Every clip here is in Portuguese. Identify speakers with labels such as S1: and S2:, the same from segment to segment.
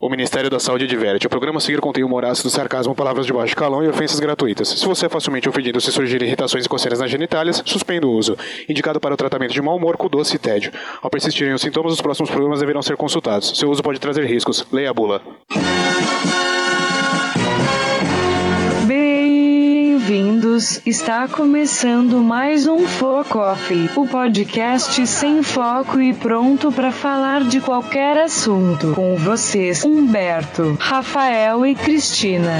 S1: O Ministério da Saúde adverte. O programa a seguir contém humor ácido, sarcasmo, palavras de baixo calão e ofensas gratuitas. Se você é facilmente ofendido se surgirem irritações e coceiras nas genitálias, suspenda o uso. Indicado para o tratamento de mau humor, com doce e tédio. Ao persistirem os sintomas, os próximos programas deverão ser consultados. Seu uso pode trazer riscos. Leia a bula.
S2: Bem-vindos! Está começando mais um Foco Off, o podcast sem foco e pronto para falar de qualquer assunto. Com vocês, Humberto, Rafael e Cristina.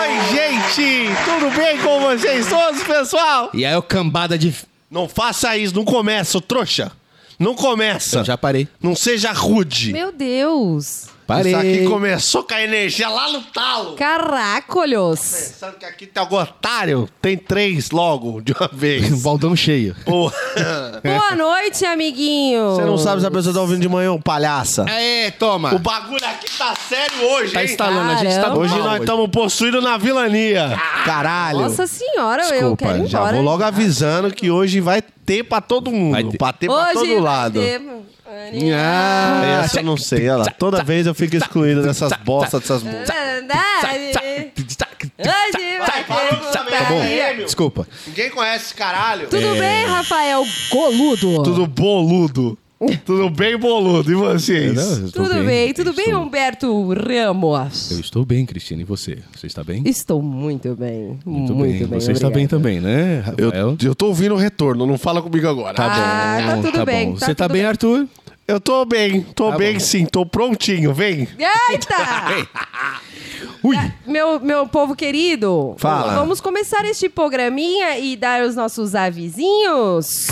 S3: Oi, gente! Tudo bem com vocês todos, pessoal?
S4: E aí o cambada de.
S3: Não faça isso, não começa, ô trouxa! Não começa!
S4: Eu Então, já parei.
S3: Não seja rude!
S5: Meu Deus!
S3: Isso aqui
S4: Parei.
S3: começou com a energia lá no talo!
S5: Caracolhos!
S3: Pensando que aqui tem algum otário? Tem três logo, de uma vez.
S4: Baldão cheio.
S3: Porra!
S5: Boa noite, amiguinho!
S3: Você não sabe se a pessoa tá ouvindo de manhã, ô palhaça!
S4: Aê, toma.
S3: O bagulho aqui tá sério hoje,
S4: Tá
S3: hein?
S4: instalando, a gente tá do
S5: Caramba.
S3: Hoje
S4: mal
S3: nós estamos possuídos na vilania.
S4: Caralho.
S5: Nossa senhora, eu
S4: Desculpa,
S5: quero ir
S3: Já
S5: embora.
S3: vou logo avisando que hoje vai ter pra todo
S4: Vai
S3: mundo.
S4: ter.
S3: Pra ter pra
S5: Hoje
S3: todo
S5: vai
S3: lado.
S5: ter-
S4: Ah,
S3: Essa eu não sei, olha lá. Toda vez eu fico excluído dessas bostas, dessas músicas.
S5: Verdade. Hoje vai ter
S4: Tá bom.
S5: putaria.
S4: Desculpa.
S3: Ninguém conhece esse caralho.
S5: Tudo bem, Rafael Goludo?
S3: Tudo boludo. Tudo bem boludo. E vocês?
S4: Não, eu tô
S5: Tudo bem, tudo
S4: eu
S5: bem,
S4: estou-
S5: Humberto Ramos?
S4: Eu estou bem, Cristina. E você? Você está bem?
S5: Estou muito bem, muito, bem.
S4: Você está bem
S5: obrigada.
S4: também, né,
S3: Eu,
S4: Rafael?
S3: eu tô ouvindo o retorno, não fala comigo agora.
S5: Tá. Ah, tá tudo bem,
S4: bom.
S5: tá
S4: você tá
S5: tudo
S4: bem,
S5: bem.
S4: Arthur?
S3: Eu tô bem, tô
S4: Tá
S3: bem
S4: bom.
S3: sim, tô prontinho, vem.
S5: Eita!
S4: Ui.
S5: Meu, meu povo querido,
S3: Fala.
S5: vamos começar este programinha e dar os nossos avisinhos.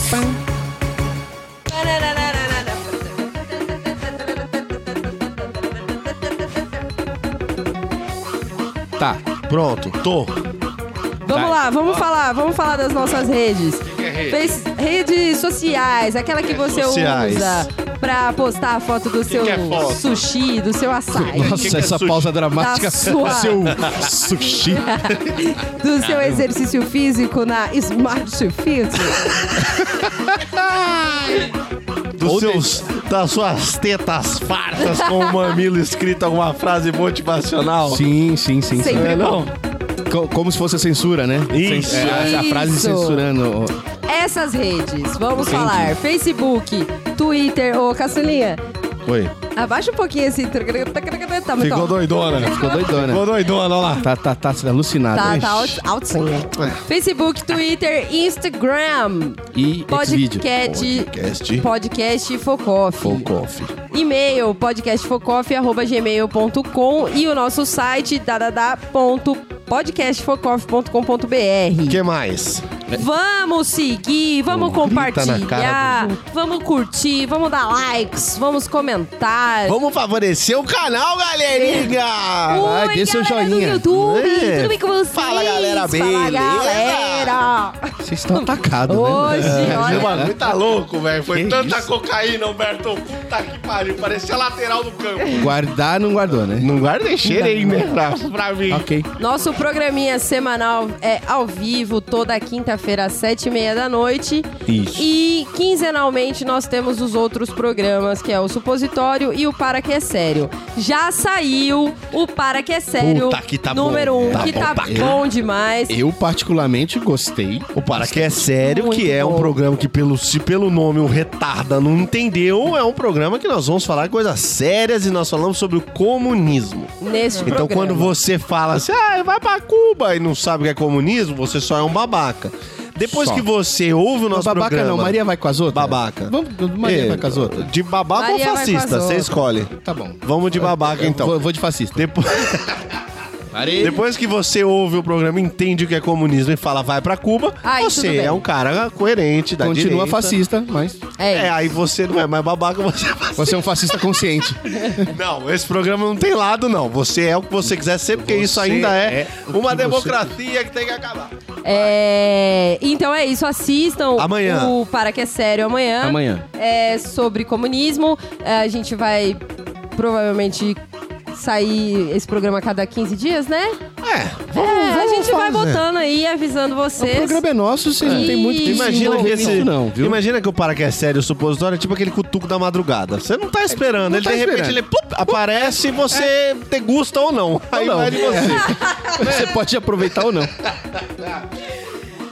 S4: Tá.
S3: Pronto, tô.
S5: Vamos lá, vamos falar, vamos falar das nossas redes.
S3: é rede?
S5: Fez- redes sociais, aquela que você
S3: sociais?
S5: usa pra postar a foto do seu
S3: que é foto?
S5: sushi, do seu açaí.
S4: Nossa,
S3: que é
S4: essa
S3: sushi?
S4: pausa dramática.
S5: Da sua-
S4: Seu sushi.
S5: do seu exercício físico na Smart Fit.
S3: Dos seus, das suas tetas fartas com o mamilo escrito alguma frase motivacional.
S4: Sim, sim, sim. sim.
S5: Sempre
S3: É, não?
S4: Co- Como se fosse a censura, né?
S3: Isso.
S4: Cen- é, A, a frase
S5: Isso.
S4: censurando.
S5: Essas redes, vamos
S4: Entendi.
S5: falar. Facebook, Twitter, ô Caçulinha,
S3: Oi.
S5: abaixa um pouquinho esse. Tá muito
S3: Ficou
S5: alto.
S3: doidona.
S4: Ficou doidona.
S3: Ficou doidona, olha lá.
S4: Tá, tá, tá sendo alucinado.
S5: Tá,
S4: Ixi.
S5: tá alt- altinho.
S3: É.
S5: Facebook, Twitter, Instagram.
S4: E Xvideo.
S5: Podcast.
S3: Podcast.
S5: Podcast Focoff.
S3: Focoff.
S5: E-mail podcastfocoff.gmail.com e o nosso site dadadá.podcastfocoff.com.br.
S3: O que mais?
S5: Vamos seguir, vamos
S3: Grita na cara
S5: compartilhar, vamos curtir, vamos dar likes, vamos comentar.
S3: Vamos favorecer o canal, galerinha!
S4: Vai,
S5: Oi,
S4: dê seu
S5: galera
S4: joinha.
S5: do YouTube,
S3: É.
S5: tudo bem com vocês?
S3: Fala, galera,
S5: Fala,
S3: beleza?
S5: galera!
S4: Vocês estão atacados,
S5: Hoje,
S4: né?
S3: Meu
S5: olha,
S3: bagulho tá louco, velho. Foi
S4: Que
S3: tanta
S4: isso?
S3: cocaína, Humberto. Puta que pariu. Parecia lateral do campo.
S4: Guardar não guardou, né?
S3: Não guarda cheiro aí, né? Pra, pra mim.
S4: Ok.
S5: Nosso programinha semanal é ao vivo, toda quinta-feira, às sete e meia da noite.
S4: Isso.
S5: E quinzenalmente nós temos os outros programas, que é o Supositório e o Para Que É Sério. Já saiu o Para Que É Sério
S3: Puta, que tá
S5: número
S3: bom.
S5: um,
S3: Tá
S5: que
S3: bom
S5: tá
S3: pra
S5: bom demais.
S4: Eu particularmente gostei.
S3: O Para Que É Sério,
S5: Muito
S3: que é um
S5: bom.
S3: programa que, pelo, se pelo nome o retarda não entendeu, é um programa que nós vamos falar coisas sérias e nós falamos sobre o comunismo.
S5: Neste
S3: Então,
S5: programa.
S3: quando você fala assim, ah, vai pra Cuba e não sabe o que é comunismo, você só é um babaca. Depois
S4: Só.
S3: que você ouve o
S4: Não,
S3: nosso
S4: babaca
S3: programa...
S4: não, Maria vai com as outras?
S3: Babaca.
S4: Vamos, Maria
S3: É,
S4: vai com as outras?
S3: De babaca
S5: Maria
S3: ou
S5: vai com as
S3: fascista? Você
S5: outras.
S3: escolhe.
S4: Tá bom.
S3: Vamos de babaca,
S4: Eu
S3: então.
S4: Vou, vou de fascista.
S3: Depois,
S4: Parei.
S3: depois que você ouve o programa, entende o que é comunismo e fala vai pra Cuba,
S5: Aí, tudo
S3: você
S5: bem.
S3: é um cara coerente da
S4: Continua
S3: direita.
S4: fascista, mas
S3: É,
S5: É,
S3: aí você não é mais babaca, você é fascista.
S4: você é um fascista consciente.
S3: Não, esse programa não tem lado, não. Você é o que você quiser ser, porque isso
S4: Você
S3: ainda é,
S4: é o
S3: uma
S4: que
S3: democracia que tem que acabar.
S5: é, então é isso, assistam
S3: Amanhã.
S5: o Para Que É Sério amanhã.
S4: Amanhã.
S5: É sobre comunismo. É, A gente vai provavelmente sair esse programa a cada 15 dias, né?
S3: É,
S5: é, a gente vai
S3: fazer.
S5: botando aí, avisando
S4: O
S5: vocês.
S4: programa é nosso, vocês não tem muito que se
S3: Imagina que
S4: envolver
S3: esse.
S4: nisso, não, viu?
S3: Imagina que o para que é sério o supositório é tipo aquele cutuco da madrugada. Você não tá esperando.
S4: Não
S3: ele
S4: tá
S3: de repente
S4: esperando. É.
S3: ele plup, aparece e você degusta ou não. Aí
S4: não. É.
S3: vai de você.
S4: Você pode aproveitar
S3: É.
S4: ou não.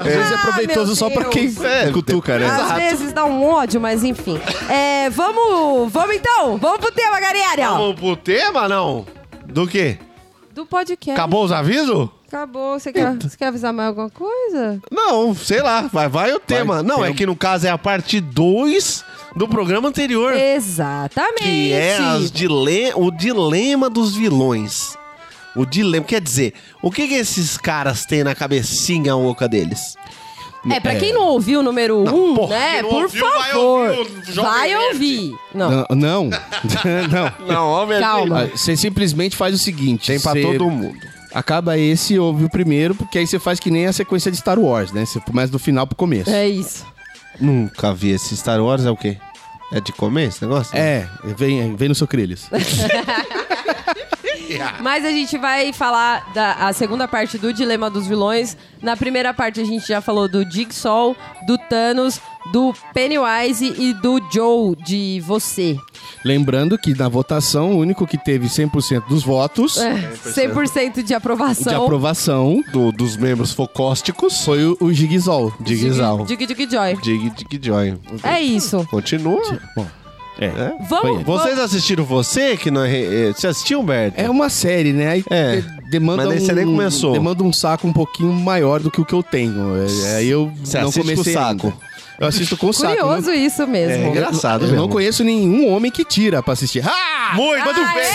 S4: Às vezes é
S5: Ah,
S4: proveitoso
S5: meu
S4: só pra quem
S5: Deus.
S3: É,
S4: cutuca, né?
S5: Às vezes dá um ódio, mas enfim. É, vamos, vamos então, vamos pro tema,
S4: Ah.
S5: galera.
S3: Vamos pro tema, não? Do quê?
S5: Do podcast.
S3: Acabou os avisos?
S5: Acabou. Você quer, você quer avisar mais alguma coisa?
S3: Não, sei lá. Vai, vai o tema. não,
S4: um
S3: é que no caso é a parte 2 do programa anterior.
S5: Exatamente.
S3: Que é as dile- o dilema dos vilões. O dilema, quer dizer, o que, que esses caras têm na cabecinha oca deles?
S5: É, pra quem não ouviu o número 1, um,
S3: porra,
S5: né?
S3: quem não
S5: Por
S3: ouviu, vai
S5: favor.
S3: ouvir o Jovem
S5: Vai
S3: Nerd.
S5: ouvir. Não,
S4: Não, não. não.
S3: Não, homem,
S5: Calma.
S4: Ah, Você simplesmente faz o seguinte.
S3: Tem pra
S4: você
S3: todo mundo.
S4: Acaba esse e ouve o primeiro, porque aí você faz que nem a sequência de Star Wars, né? Você começa do final pro começo.
S5: é isso.
S3: Nunca vi esse Star Wars, é o quê? É de comer esse negócio?
S4: É, vem, vem no seu Crilhos.
S5: Mas a gente vai falar da a segunda parte do Dilema dos Vilões. Na primeira parte a gente já falou do Jigsaw, do Thanos, do Pennywise e do Joe, de você.
S4: Lembrando que na votação, o único que teve 100% dos votos
S5: É, 100% de aprovação.
S4: de aprovação
S3: Do- dos membros focósticos.
S4: foi o, o Gigizol.
S3: Digizal.
S5: Dig, dig, joy.
S3: Dig Dig Joy.
S5: É isso.
S3: Continua.
S4: É. Bom, é.
S3: É.
S5: Vamos,
S4: Foi.
S5: vamos-
S3: Vocês assistiram você? que não é- é- Você assistiu, Humberto?
S4: É uma série, né? Aí
S3: É,
S4: de- demanda
S3: mas daí você
S4: um,
S3: nem começou.
S4: Demanda um saco um pouquinho maior do que o que eu tenho. É, Aí eu
S3: Você
S4: não
S3: assiste com
S4: comecei
S3: saco.
S4: ainda. Eu assisto com saco. eu não-
S5: Curioso isso
S3: É
S5: mesmo.
S3: engraçado,
S4: Eu
S3: mesmo.
S4: não conheço nenhum homem que tira pra assistir. Ah!
S3: Muito
S5: Aê!
S3: bem!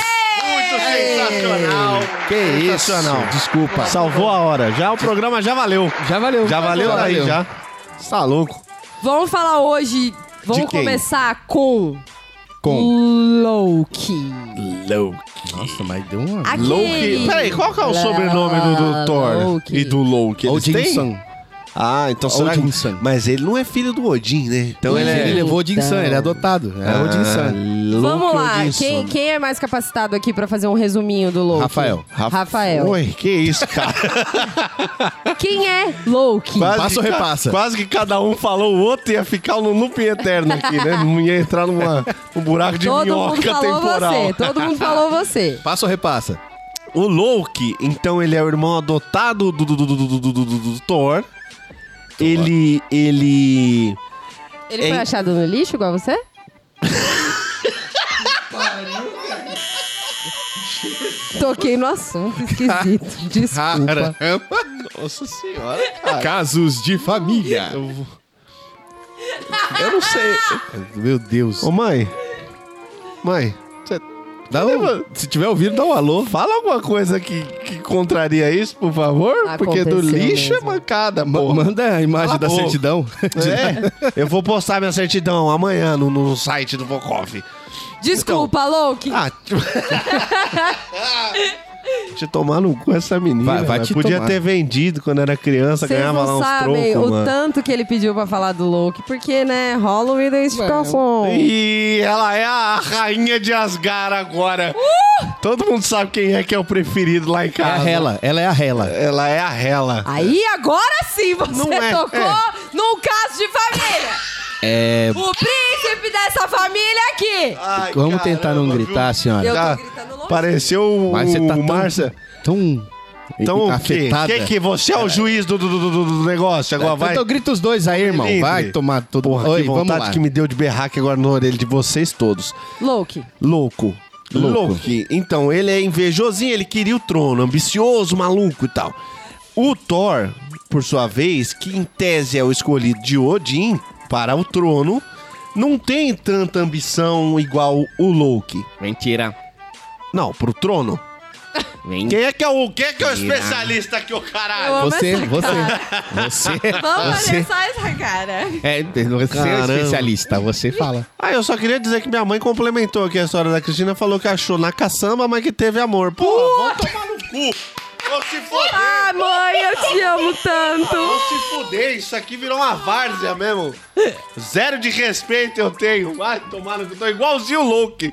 S3: Muito sensacional!
S4: Que isso,
S3: Sensacional.
S4: Desculpa.
S3: Salvou a hora. Já o programa já valeu.
S4: Já valeu.
S3: Já valeu aí, já. Você tá louco?
S5: Vamos falar hoje. Vamos
S3: quem?
S5: começar com
S4: Com.
S5: Loki.
S4: Nossa, mas deu uma.
S5: Aquele...
S3: Loki. Peraí, qual que é o sobrenome do, do Thor
S5: Loki.
S3: e do Loki? Eles têm?
S4: Odinson.
S3: Ah, então será que...
S4: Odinson.
S3: Mas ele não é filho do Odin, né? Ah,
S4: Então ele,
S5: Mas
S4: ele
S5: ele-
S4: levou o Odinson, ele é
S3: Então.
S4: adotado. É o Odinson.
S5: Vamos lá, quem, quem é mais capacitado aqui pra fazer um resuminho do Loki?
S4: Rafael.
S5: Rafa- Rafael.
S3: Oi, que isso, cara?
S5: Quem é Loki?
S4: Passa ou
S3: que ca-
S4: repassa?
S3: Quase que cada um falou o outro e ia ficar no looping eterno aqui, né? Não ia entrar numa, num buraco de
S5: Todo mundo
S3: minhoca
S5: falou
S3: temporal.
S5: você. Todo mundo falou
S3: Ah.
S5: você.
S4: Passa ou repassa?
S3: O Loki, então ele é o irmão adotado do, do, do, do, do, do, do, do- do Thor. Ele. Ele.
S5: Ele
S3: Hein?
S5: foi achado no lixo igual você? Toquei no assunto esquisito. Desculpa.
S3: Nossa senhora, cara.
S4: Casos de família.
S3: Eu não sei.
S4: Meu Deus.
S3: Ô mãe. Mãe,
S4: Dá um- se tiver ouvido, dá um alô.
S3: fala alguma coisa que, que contraria isso, por favor. Porque do
S5: Aconteceu
S3: lixo
S5: mesmo.
S3: é mancada,
S4: Ma-
S3: porra.
S4: Manda a imagem
S3: Cala
S4: da
S3: a boca.
S4: certidão.
S3: Ah, É, eu vou postar minha certidão amanhã no, no site do Vocoff.
S5: Desculpa, Loki.
S3: Ah, te tomar no cu essa menina.
S4: Vai- vai
S3: velho.
S4: te
S3: Podia
S4: tomar.
S3: ter vendido quando era criança,
S5: Vocês
S3: ganhava lá
S5: não
S3: uns
S5: sabem
S3: trocos,
S5: o
S3: mano.
S5: tanto que ele pediu pra falar do Loki, porque, né, rola uma identificação.
S3: E ela é a rainha de Asgard agora.
S5: Uh!
S3: Todo mundo sabe quem é que é o preferido lá em
S4: É a
S3: casa.
S4: Hela, ela é a Hela.
S3: Ela é a Hela.
S5: Aí agora sim você
S3: Não é,
S5: tocou
S3: é.
S5: num caso de família.
S4: É.
S5: o príncipe dessa família aqui.
S3: Ai,
S4: Vamos tentar não
S3: caramba,
S4: gritar,
S3: viu?
S4: senhora.
S5: Eu tô
S3: Tá.
S5: gritando longe.
S3: Pareceu o,
S4: Mas você tá
S3: o
S4: tão.
S3: Márcia.
S4: Tão.
S3: Então o quê?
S4: afetada.
S3: Que, que você é o juiz do, do, do- do- do negócio. Agora vai.
S4: Então grita os dois aí, irmão.
S3: Livre.
S4: Vai tomar todo
S3: Porra,
S4: Oi,
S3: que
S4: vamos
S3: vontade
S4: lá.
S3: que me deu de berrar aqui agora na orelha de vocês todos.
S5: Loki.
S3: Louco.
S4: Louco.
S3: Loki. Então, ele é invejosinho, ele queria o trono, ambicioso, maluco e tal. O Thor, por sua vez, que em tese é o escolhido de Odin para o trono, não tem tanta ambição igual o Loki.
S4: Mentira.
S3: Não, pro trono. Quem é que é o, quem é, que é o especialista aqui, ô
S5: Eu
S3: caralho?
S5: amo
S4: Você,
S5: essa
S4: você.
S5: cara.
S4: Você.
S5: Vamos
S4: você.
S5: fazer só essa cara.
S4: É, você é
S3: Caramba.
S4: especialista, você fala.
S3: Ah, eu só queria dizer que minha mãe complementou aqui a história da Cristina, falou que achou na caçamba, mas que teve amor. Pô, vamos tomar no cu. Vou se foder.
S5: Ah, mãe, eu te amo tanto.
S3: Vão se fuder, isso aqui virou uma várzea mesmo. Zero de respeito eu tenho. Vai tomar no cu, tô igualzinho o Luke.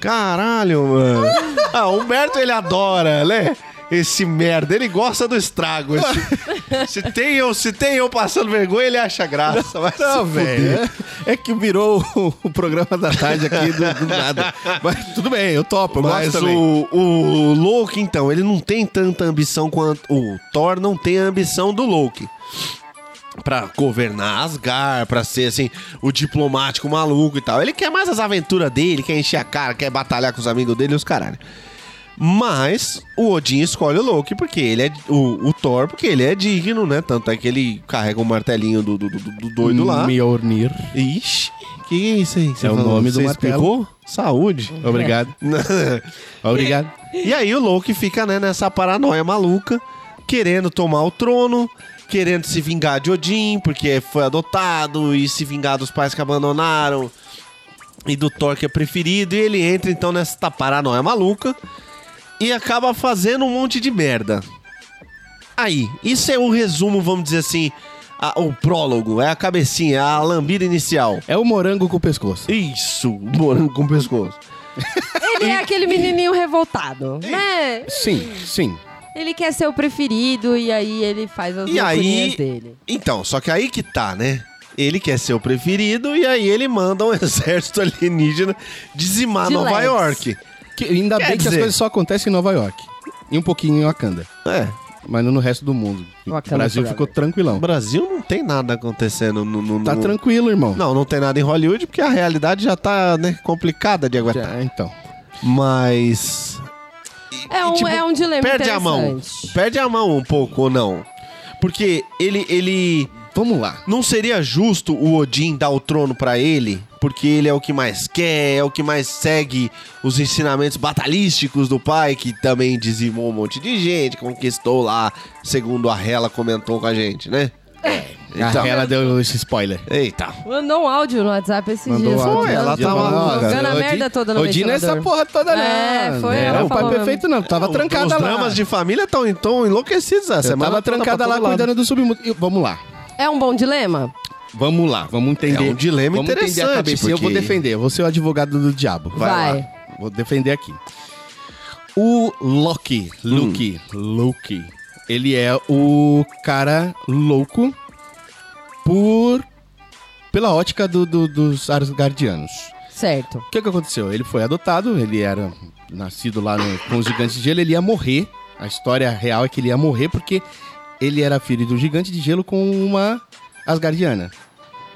S3: Caralho, mano. Ah, o Humberto, ele adora, né? Esse merda, ele gosta do estrago. esse- se, tem eu, se tem eu passando vergonha, ele acha graça. Vai se fuder.
S4: Não, Então, velho. É, é que virou o, o programa da tarde aqui do, do nada. Mas tudo bem, eu topo, eu
S3: Mas
S4: gosto também.
S3: o, o Loki, então, ele não tem tanta ambição quanto. O Thor não tem a ambição do Loki. Pra governar Asgard, pra ser assim, o diplomático maluco e tal. Ele quer mais as aventuras dele, quer encher a cara, quer batalhar com os amigos dele e os caralho. Mas o Odin escolhe o Loki porque ele é. O, o Thor, porque ele é digno, né? Tanto é que ele carrega o martelinho do, do, do, do doido lá.
S4: Mjolnir.
S3: Ixi, que é isso aí? Você
S4: É o nome do
S3: você
S4: martelo. É.
S3: explicou? Saúde.
S4: Obrigado. Obrigado.
S3: E aí o Loki fica né, nessa paranoia maluca, querendo tomar o trono, querendo se vingar de Odin, porque foi adotado, e se vingar dos pais que abandonaram, e do Thor que é preferido, e ele entra então nessa paranoia maluca e acaba fazendo um monte de merda. Aí, isso é o resumo, vamos dizer assim, a- o prólogo, é a cabecinha, é a lambida inicial.
S4: É o morango com o pescoço.
S3: Isso, morango com pescoço.
S5: Ele é aquele menininho revoltado, né?
S4: Sim, sim.
S5: Ele quer ser o preferido e aí ele faz as
S3: E aí.
S5: loucurinhas dele.
S3: Então, só que aí que tá, né? Ele quer ser o preferido e aí ele manda um exército alienígena dizimar
S5: De
S3: Nova
S5: leves.
S3: York.
S4: Que, ainda
S3: Quer
S4: bem que as
S3: dizer-
S4: coisas só acontecem em Nova York. E um pouquinho em Wakanda.
S3: É,
S4: Mas não no resto do mundo.
S5: Wakanda
S4: o Brasil
S5: forever.
S4: ficou
S3: o
S4: tranquilão.
S3: Brasil não tem nada acontecendo no. no-
S4: Tá
S3: no-
S4: tranquilo, irmão.
S3: Não, não tem nada em Hollywood porque a realidade já tá, né, complicada de aguentar.
S4: Já, então.
S3: Mas.
S5: É um,
S3: tipo,
S5: é um dilema
S3: Perde a mão.
S5: interessante.
S3: Perde a mão um pouco ou não. Porque ele, ele
S4: Vamos lá.
S3: Não seria justo o Odin dar o trono pra ele, porque ele é o que mais quer, é o que mais segue os ensinamentos batalísticos do pai, que também dizimou um monte de gente, conquistou lá, segundo a Hela comentou com a gente, né? Então,
S4: Ah, ela deu esse spoiler.
S3: Eita.
S5: Mandou um áudio no WhatsApp esses dias.
S4: áudio.
S5: falando-
S3: Foi, ela
S4: Dia
S3: tá
S4: maluca.
S3: maluca.
S5: Jogando a
S4: Odin-
S5: merda toda no
S4: Odin não é essa
S5: ventilador.
S4: porra toda, não.
S5: É, foi,
S4: Não
S5: ela
S4: Era o pai
S5: falou
S4: perfeito, não. Tava trancada
S3: Os
S4: lá.
S3: dramas de família estão então enlouquecidos essa
S4: Eu
S3: semana. tá
S4: tava
S3: toda,
S4: trancada
S3: pra
S4: lá
S3: todo lado.
S4: cuidando do submundo. E- Vamos lá.
S5: É um bom dilema?
S4: Vamos lá. Vamos entender.
S3: É um dilema
S4: vamos Entender
S3: interessante,
S4: a cabeça. Eu vou
S3: porque-
S4: defender. Eu vou ser o advogado do diabo.
S5: Vai lá.
S4: lá. Vou defender aqui. O Loki.
S3: Hum.
S4: Loki. Loki. Ele é o cara louco por... Pela ótica do, do, dos Asgardianos.
S5: Certo.
S4: O que, que aconteceu? Ele foi adotado, ele era nascido lá no- com os gigantes de gelo, ele ia morrer. A história real é que ele ia morrer porque ele era filho de um gigante de gelo com uma asgardiana.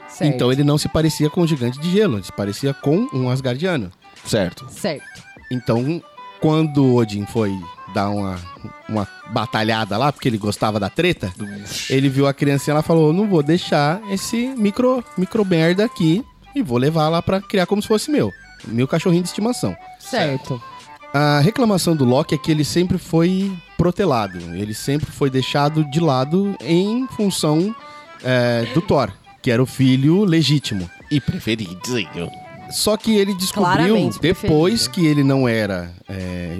S5: certo.
S4: Então ele não se parecia com um gigante de gelo, ele se parecia com um asgardiano.
S3: Certo.
S5: Certo.
S4: Então, quando Odin foi dar uma, uma batalhada lá, porque ele gostava da treta, ele viu a criancinha lá e falou: Não vou deixar esse micro, micro merda aqui e vou levar lá pra criar como se fosse meu. Meu cachorrinho de estimação.
S5: Certo.
S4: A reclamação do Loki é que ele sempre foi protelado, ele sempre foi deixado de lado em função é, do Thor, que era o filho legítimo.
S3: E preferidinho.
S4: Só que ele descobriu
S5: Claramente
S4: depois
S5: preferido.
S4: que ele não era é,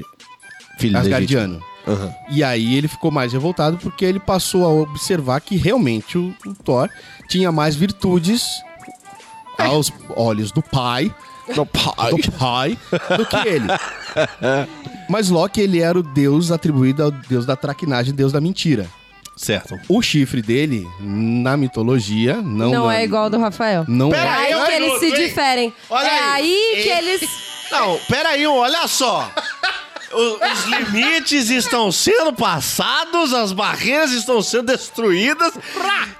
S3: Filho
S4: asgardiano.
S3: Aham.
S4: E aí ele ficou mais revoltado porque ele passou a observar que realmente o, o Thor tinha mais virtudes aos olhos do pai,
S3: Não, pai.
S4: do pai, do que ele. Mas Loki, ele era o deus atribuído ao deus da traquinagem, deus da mentira.
S3: Certo.
S4: O chifre dele, na mitologia, não,
S3: um
S5: Não,
S4: na-
S5: é igual do Rafael.
S4: Não
S5: É
S3: Pera
S4: é.
S5: aí
S3: Olha
S5: que
S3: aí,
S5: eles se
S3: outro, hein?
S5: diferem.
S3: Olha
S5: é
S3: aí.
S5: aí que
S3: E-
S5: eles.
S3: Não, peraí, olha só. O- Os limites estão sendo passados, as barreiras estão sendo destruídas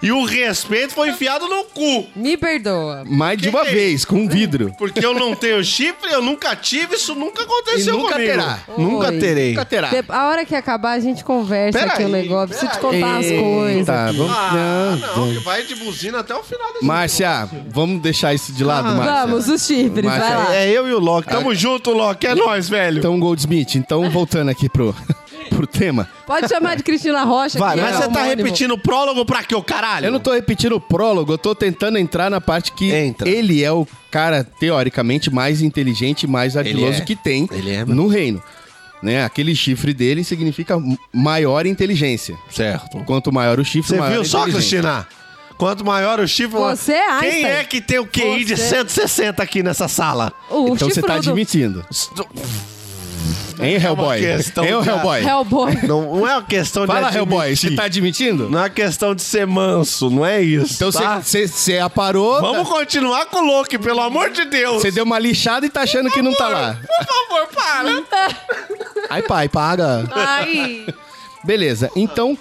S3: e o respeito foi enfiado no cu.
S5: Me perdoa.
S4: Mais de
S3: Que
S4: uma
S3: que é
S4: vez, com um vidro.
S3: Porque eu não tenho chifre, eu nunca tive, isso nunca
S4: E
S3: aconteceu
S4: nunca
S3: comigo.
S4: terá.
S3: Nunca
S5: Oi.
S3: terei.
S4: Nunca terá.
S5: De- A hora que acabar, a gente conversa
S3: Pera
S5: aqui o
S3: aí,
S5: negócio.
S3: pera
S5: Preciso te
S3: aí.
S5: contar as
S4: Eita,
S5: coisas.
S3: Tá
S4: tá, vamos...
S3: Ah,
S4: não,
S3: não, que vai de buzina até o final desse
S4: Márcia, vamos deixar isso de lado, Márcia?
S5: Ah, Vamos, os chifres,
S4: Márcia,
S5: vai lá.
S3: É eu e o Loki. Tamo junto, Loki. É nóis, velho.
S4: Ah. Então, Goldsmith, então voltando aqui pro, pro tema.
S5: Pode chamar de Cristina Rocha.
S3: vai,
S5: que
S3: mas
S5: é
S3: você tá
S5: homônimo.
S3: repetindo o prólogo pra que o caralho?
S4: Eu não tô repetindo o prólogo, eu tô tentando entrar na parte que
S3: Entra.
S4: ele é o cara, teoricamente, mais inteligente, mais ardiloso
S3: é.
S4: que tem
S3: Ele é, mano.
S4: no reino. Né? Aquele chifre dele significa maior inteligência.
S3: Certo.
S4: Quanto maior o chifre,
S3: Você
S4: maior
S3: viu
S4: a
S3: só,
S4: inteligência.
S3: Cristina? Quanto maior o chifre,
S5: Você é Einstein.
S3: quem é que tem o QI de
S5: Você.
S3: 160 aqui nessa sala?
S5: O
S4: então você tá
S5: chifrudo.
S4: admitindo. Hein, Hellboy?
S3: É questão
S4: Hein,
S3: de-
S4: Hellboy?
S5: Hellboy.
S3: Não, não é uma questão de
S4: Fala,
S3: admitir.
S4: Hellboy, você tá admitindo?
S3: Não é uma questão de ser manso, não é isso,
S4: Então você
S3: tá?
S4: você aparou,
S3: Vamos continuar com o Loki, pelo amor de Deus.
S4: você deu uma lixada e tá achando que não tá lá.
S3: Por favor, para.
S4: Ai, pai, para.
S5: Ai.
S4: Beleza, então,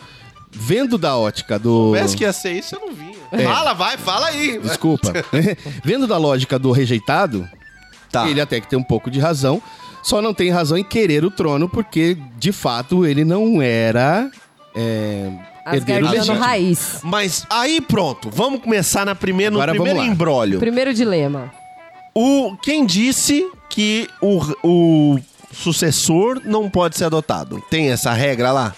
S4: vendo da ótica do...
S3: Parece que ia ser isso, eu não vinha.
S4: É.
S3: Fala, vai, fala aí.
S4: Desculpa. vendo da lógica do rejeitado,
S3: Tá.
S4: ele até que tem um pouco de razão, só não tem razão em querer o trono, porque, de fato, ele não era... É, herdeiro
S5: Asgardiano
S4: legítimo.
S5: raiz.
S3: Mas aí pronto, vamos começar na primeira, no
S4: Agora vamos
S3: primeiro
S4: lá.
S3: embrólio.
S5: Primeiro dilema.
S3: O, quem disse que o, o sucessor não pode ser adotado? Tem essa regra lá?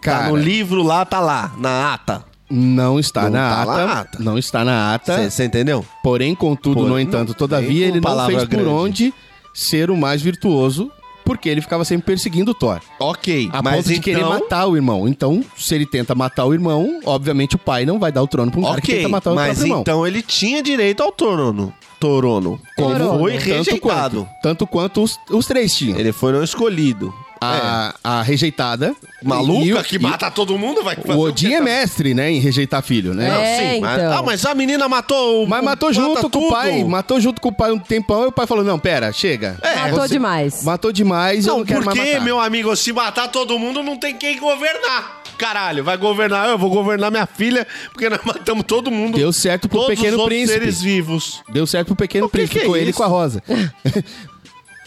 S4: Cara,
S3: tá no livro lá, tá lá, na ata.
S4: não está
S3: Não
S4: na
S3: tá
S4: ata,
S3: na ata.
S4: Não está na ata.
S3: Você entendeu?
S4: Porém, contudo,
S3: Por-
S4: no entanto,
S3: não,
S4: todavia,
S3: aí
S4: ele
S3: com
S4: não
S3: palavra
S4: fez por
S3: grande.
S4: onde ser o mais virtuoso, porque ele ficava sempre perseguindo o Thor.
S3: Ok,
S4: A
S3: mas
S4: ponto de
S3: então...
S4: querer matar o irmão. Então, se ele tenta matar o irmão, obviamente o pai não vai dar o trono pra um cara que
S3: Ok,
S4: tenta matar o
S3: mas
S4: próprio irmão.
S3: então ele tinha direito ao Torono. Torono. Como
S5: Torono.
S3: foi
S4: tanto
S3: rejeitado.
S4: quanto, tanto quanto os, os três tinham.
S3: Ele foi não escolhido.
S4: A, a rejeitada.
S3: É. Maluca
S4: Ah, e o-
S3: que
S4: e
S3: mata todo mundo, vai fazer tá-
S4: O Odin
S3: quê?
S4: é mestre, né, em rejeitar filho, né?
S5: É,
S3: mas,
S5: então.
S3: ah, mas a menina matou o.
S4: Mas matou
S3: mata
S4: junto com o
S3: tudo.
S4: pai, matou junto com o pai um tempão, e o pai falou, não, pera, chega.
S5: Matou
S4: É, você-
S5: demais.
S4: Matou demais,
S3: É,
S4: eu
S3: Não,
S4: não quero mais
S3: porque,
S4: matar.
S3: meu amigo, se matar todo mundo, não tem quem governar. Caralho, vai governar eu, vou governar minha filha, porque nós matamos todo mundo.
S4: Deu certo pro
S3: todos
S4: Pequeno
S3: os outros
S4: Príncipe.
S3: seres vivos.
S4: Deu certo pro pequeno
S3: O que
S4: príncipe,
S3: que é
S4: ficou ele
S3: isso?
S4: com a rosa.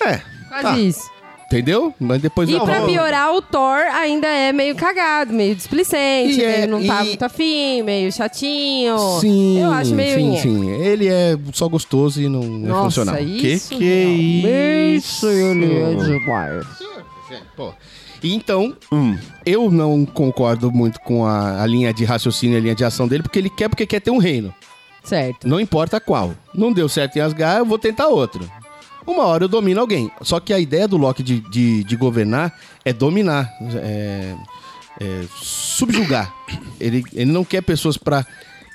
S3: É.
S5: Quase
S3: tá.
S5: isso.
S4: Entendeu? Mas depois
S5: E
S4: eu
S5: pra
S4: vou-
S5: piorar, o Thor ainda é meio cagado, meio displicente,
S4: E é-
S5: meio não tá
S4: e-
S5: muito afim, meio chatinho.
S4: Sim,
S5: Eu acho meio.
S4: sim,
S5: nhe.
S4: sim. Ele é só gostoso e não é funcional.
S5: Nossa, isso.
S3: Que que é
S5: realmente
S3: isso?
S5: Ele é demais.
S4: Pô. E Então,
S3: Hum.
S4: eu não concordo muito com a, a linha de raciocínio e a linha de ação dele, porque ele quer porque quer ter um reino.
S5: Certo.
S4: Não importa qual. Não deu certo em Asgard, eu vou tentar outro. Uma hora eu domino alguém. Só que a ideia do Loki de, de, de governar é dominar, é, é subjugar. Ele, ele não quer pessoas pra,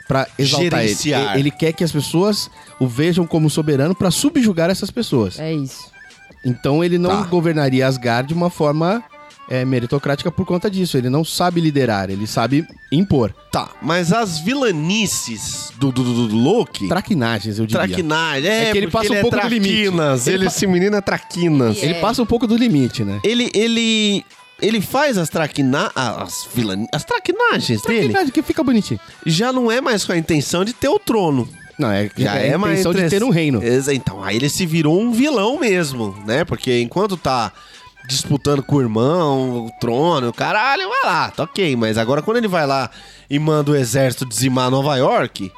S4: pra exaltar ele.
S3: Gerenciar.
S4: ele. Ele quer que as pessoas o vejam como soberano pra subjugar essas pessoas.
S5: É isso.
S4: Então ele não
S3: Tá.
S4: governaria Asgard de uma forma é, meritocrática por conta disso. Ele não sabe liderar, ele sabe impor.
S3: Tá, mas as vilanices do, do, do, do Loki.
S4: Traquinagens, eu diria.
S3: Traquinagem, é,
S4: É que ele
S3: porque
S4: passa um pouco
S3: é
S4: do limite.
S3: traquinas,
S4: Ele
S3: Ele,
S4: pa-
S3: esse menino é traquinas.
S4: Ele passa um pouco do limite, né?
S3: Ele, ele, ele faz as traquina... As, vilani... as traquinagens dele.
S4: Traquinagem, que fica bonitinho.
S3: já não é mais com a intenção de ter o trono.
S4: Não, é,
S3: Já é,
S4: a
S3: mais
S4: intenção de
S3: entre-
S4: ter um reino.
S3: Exa- Então, aí ele se virou um vilão mesmo, né? Porque enquanto tá disputando com o irmão, o trono, o caralho, vai lá, tá ok. Mas agora quando ele vai lá e manda o exército dizimar Nova York,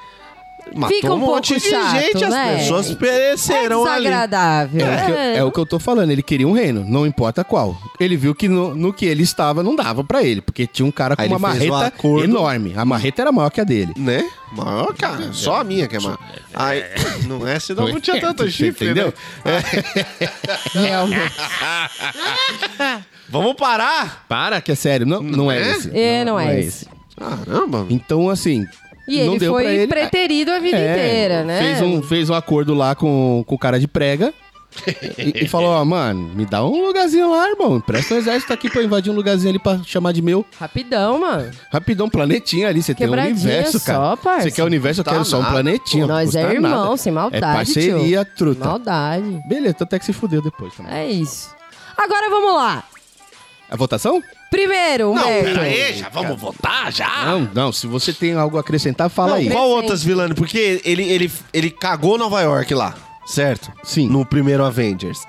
S3: matou
S5: Fica um
S3: monte
S5: pouco
S3: de
S5: chato,
S3: gente, as
S5: né?
S3: pessoas pereceram
S5: é
S3: ali.
S4: É
S5: desagradável.
S4: o, que eu, é o que eu tô falando, ele queria um reino, não importa qual. Ele viu que no, no que ele estava não dava pra ele, porque tinha um cara com
S3: Aí
S4: uma
S3: ele fez um
S4: marreta
S3: acordo.
S4: enorme. A marreta era maior que a dele.
S3: Né? Maior, cara. Só a minha que é maior. Aí, não é, senão não tinha tanto
S4: Você
S3: chifre,
S4: entendeu?
S3: né?
S5: Realmente.
S3: Vamos parar?
S4: Para, que é sério, não, não é,
S3: É?
S4: esse.
S5: É, não, é esse.
S3: Caramba.
S4: Então, assim.
S5: E
S4: não
S5: ele
S4: deu
S5: foi
S4: pra ele.
S5: preterido a vida
S4: É,
S5: inteira, né?
S4: Fez um, fez um acordo lá com, com o cara de prega. e, e falou, ó, mano, me dá um lugarzinho lá, irmão. Presta um exército aqui pra eu invadir um lugarzinho ali pra chamar de meu.
S5: Rapidão, mano.
S4: Rapidão, planetinha ali. Você tem um
S5: Quebradinha
S4: universo,
S5: só,
S4: cara.
S5: parça.
S4: Você quer o universo, eu
S3: Tá
S4: quero só um
S3: nada.
S4: planetinha. não
S5: Nós
S4: custa
S5: é
S4: nada.
S5: irmão, sem maldade,
S4: É parceria,
S5: tio.
S4: truta.
S5: Maldade.
S4: Beleza, tanto é que se fudeu depois também.
S5: É isso. Agora vamos lá.
S4: A votação?
S5: Primeiro, um
S3: Não,
S5: Humberto.
S3: peraí, já vamos votar já?
S4: Não, não. Se você tem algo a acrescentar, fala
S3: Não,
S4: aí.
S3: Qual
S5: Perfeito.
S3: outras vilãs? Porque ele, ele, ele cagou Nova York lá, certo?
S4: Sim.
S3: No primeiro Avengers.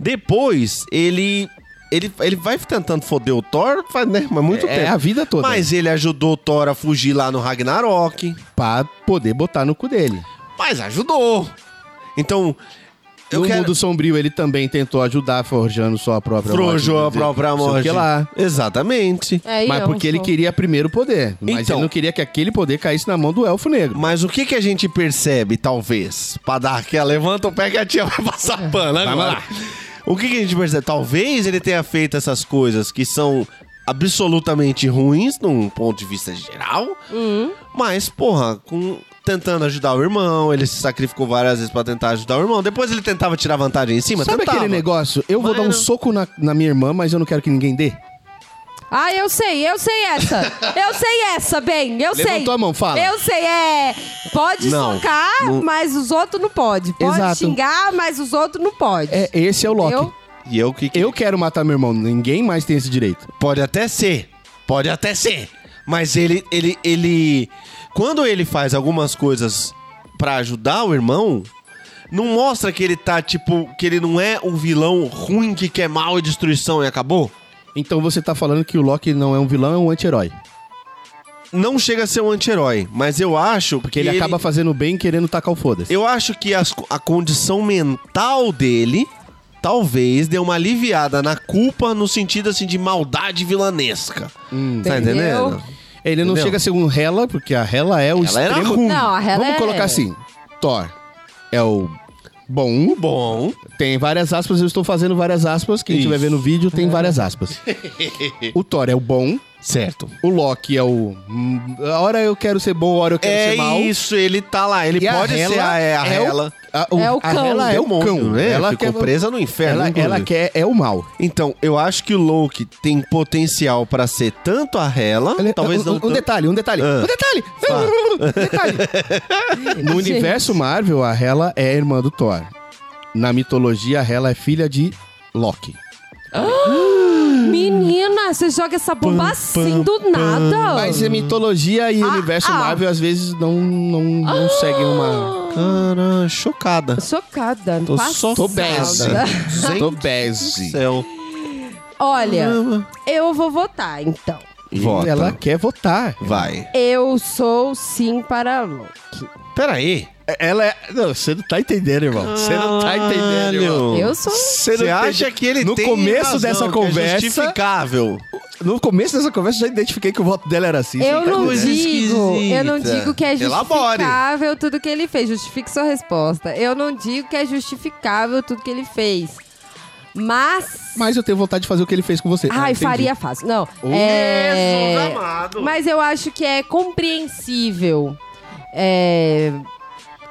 S3: Depois, ele. Ele, ele vai tentando foder o Thor, faz, né? Mas muito
S4: É
S3: tempo.
S4: a vida toda.
S3: Mas ele ajudou o Thor a fugir lá no Ragnarok.
S4: Pra poder botar no cu dele.
S3: Mas ajudou. Então, eu
S4: no
S3: quero.
S4: mundo sombrio ele também tentou ajudar forjando sua própria
S3: Frojou a
S4: morte,
S3: própria
S4: não sei o
S3: morte.
S4: que lá.
S3: Exatamente.
S5: É,
S4: Mas
S5: eu
S4: porque ele
S5: sou-
S4: queria primeiro o poder. Mas
S3: Então.
S4: ele não queria que aquele poder caísse na mão do elfo negro.
S3: Mas o que, que a gente percebe, talvez, pra dar aquela levanta o pé que a tia vai passar pano né, agora.
S4: É. lá.
S3: O que, que a gente percebe? Talvez ele tenha feito essas coisas que são absolutamente ruins, num ponto de vista geral. Mas, porra, com, tentando ajudar o irmão, ele se sacrificou várias vezes pra tentar ajudar o irmão. Depois ele tentava tirar vantagem em cima,
S4: Sabe
S3: tentava.
S4: aquele negócio? Eu vou
S3: Mas
S4: dar um
S3: não.
S4: soco na, na minha irmã, mas eu não quero que ninguém dê?
S5: Ah, eu sei, eu sei essa. Eu sei essa, bem, eu sei.
S4: Levantou a mão, fala.
S5: Eu sei, é. Pode
S3: Não,
S5: socar,
S3: não-
S5: mas os outros não pode. Pode
S4: Exato.
S5: xingar, mas os outros não pode.
S4: É, esse é o Loki.
S5: Eu-
S4: Eu,
S3: E eu que, que
S4: quero matar meu irmão, ninguém mais tem esse direito.
S3: Pode até ser. Pode até ser. Mas ele, ele, ele. Quando ele faz algumas coisas pra ajudar o irmão, não mostra que ele tá, tipo, que ele não é um vilão ruim que quer mal e destruição e acabou?
S4: Então você tá falando que o Loki não é um vilão, é um anti-herói.
S3: Não chega a ser um anti-herói, mas eu acho.
S4: Porque ele, acaba fazendo o bem querendo tacar o foda-se.
S3: Eu acho que as co- a condição mental dele talvez dê uma aliviada na culpa no sentido assim de maldade vilanesca.
S4: Hum.
S3: tá
S5: Entendeu?
S3: entendendo?
S4: Ele não
S3: Entendeu?
S4: chega a ser um Hela, porque a Hela é o
S3: Ela era
S4: extremo...
S3: ruim.
S5: Não, a Hela
S4: Vamos
S5: é-
S4: colocar assim, Thor é o bom,
S3: Bom,
S4: tem várias aspas, eu estou fazendo várias aspas, quem
S3: Isso.
S4: estiver vendo o vídeo tem várias aspas. o Thor é o bom,
S3: certo.
S4: o Loki é o... hum, A hora eu quero ser bom, a hora eu quero
S3: É
S4: ser mal.
S3: isso, ele tá lá. Ele
S4: E a
S3: pode
S4: Hela
S3: ser a, é a
S4: é o-
S3: Hela.
S4: A, o,
S5: É o
S4: a
S5: cão.
S4: Hela é o cão,
S3: né? Ela ficou
S4: quer-
S3: presa no inferno.
S4: Ela,
S3: inclusive.
S4: ela quer é o mal.
S3: Então, eu acho que o Loki tem potencial pra ser tanto a Hela,
S5: é
S4: Ele-
S3: talvez
S4: um,
S3: não
S4: um
S3: tanto-
S4: detalhe, um detalhe,
S3: Ah.
S4: um detalhe, um detalhe. No
S5: Gente.
S4: universo Marvel, a Hela é irmã do Thor. Na mitologia, a Hela é filha de Loki.
S5: Menina, você joga essa bomba assim do nada.
S4: Mas a mitologia e o
S5: Ah,
S4: universo
S5: ah.
S4: Marvel às vezes não, não, não seguem uma.
S3: Cara, chocada.
S5: Chocada.
S3: Tô só
S5: passada.
S3: tô besa. Gente
S4: Tô
S3: do
S4: beze.
S3: céu.
S5: Olha, eu vou votar, então.
S3: Vota.
S4: Ela quer votar.
S3: Vai.
S5: Eu sou sim para Loki.
S3: Peraí.
S4: Ela é. Não, você não tá entendendo, irmão. Você não tá entendendo, irmão.
S5: Eu sou.
S3: Você
S4: não
S3: acha
S4: entende-
S3: que ele
S4: No
S3: tem
S4: começo
S3: razão,
S4: dessa
S3: que é
S4: conversa-
S3: justificável.
S4: No começo dessa conversa, eu já identifiquei que o voto dela era assim.
S5: Eu
S4: sem
S5: não
S3: é coisa
S5: digo, eu não
S3: esquisita.
S5: digo que é
S3: Elabore.
S5: justificável tudo que ele fez. Justifique sua resposta. Eu não digo que é justificável tudo que ele fez. Mas.
S4: Mas eu tenho vontade de fazer o que ele fez com você. Ah,
S5: Ai,
S4: entendi.
S5: faria fácil. Não.
S4: Oh,
S5: é... Mas eu acho que é compreensível. É,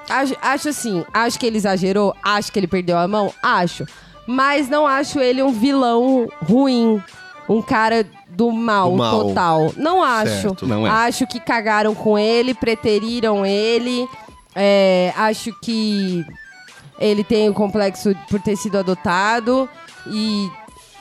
S5: Acho, acho assim, acho que ele exagerou, acho que ele perdeu a mão, acho. Mas não acho ele um vilão ruim. Um cara do mal,
S3: Do mal.
S5: total. Não acho.
S3: Certo,
S4: não é.
S5: Acho que cagaram com ele, preteriram ele. É, acho que ele tem o complexo por ter sido adotado. E,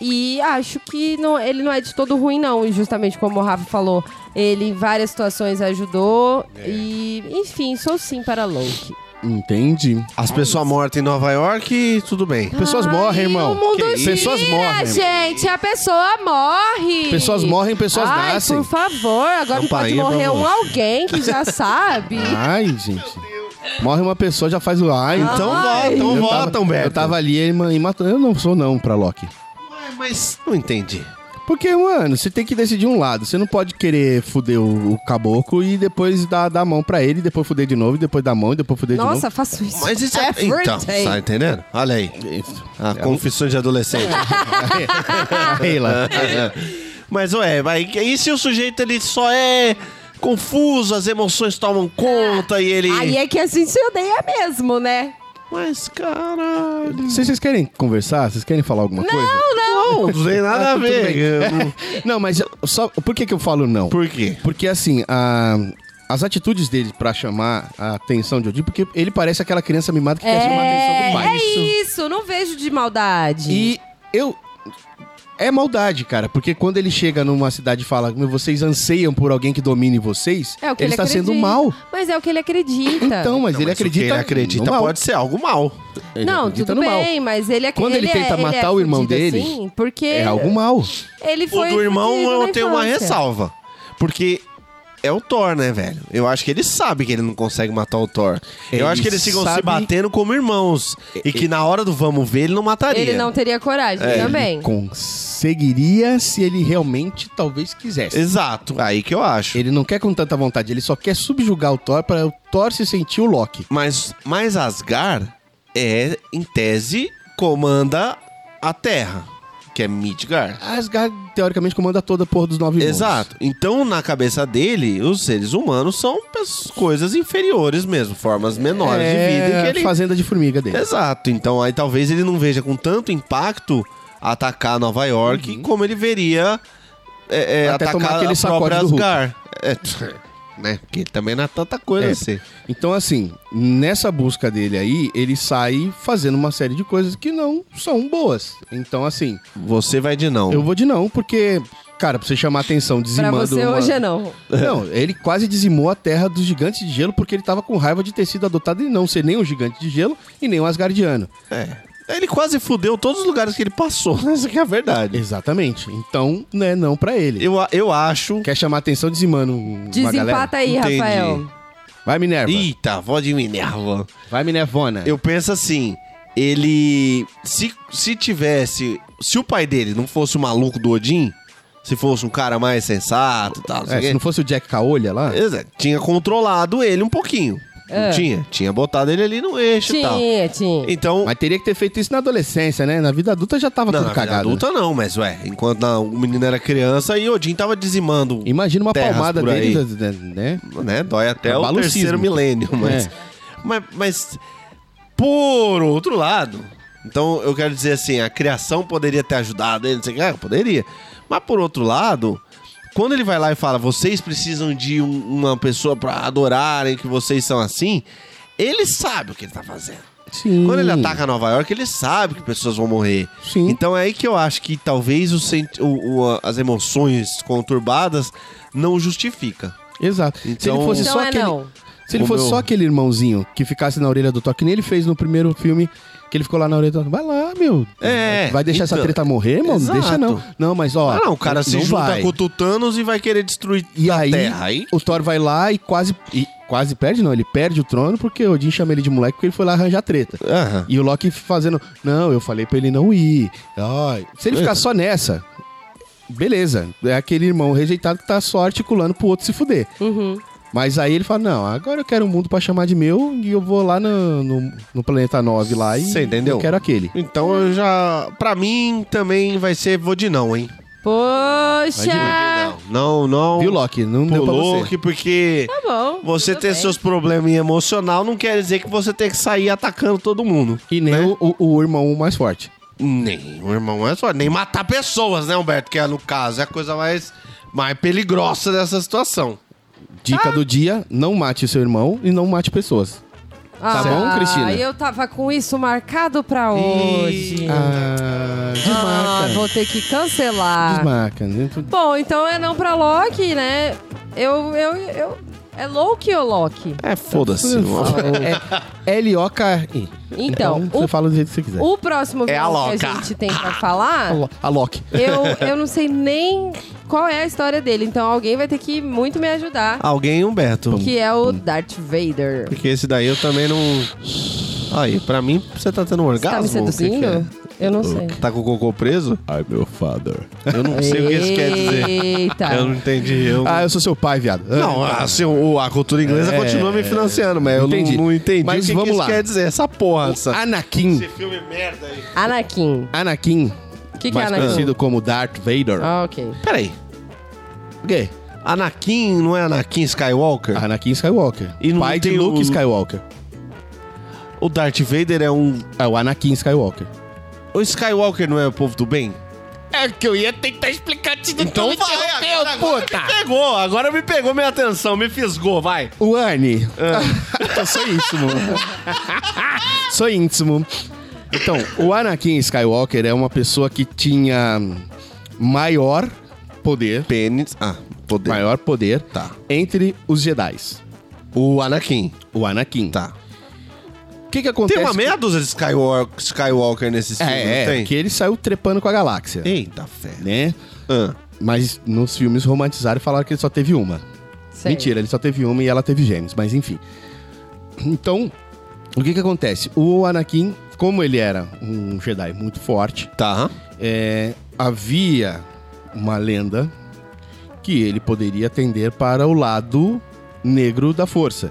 S5: e acho que não, ele não é de todo ruim, não. E Justamente como o Rafa falou, ele em várias situações ajudou.
S3: É.
S5: E, enfim, sou sim para Loki.
S4: Entendi.
S3: As pessoas mortas em Nova York, tudo bem.
S4: Pessoas
S5: Ai,
S4: morrem, irmão.
S5: O mundo
S4: Que isso?
S5: gira,
S4: Pessoas morrem.
S5: gente. A pessoa morre.
S4: Pessoas morrem, pessoas
S5: Ai,
S4: nascem. É
S5: por favor. Agora pode
S3: Campainha pra
S5: morrer um
S3: você.
S5: alguém que já sabe.
S4: Ai, gente. Morre uma pessoa, já faz o. Ai,
S5: Ah.
S3: Então
S5: Ai.
S3: votam,
S4: eu tava-
S3: votam, Beto.
S4: Eu tava ali e ma- e matou. Eu não sou não pra Loki.
S3: Ué, Mas não entendi.
S4: Porque, mano, você tem que decidir um lado. Você não pode querer fuder o, o caboclo e depois dar, dar a mão pra ele, depois fuder de novo, e depois dar a mão, e depois fuder
S5: Nossa, faço isso.
S3: Mas isso é.
S5: Every
S3: Então,
S5: day.
S3: tá entendendo? Olha aí.
S4: de novo. Isso. É um-
S3: A confissão de adolescente.
S4: Hela.
S3: Mas ué, vai. E se o sujeito ele só é confuso, as emoções tomam conta e ele.
S5: Aí é que a gente se odeia mesmo, né?
S3: Mas caralho.
S4: Se vocês querem conversar, vocês querem falar alguma coisa?
S3: Não, não tem nada a ver. Eu não-
S4: Não, mas eu- só por que, que eu falo não?
S3: Por quê?
S4: Porque assim, a- as atitudes dele pra chamar a atenção de Odin, porque ele parece aquela criança mimada que quer chamar a atenção
S5: É,
S4: do pai.
S5: é isso. Não vejo de maldade.
S4: E eu é maldade, cara, porque quando ele chega numa cidade e fala, "Meu, vocês anseiam por alguém que domine vocês,
S5: É o que ele
S4: está
S5: acredita.
S4: sendo mal.
S5: Mas é o que ele acredita.
S4: Então, mas
S3: Não, mas
S4: ele
S3: o que
S4: acredita,
S3: Ele acredita,
S4: no mal.
S3: pode ser algo mal.
S4: Ele
S5: não,
S4: acredita
S5: tudo
S4: no mal.
S5: bem, mas ele é
S4: Quando ele
S5: é-
S4: tenta
S5: é
S4: matar o irmão
S5: fudido
S4: dele,
S5: assim, porque
S4: É algo mal.
S5: ele
S3: O
S5: foi
S3: do irmão
S5: fudido
S3: eu
S5: na
S3: tenho uma
S5: infância.
S3: ressalva. Porque é o Thor, né, velho? Eu acho que ele sabe que ele não consegue matar o Thor.
S4: Ele
S3: eu acho que eles ficam se
S4: sabe-
S3: batendo como irmãos. E que na hora do vamos ver, ele não mataria.
S5: Ele não teria coragem
S4: É,
S5: também.
S4: Conseguiria se ele realmente talvez quisesse.
S3: Exato, aí que eu acho.
S4: Ele não quer com tanta vontade, ele só quer subjugar o Thor para o Thor se sentir o Loki.
S3: Mas, mas Asgard é, em tese, comanda a Terra. que é Midgar.
S4: Asgard, teoricamente, comanda toda a porra dos nove mundos.
S3: Exato. Então, na cabeça dele, os seres humanos são pes- coisas inferiores mesmo, formas menores de vida. em
S4: É
S3: que ele...
S4: fazenda de formiga dele.
S3: Exato. Então, aí talvez ele não veja com tanto impacto atacar Nova York como ele veria é, é,
S4: Uhum. Até tomar
S3: atacar
S4: aquele
S3: a própria
S4: sacode do Hulk.
S3: Asgard. É, né? Porque também não é tanta coisa
S4: É.
S3: assim.
S4: Então, assim, nessa busca dele aí, ele sai fazendo uma série de coisas que não são boas. Então, assim,
S3: Você vai de não.
S4: eu vou de não, porque, cara, pra você chamar atenção,
S5: Pra
S4: dizimando...
S5: você
S4: uma-
S5: hoje é não.
S4: Não, ele quase dizimou a terra dos gigantes de gelo porque ele tava com raiva de ter sido adotado e não ser nem um gigante de gelo e nem um asgardiano.
S3: É. Ele quase fudeu todos os lugares que ele passou. Essa que é a verdade.
S4: Exatamente. Então, né, não pra ele.
S3: Eu, a- eu acho.
S4: Quer chamar atenção dizimando um- uma galera?
S5: Desempata aí,
S3: Entendi.
S5: Rafael.
S4: Vai, Minerva.
S3: Eita, vó de Minerva.
S4: Vai, Minervona.
S3: Eu penso assim, ele. Se, se tivesse. Se o pai dele não fosse o maluco do Odin, se fosse um cara mais sensato e tal, não sei
S4: É,
S3: o quê,
S4: se não fosse o Jack Caolha lá...
S3: exato, tinha controlado ele um pouquinho. Não tinha? Tinha botado ele ali no eixo e tal.
S5: Tinha, tinha.
S3: Então.
S4: Mas teria que ter feito isso na adolescência, né? Na vida adulta já tava
S3: não, na
S4: tudo
S3: vida
S4: cagado. né?
S3: adulta não, mas ué, enquanto na- o menino era criança e Odin tava dizimando.
S4: Imagina uma
S3: terras
S4: palmada
S3: por
S4: dele,
S3: aí.
S4: né? né?
S3: né? Dói até o
S4: Abala o
S3: terceiro
S4: cisma.
S3: milênio, mas,
S4: É.
S3: mas... Mas, por outro lado... Então, eu quero dizer assim, a criação poderia ter ajudado ele, não sei o que, ah, poderia. Mas, por outro lado, quando ele vai lá e fala, vocês precisam de um- uma pessoa pra adorarem que vocês são assim, ele sabe o que ele tá fazendo.
S4: Sim.
S3: Quando ele ataca Nova York, ele sabe que pessoas vão morrer.
S4: Sim.
S3: Então é aí que eu acho que talvez o senti- o- o- as emoções conturbadas não justifica.
S4: Exato. se ele
S3: Então-
S4: fosse,
S5: Então
S4: só,
S5: é
S4: aquele,
S5: não.
S4: se ele
S3: O
S4: fosse
S3: meu-
S4: só aquele irmãozinho que ficasse na orelha do toque, nem ele fez no primeiro filme, que ele ficou lá na orelha do toque. Vai lá, meu.
S3: É,
S4: Vai deixar essa
S3: então-
S4: treta morrer, irmão? Não deixa não.
S3: Exato.
S4: Não, mas ó.
S3: Ah, não, o cara se
S4: não
S3: junta
S4: vai.
S3: com o Tutanos e vai querer destruir
S4: E aí,
S3: terra, aí-
S4: o Thor vai lá e quase. e quase perde, não. Ele perde o trono porque o Odin chama ele de moleque porque ele foi lá arranjar treta.
S3: Aham.
S4: E o Loki fazendo, não, eu falei pra ele não ir. Ai, se ele ficar só nessa, beleza. É aquele irmão rejeitado que tá só articulando pro outro se fuder. Mas aí ele fala, não, agora eu quero um mundo pra chamar de meu e eu vou lá no, no, no planeta 9 lá e
S3: Cê entendeu?
S4: eu quero aquele.
S3: Então eu já. Pra mim também vai ser vou de não, hein?
S5: Poxa!
S3: Não, não.
S4: Viu, Loki? Não deu pra
S3: Pulou
S4: você.
S3: aqui porque.
S5: Tá bom.
S3: Você
S5: tudo
S3: ter
S5: bem.
S3: seus problemas emocional não quer dizer que você tem que sair atacando todo mundo.
S4: E nem o, o, o irmão mais forte.
S3: Nem, o irmão é só. Nem matar pessoas, né, Humberto? Que é, no caso é a coisa mais, mais peligrosa dessa situação.
S4: Dica do dia, não mate seu irmão e não mate pessoas. Tá bom, Cristina?
S5: Ah, Eu tava com isso marcado pra hoje.
S4: Ah,
S5: Ah,
S4: desmarca.
S5: vou ter que cancelar.
S4: desmarca.
S5: Bom, então é não pra Loki, né? Eu, eu, eu... É Loki ou Loki?
S3: É, foda-se.
S4: É L-O-K-I.
S5: Então,
S4: você
S5: o-
S4: fala do jeito que você quiser.
S5: O próximo
S3: É a
S5: vilão que
S3: Loca.
S5: a gente tem pra falar...
S4: A Lo- A Loki.
S5: Eu, eu não sei nem qual é a história dele, então alguém vai ter que muito me ajudar.
S3: Alguém, Humberto.
S5: Que é o Darth Vader.
S3: Porque esse daí eu também não. Aí, pra mim, você tá tendo um
S5: Você tá
S3: orgasmo?
S5: me
S3: O que que
S5: seduzindo?
S3: é?
S5: Eu não sei.
S3: Tá com o cocô preso?
S4: Ai, meu father.
S3: Eu não sei o que isso quer dizer.
S5: Eita.
S3: Eu não entendi. Eu...
S4: Ah, eu sou seu pai, viado.
S3: não, assim, o- a cultura inglesa
S4: É.
S3: continua me financiando, mas Ah. eu não-
S4: Entendi.
S3: Não, entendi
S4: Mas
S3: o que,
S4: vamos
S3: que isso
S4: lá.
S3: quer dizer. Essa porra, essa...
S4: Anakin.
S3: filme merda aí.
S5: Anakin.
S4: Anakin,
S5: O que, que é
S4: mais
S5: Anakin?
S4: conhecido como Darth Vader.
S5: Ah, ok.
S3: Peraí.
S4: O quê?
S3: Anakin não é Anakin Skywalker?
S4: Anakin Skywalker.
S3: E não
S4: pai de
S3: tem
S4: Luke
S3: o-
S4: Skywalker.
S3: O Darth Vader é um...
S4: É o Anakin Skywalker.
S3: O Skywalker não é o povo do bem?
S4: É que eu ia tentar explicar te Então
S3: agora, agora me pegou, agora me pegou minha atenção, me fisgou, vai.
S4: O Arne.
S3: Ah.
S4: eu sou íntimo. sou íntimo. Então, o Anakin Skywalker é uma pessoa que tinha maior poder,
S3: Pênis... Ah, poder.
S4: maior poder
S3: Tá.
S4: entre os Jedi.
S3: O Anakin.
S4: O Anakin.
S3: Tá.
S4: O que que acontece?
S3: Tem uma meia dúzia de Skywalker, Skywalker nesses filmes,
S4: É, é,
S3: não tem?
S4: que ele saiu trepando com a galáxia,
S3: Eita fé.
S4: né?
S3: Ah,
S4: Mas nos filmes romantizaram e falaram que ele só teve uma.
S5: Sei.
S4: Mentira, ele só teve uma e ela teve gêmeos, mas enfim. Então, o que que acontece? O Anakin, como ele era um Jedi muito forte,
S3: tá.
S4: é, havia uma lenda que ele poderia tender para o lado negro da força,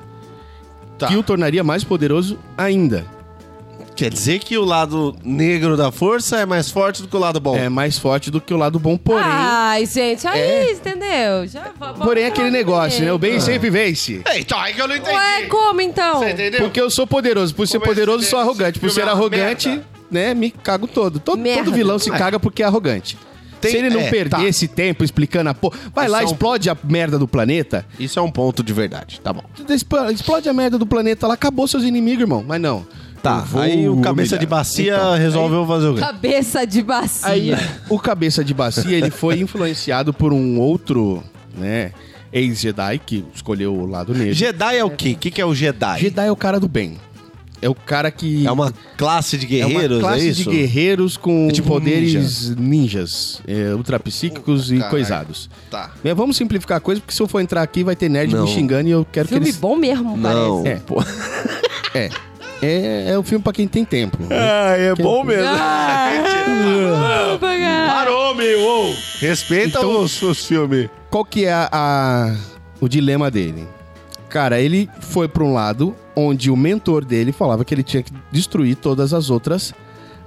S3: Tá.
S4: que o tornaria mais poderoso ainda.
S3: Quer dizer que o lado negro da força é mais forte do que o lado bom.
S4: É mais forte do que o lado bom, porém.
S5: Ai, gente, aí,
S3: É.
S5: entendeu? Já,
S4: porém, é aquele negócio, né? O bem sempre vence.
S3: Eita, é que eu não entendi.
S5: Ué, como então?
S3: Você entendeu?
S4: Porque eu sou poderoso. Por ser
S3: Como é
S4: poderoso,
S3: esse-
S4: sou arrogante. Por
S3: esse filme
S4: ser
S3: é uma
S4: arrogante,
S3: merda.
S4: né? Me cago todo. Todo,
S5: Merda.
S4: todo vilão se caga porque é arrogante.
S3: Tem-
S4: se ele não
S3: é,
S4: perder
S3: tá.
S4: esse tempo explicando a porra. Vai
S3: Isso é
S4: lá,
S3: um-
S4: explode a merda do planeta.
S3: Isso é um ponto de verdade, tá bom.
S4: Despa- Explode a merda do planeta lá, acabou seus inimigos, irmão. Mas não.
S3: Tá,
S4: Eu vou
S3: aí o cabeça
S4: humilhar. Então,
S3: de bacia resolveu fazer o quê?
S5: Cabeça de bacia.
S4: Aí o cabeça de bacia ele foi influenciado por um outro, né, ex-Jedi que escolheu o lado negro.
S3: Jedi é o quê? O que, que é o Jedi?
S4: Jedi é o cara do bem. É o cara que
S3: É uma classe de
S4: é uma
S3: guerreiros, é,
S4: classe
S3: isso?
S4: de guerreiros com
S3: É tipo um
S4: poderes ninjas, é, ultrapsíquicos e
S3: Caralho.
S4: coisados.
S3: Tá.
S4: Mas vamos simplificar a coisa, porque se eu for entrar aqui vai ter nerd
S3: Não.
S4: me xingando e eu quero
S5: Filme
S4: que eles...
S5: bom mesmo,
S3: Não.
S4: É.
S3: pô.
S4: É. É, é um filme pra quem tem tempo.
S3: Ah, é bom mesmo.
S5: parece.
S3: Parou, meu! ô. Respeita
S4: Então-
S3: os, os filmes.
S4: Qual que é a- a- o dilema dele? Cara, ele foi pra um lado onde o mentor dele falava que ele tinha que destruir todas as outras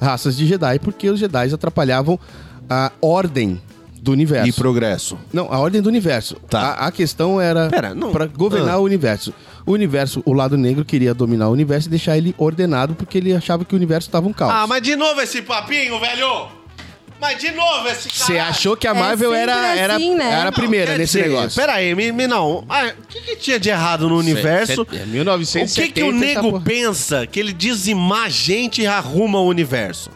S4: raças de Jedi, porque os Jedi atrapalhavam a ordem do universo.
S3: E progresso.
S4: Não, a ordem do universo.
S3: Tá.
S4: A, a questão era
S3: Pera, não-
S4: pra governar
S3: Ah.
S4: o universo. O universo, o lado negro queria dominar o universo e deixar ele ordenado, porque ele achava que o universo estava um caos.
S3: Ah, mas de novo esse papinho, velho! Mas de novo esse
S4: Você achou que a
S5: É
S4: Marvel era,
S5: sempre
S4: era,
S5: assim, né?
S4: era a primeira
S3: Quer
S4: nesse
S3: dizer,
S4: negócio?
S3: Pera aí, me, me não. Ah, O que, que tinha de errado no universo?
S4: set- é,
S3: o que, que o
S4: 1970 essa
S3: nego
S4: porra.
S3: pensa que ele dizimar a gente e arruma o universo?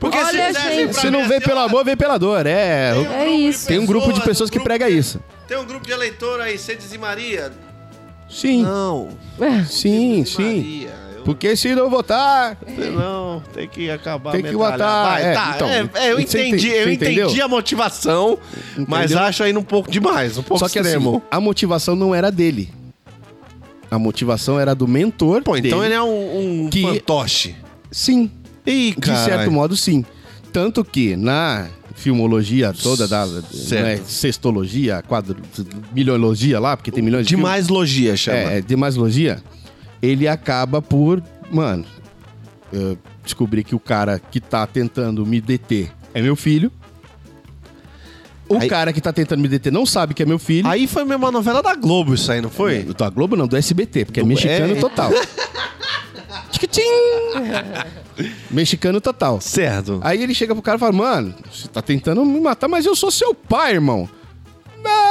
S3: Porque se
S5: Olha,
S3: dessem
S5: gente.
S3: pra
S4: Se
S3: mim
S4: não vê
S3: assim,
S4: pelo
S3: ó,
S4: amor, vê pela dor. É.
S5: É isso.
S4: Tem um grupo de pessoas que
S3: um grupo
S4: prega
S3: de-
S4: isso.
S3: Tem um grupo de eleitor aí, você dizimaria?
S4: Sim,
S3: Não.
S4: sim, sim.
S3: dizimaria. Eu-
S4: Porque se não votar.
S3: Não, tem que acabar.
S4: Tem que
S3: metralhar.
S4: botar-
S3: Vai,
S4: é,
S3: tá,
S4: então,
S3: é, é, eu
S4: você ente-
S3: entendi, eu
S4: você entendeu?
S3: entendi a motivação, mas
S4: Entendeu?
S3: acho ainda um pouco demais, um pouco
S4: Só que
S3: extremo.
S4: assim, a motivação não era dele. A motivação era do mentor.
S3: Pô, então ele
S4: dele.
S3: é um, um
S4: Que-
S3: fantoche.
S4: Sim,
S3: Ih,
S4: de
S3: caralho.
S4: certo modo, sim. Tanto que na filmologia toda da
S3: Certo.
S4: né, sextologia, quadro, milhologia lá, porque tem milhões de
S3: Demais logia, chama.
S4: É, é demasiologia. Ele acaba por, mano, eu descobri que o cara que tá tentando me deter é meu filho. O
S3: Aí-
S4: cara que tá tentando me deter não sabe que é meu filho.
S3: Aí foi mesmo uma novela da Globo isso aí, não foi?
S4: Do- Da Globo não, do SBT, porque é
S3: Do-
S4: mexicano
S3: é.
S4: total. Tchiquitim! mexicano total.
S3: Certo.
S4: Aí ele chega pro cara e fala, mano, você tá tentando me matar, mas eu sou seu pai, irmão.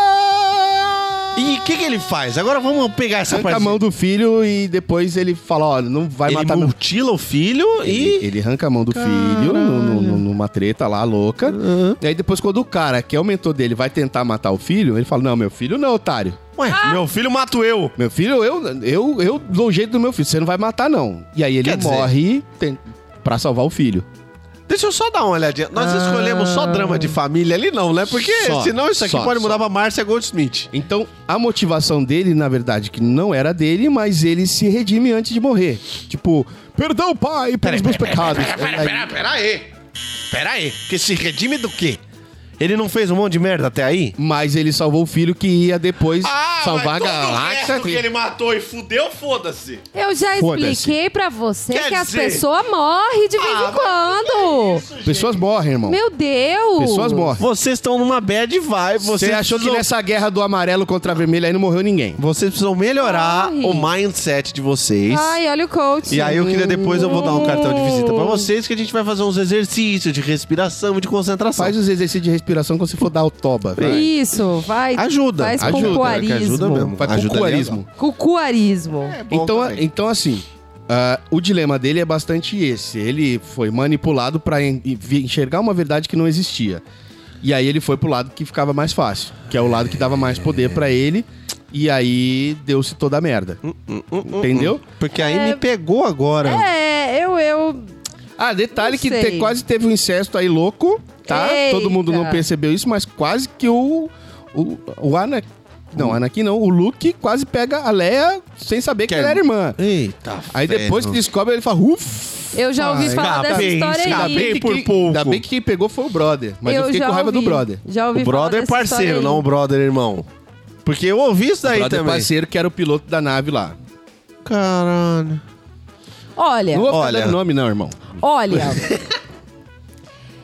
S4: Não!
S3: E o que, que ele faz? Agora vamos pegar essa
S4: arranca a
S3: parte.
S4: mão do filho e depois ele fala, ó, não vai
S3: Tá, Ele
S4: matar meu
S3: mutila o filho
S4: Ele,
S3: e...
S4: ele arranca a mão do filho no- no- numa treta lá louca. E aí depois, quando o cara, que é o mentor dele, vai tentar matar o filho, ele fala: Não, meu filho não, otário.
S3: Ué, meu filho mato eu.
S4: Meu filho, eu, eu, eu dou o jeito do meu filho, você não vai matar, não. E aí ele
S3: Quer dizer-
S4: morre tem, pra salvar o filho.
S3: Deixa eu só dar uma olhadinha. Nós escolhemos só drama de família ali não, né? Porque
S4: Ah. Só,
S3: senão isso aqui
S4: só,
S3: pode
S4: só.
S3: mudar pra Márcia Goldsmith.
S4: Então, a motivação dele, na verdade, que não era dele, mas ele se redime antes de morrer. Tipo, perdão, pai, pelos meus pecados. Aí-
S3: É, pera aí. Pera aí. Que se redime do quê? Ele não fez um monte de merda até aí?
S4: Mas ele salvou o filho que ia depois salvar a
S3: Ah, mas todo o
S4: galáxia.
S3: resto matou e fudeu, foda-se.
S5: Eu já
S4: Foda-se.
S5: expliquei pra você
S3: Quer
S5: que as
S3: dizer-
S5: pessoas morrem de vez
S3: Ah,
S5: em quando.
S4: Pessoas morrem, irmão.
S5: Meu Deus.
S4: Pessoas morrem.
S3: Vocês estão numa bad vibe.
S4: Você
S3: Vocês
S4: achou que
S3: precisam-
S4: nessa guerra do amarelo contra vermelho aí não morreu ninguém?
S3: Vocês precisam melhorar
S5: Ai.
S3: o mindset de vocês.
S5: Ai, olha o coach.
S3: E aí eu queria depois eu vou dar um cartão de visita pra vocês que a gente vai fazer uns exercícios de respiração e de concentração.
S4: Faz os exercícios de respiração quando você for dar o toba. Vai.
S5: Isso, vai.
S3: Ajuda,
S5: Faz
S3: ajuda,
S5: cucuarismo.
S3: é que ajuda mesmo. É,
S4: Vai
S3: Ajuda
S4: pro cuarismo.
S5: Cucuarismo.
S4: Então, então, assim, ah, o dilema dele é bastante esse. Ele foi manipulado pra en- enxergar uma verdade que não existia. E aí ele foi pro lado que ficava mais fácil, que é o lado que dava mais poder pra ele. E aí deu-se toda a merda. hum, Entendeu?
S3: Porque aí me pegou agora.
S5: É, eu, eu...
S4: Ah, detalhe
S5: Não
S4: que
S5: sei.
S4: te- quase teve um incesto aí louco, tá?
S5: Eita.
S4: Todo mundo não percebeu isso, mas quase que o. O, o Anakin. Não, Anakin não. O Luke quase pega a Leia sem saber que,
S3: Que é-
S4: ela era irmã.
S3: Eita,
S4: Aí depois que
S3: ferro.
S4: descobre, ele fala, ufa!
S5: Eu já ouvi
S4: Ai,
S5: falar Ah, dessa
S3: escapei,
S5: história
S3: escapei.
S5: aí.
S4: que
S3: por
S4: quem-
S3: pouco.
S4: Ainda bem que quem pegou foi o brother. Mas eu, fiquei
S5: já
S4: com raiva do
S5: ouvi.
S4: brother.
S5: Já ouvi
S3: O brother é
S5: falar dessa história
S3: parceiro,
S5: aí.
S3: não o brother irmão. Porque eu ouvi isso
S4: O
S3: daí
S4: brother é
S3: também.
S4: parceiro que era o piloto da nave lá.
S3: Caralho.
S5: Olha,
S4: Não vou ficar
S3: Olha.
S4: dando nome, não, irmão.
S5: olha.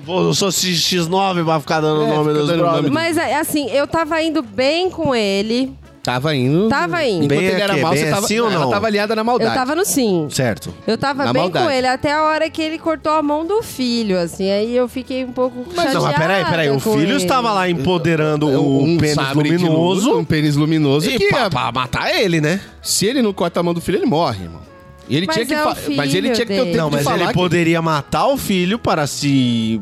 S3: Vou- Eu sou X9 pra ficar dando o
S4: É,
S3: nome
S4: fica
S3: dos
S4: dando
S3: brothers.
S4: nome
S5: Mas é, assim, eu tava indo bem com ele.
S4: Tava indo.
S5: Tava indo.
S4: Enquanto
S3: Bem
S4: ele era
S3: aqui,
S4: mal,
S3: bem
S4: você tava.
S3: assim ou
S4: ela
S3: não?
S4: tava aliada na maldade.
S5: Eu tava no sim.
S3: Certo.
S5: Eu tava
S4: Na
S5: bem
S4: maldade.
S5: com ele até a hora que ele cortou a mão do filho, assim. Aí eu fiquei um pouco
S3: Mas
S5: chateada.
S3: não, mas peraí, peraí. O
S5: com
S3: filho
S5: ele.
S3: estava lá empoderando
S4: É
S3: o Um pênis
S4: sabre de luz,
S3: luminoso.
S4: Um pênis luminoso.
S3: E
S4: que
S3: pra,
S4: é-
S3: pra matar ele, né?
S4: se ele não corta a mão do filho, ele morre, irmão. E ele
S5: Mas
S4: tinha que
S5: é
S4: fa-
S5: o
S4: mas ele
S5: filho
S4: tinha que ter o
S5: dele.
S4: tempo
S3: Não,
S4: de
S3: mas
S4: falar
S3: ele
S4: que-
S3: poderia matar o filho para se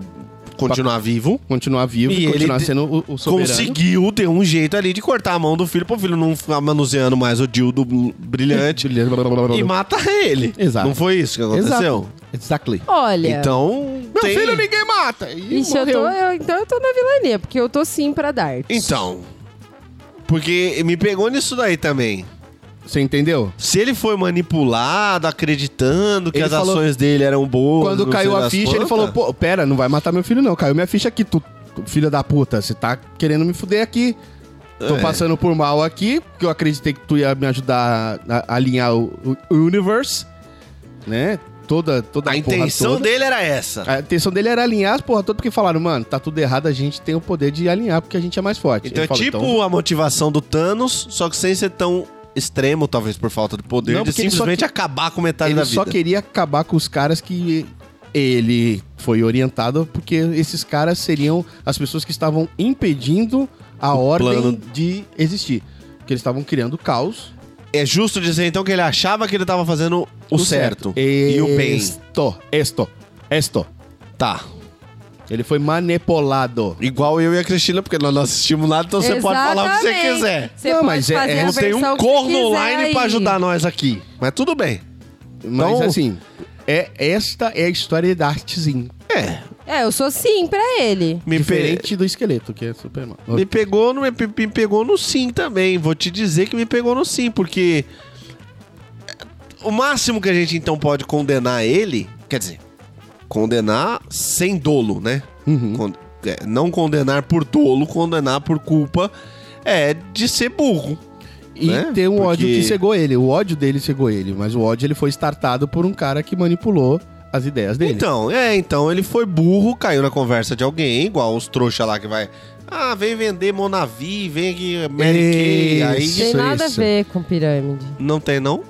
S3: continuar vivo.
S4: continuar vivo
S3: E
S4: e,
S3: ele
S4: continuar
S3: te-
S4: sendo o, o soberano.
S3: Conseguiu ter um jeito ali de cortar a mão do filho pro filho não ficar manuseando mais o dildo brilhante e matar ele.
S4: Exato.
S3: Não foi isso que aconteceu?
S4: Exato. Exactly.
S5: Olha.
S3: Então.
S4: Meu
S3: tem-
S4: filho ninguém mata. E
S5: Ixi, eu
S4: morreu.
S5: tô, eu- então eu tô na vilania, porque eu tô sim pra dar.
S3: Então. Porque me pegou nisso daí também.
S4: Você entendeu?
S3: Se ele foi manipulado, acreditando que
S4: Ele
S3: as
S4: falou-
S3: ações dele eram boas.
S4: Quando
S3: não
S4: caiu
S3: sei
S4: a
S3: das
S4: ficha, ele
S3: quantas.
S4: falou, pô, pera, não vai matar meu filho não. Caiu minha ficha aqui, tu, tu filho da puta. Você tá querendo me fuder aqui. Tô
S3: É.
S4: passando por mal aqui, porque eu acreditei que tu ia me ajudar a, a alinhar o, o universe, né? Toda, toda
S3: A
S4: porra
S3: intenção
S4: toda.
S3: dele era essa.
S4: A intenção dele era alinhar as porra toda, porque falaram, mano, tá tudo errado, a gente tem o poder de alinhar, porque a gente é mais forte.
S3: Então é
S4: Ele falou,
S3: tipo a motivação do Thanos, só que sem ser tão extremo, talvez por falta de poder,
S4: Não,
S3: de
S4: porque ele só
S3: simplesmente
S4: que-
S3: acabar com metade
S4: ele
S3: da
S4: só
S3: vida.
S4: queria acabar com os caras que ele foi orientado, porque esses caras seriam as pessoas que estavam impedindo a ordem
S3: plano.
S4: de existir. Porque eles estavam criando caos.
S3: É justo dizer então que ele achava que ele tava fazendo o, certo. E o bem.
S4: Esto, esto, esto.
S3: Tá.
S4: Ele foi manipulado.
S3: Igual eu e a Cristina, porque nós não assistimos nada, então você pode falar o que você
S5: Exatamente.
S3: quiser.
S5: Você
S4: Não,
S5: pode
S4: mas é-
S5: fazer
S4: é-
S5: a
S3: Não tem
S5: versão
S3: um
S5: que
S3: corno
S5: quiser
S3: online pra
S5: aí.
S3: ajudar nós aqui. Mas tudo bem.
S4: Mas
S3: Então-
S4: assim, é, esta é a história da artezinha.
S3: É.
S5: É, eu sou sim pra ele.
S3: Me pe-
S4: Diferente do esqueleto, que é Superman.
S3: Me pegou, no, me, me pegou no sim também. Vou te dizer que me pegou no sim, porque o máximo que a gente então pode condenar ele, quer dizer, condenar sem dolo, né?
S4: Uhum.
S3: Con- é, não condenar por dolo, condenar por culpa é de ser burro.
S4: E
S3: né?
S4: tem um
S3: Porque-
S4: ódio que cegou ele. O ódio dele cegou ele. Mas o ódio ele foi startado por um cara que manipulou as ideias dele.
S3: Então, é, então ele foi burro, caiu na conversa de alguém, igual os trouxa lá que vai. Ah, vem vender Monavi, vem aqui, Mary Kay.
S4: Isso,
S5: tem
S3: Aí
S5: nada
S4: isso.
S5: a ver com pirâmide.
S3: não tem, não?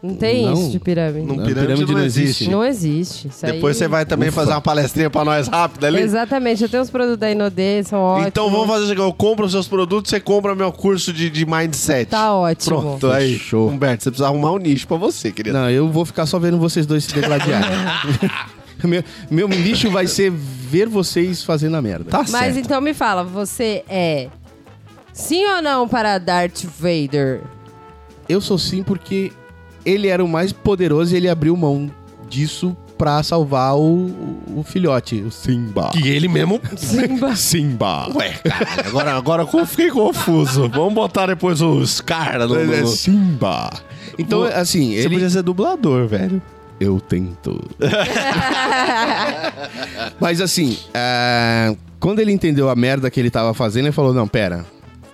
S5: Não tem
S4: Não.
S5: isso de pirâmide.
S3: Não,
S5: Não,
S4: Não,
S3: pirâmide,
S4: pirâmide
S3: não
S4: não
S3: existe.
S4: existe.
S5: existe. Isso
S3: Depois
S5: aí-
S3: você vai também
S4: Ufa.
S3: fazer uma palestrinha pra nós rápida ali.
S5: Exatamente, eu tenho os produtos da Inodê, são ótimos.
S3: Então vamos fazer o seguinte, eu compro os seus produtos, você compra meu curso de, de mindset.
S5: Tá ótimo.
S3: Pronto, aí.
S4: Fechou.
S3: Humberto, você precisa arrumar um nicho pra você, querido.
S4: Não, eu vou ficar só vendo vocês dois se degladiarem. meu, meu lixo vai ser ver vocês fazendo a merda.
S3: Tá
S5: Mas
S3: certo.
S5: então me fala, você é sim ou não para Darth Vader?
S4: Eu sou sim porque ele era o mais poderoso e ele abriu mão disso pra salvar o, o- o filhote, o Simba.
S5: então-
S3: Que ele mesmo...
S5: Simba.
S4: Simba.
S3: Ué, cara, agora, agora eu fiquei confuso. Vamos botar depois os caras no...
S4: Ele é
S3: no...
S4: Simba. Então,
S3: Você
S4: assim,
S3: Você
S4: ele...
S3: podia ser dublador, velho.
S4: Eu tento. Mas assim, é, quando ele entendeu a merda que ele tava fazendo, ele falou: Não, pera,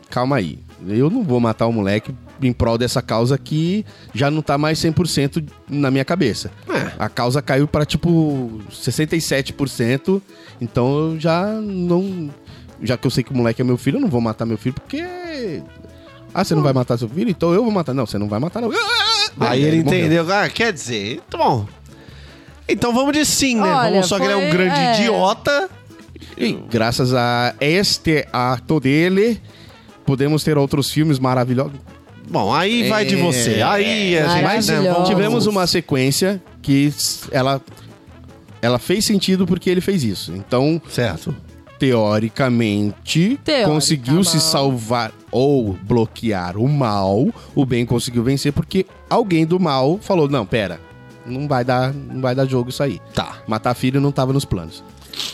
S4: calma aí. Eu não vou matar o moleque em prol dessa causa que já não tá mais 100% na minha cabeça.
S3: É.
S4: A causa caiu pra tipo 67%, então eu já não. Já que eu sei que o moleque é meu filho, eu não vou matar meu filho porque. Ah, você não vai matar seu filho? Então eu vou matar. Não, você não vai matar, não.
S3: Aí É, ele
S4: morreu.
S3: entendeu. Ah, quer dizer, tá bom. Então vamos de sim, né?
S5: Olha,
S3: vamos só que ele é um
S5: foi-
S3: grande
S5: é.
S3: idiota.
S4: E graças a este ato dele, podemos ter outros filmes maravilhosos.
S3: Bom, aí vai de você. Aí
S5: É,
S3: a gente... né?
S5: Mas
S3: vamos-
S4: Tivemos uma sequência que s- ela, ela fez sentido porque ele fez isso. Então,
S3: Certo.
S4: teoricamente,
S5: Teoricamente. tá
S4: conseguiu se salvar ou bloquear o mal. O bem conseguiu vencer porque alguém do mal falou: "Não, pera, não vai dar, não vai dar jogo isso aí.
S3: Tá.
S4: Matar filho não tava nos planos."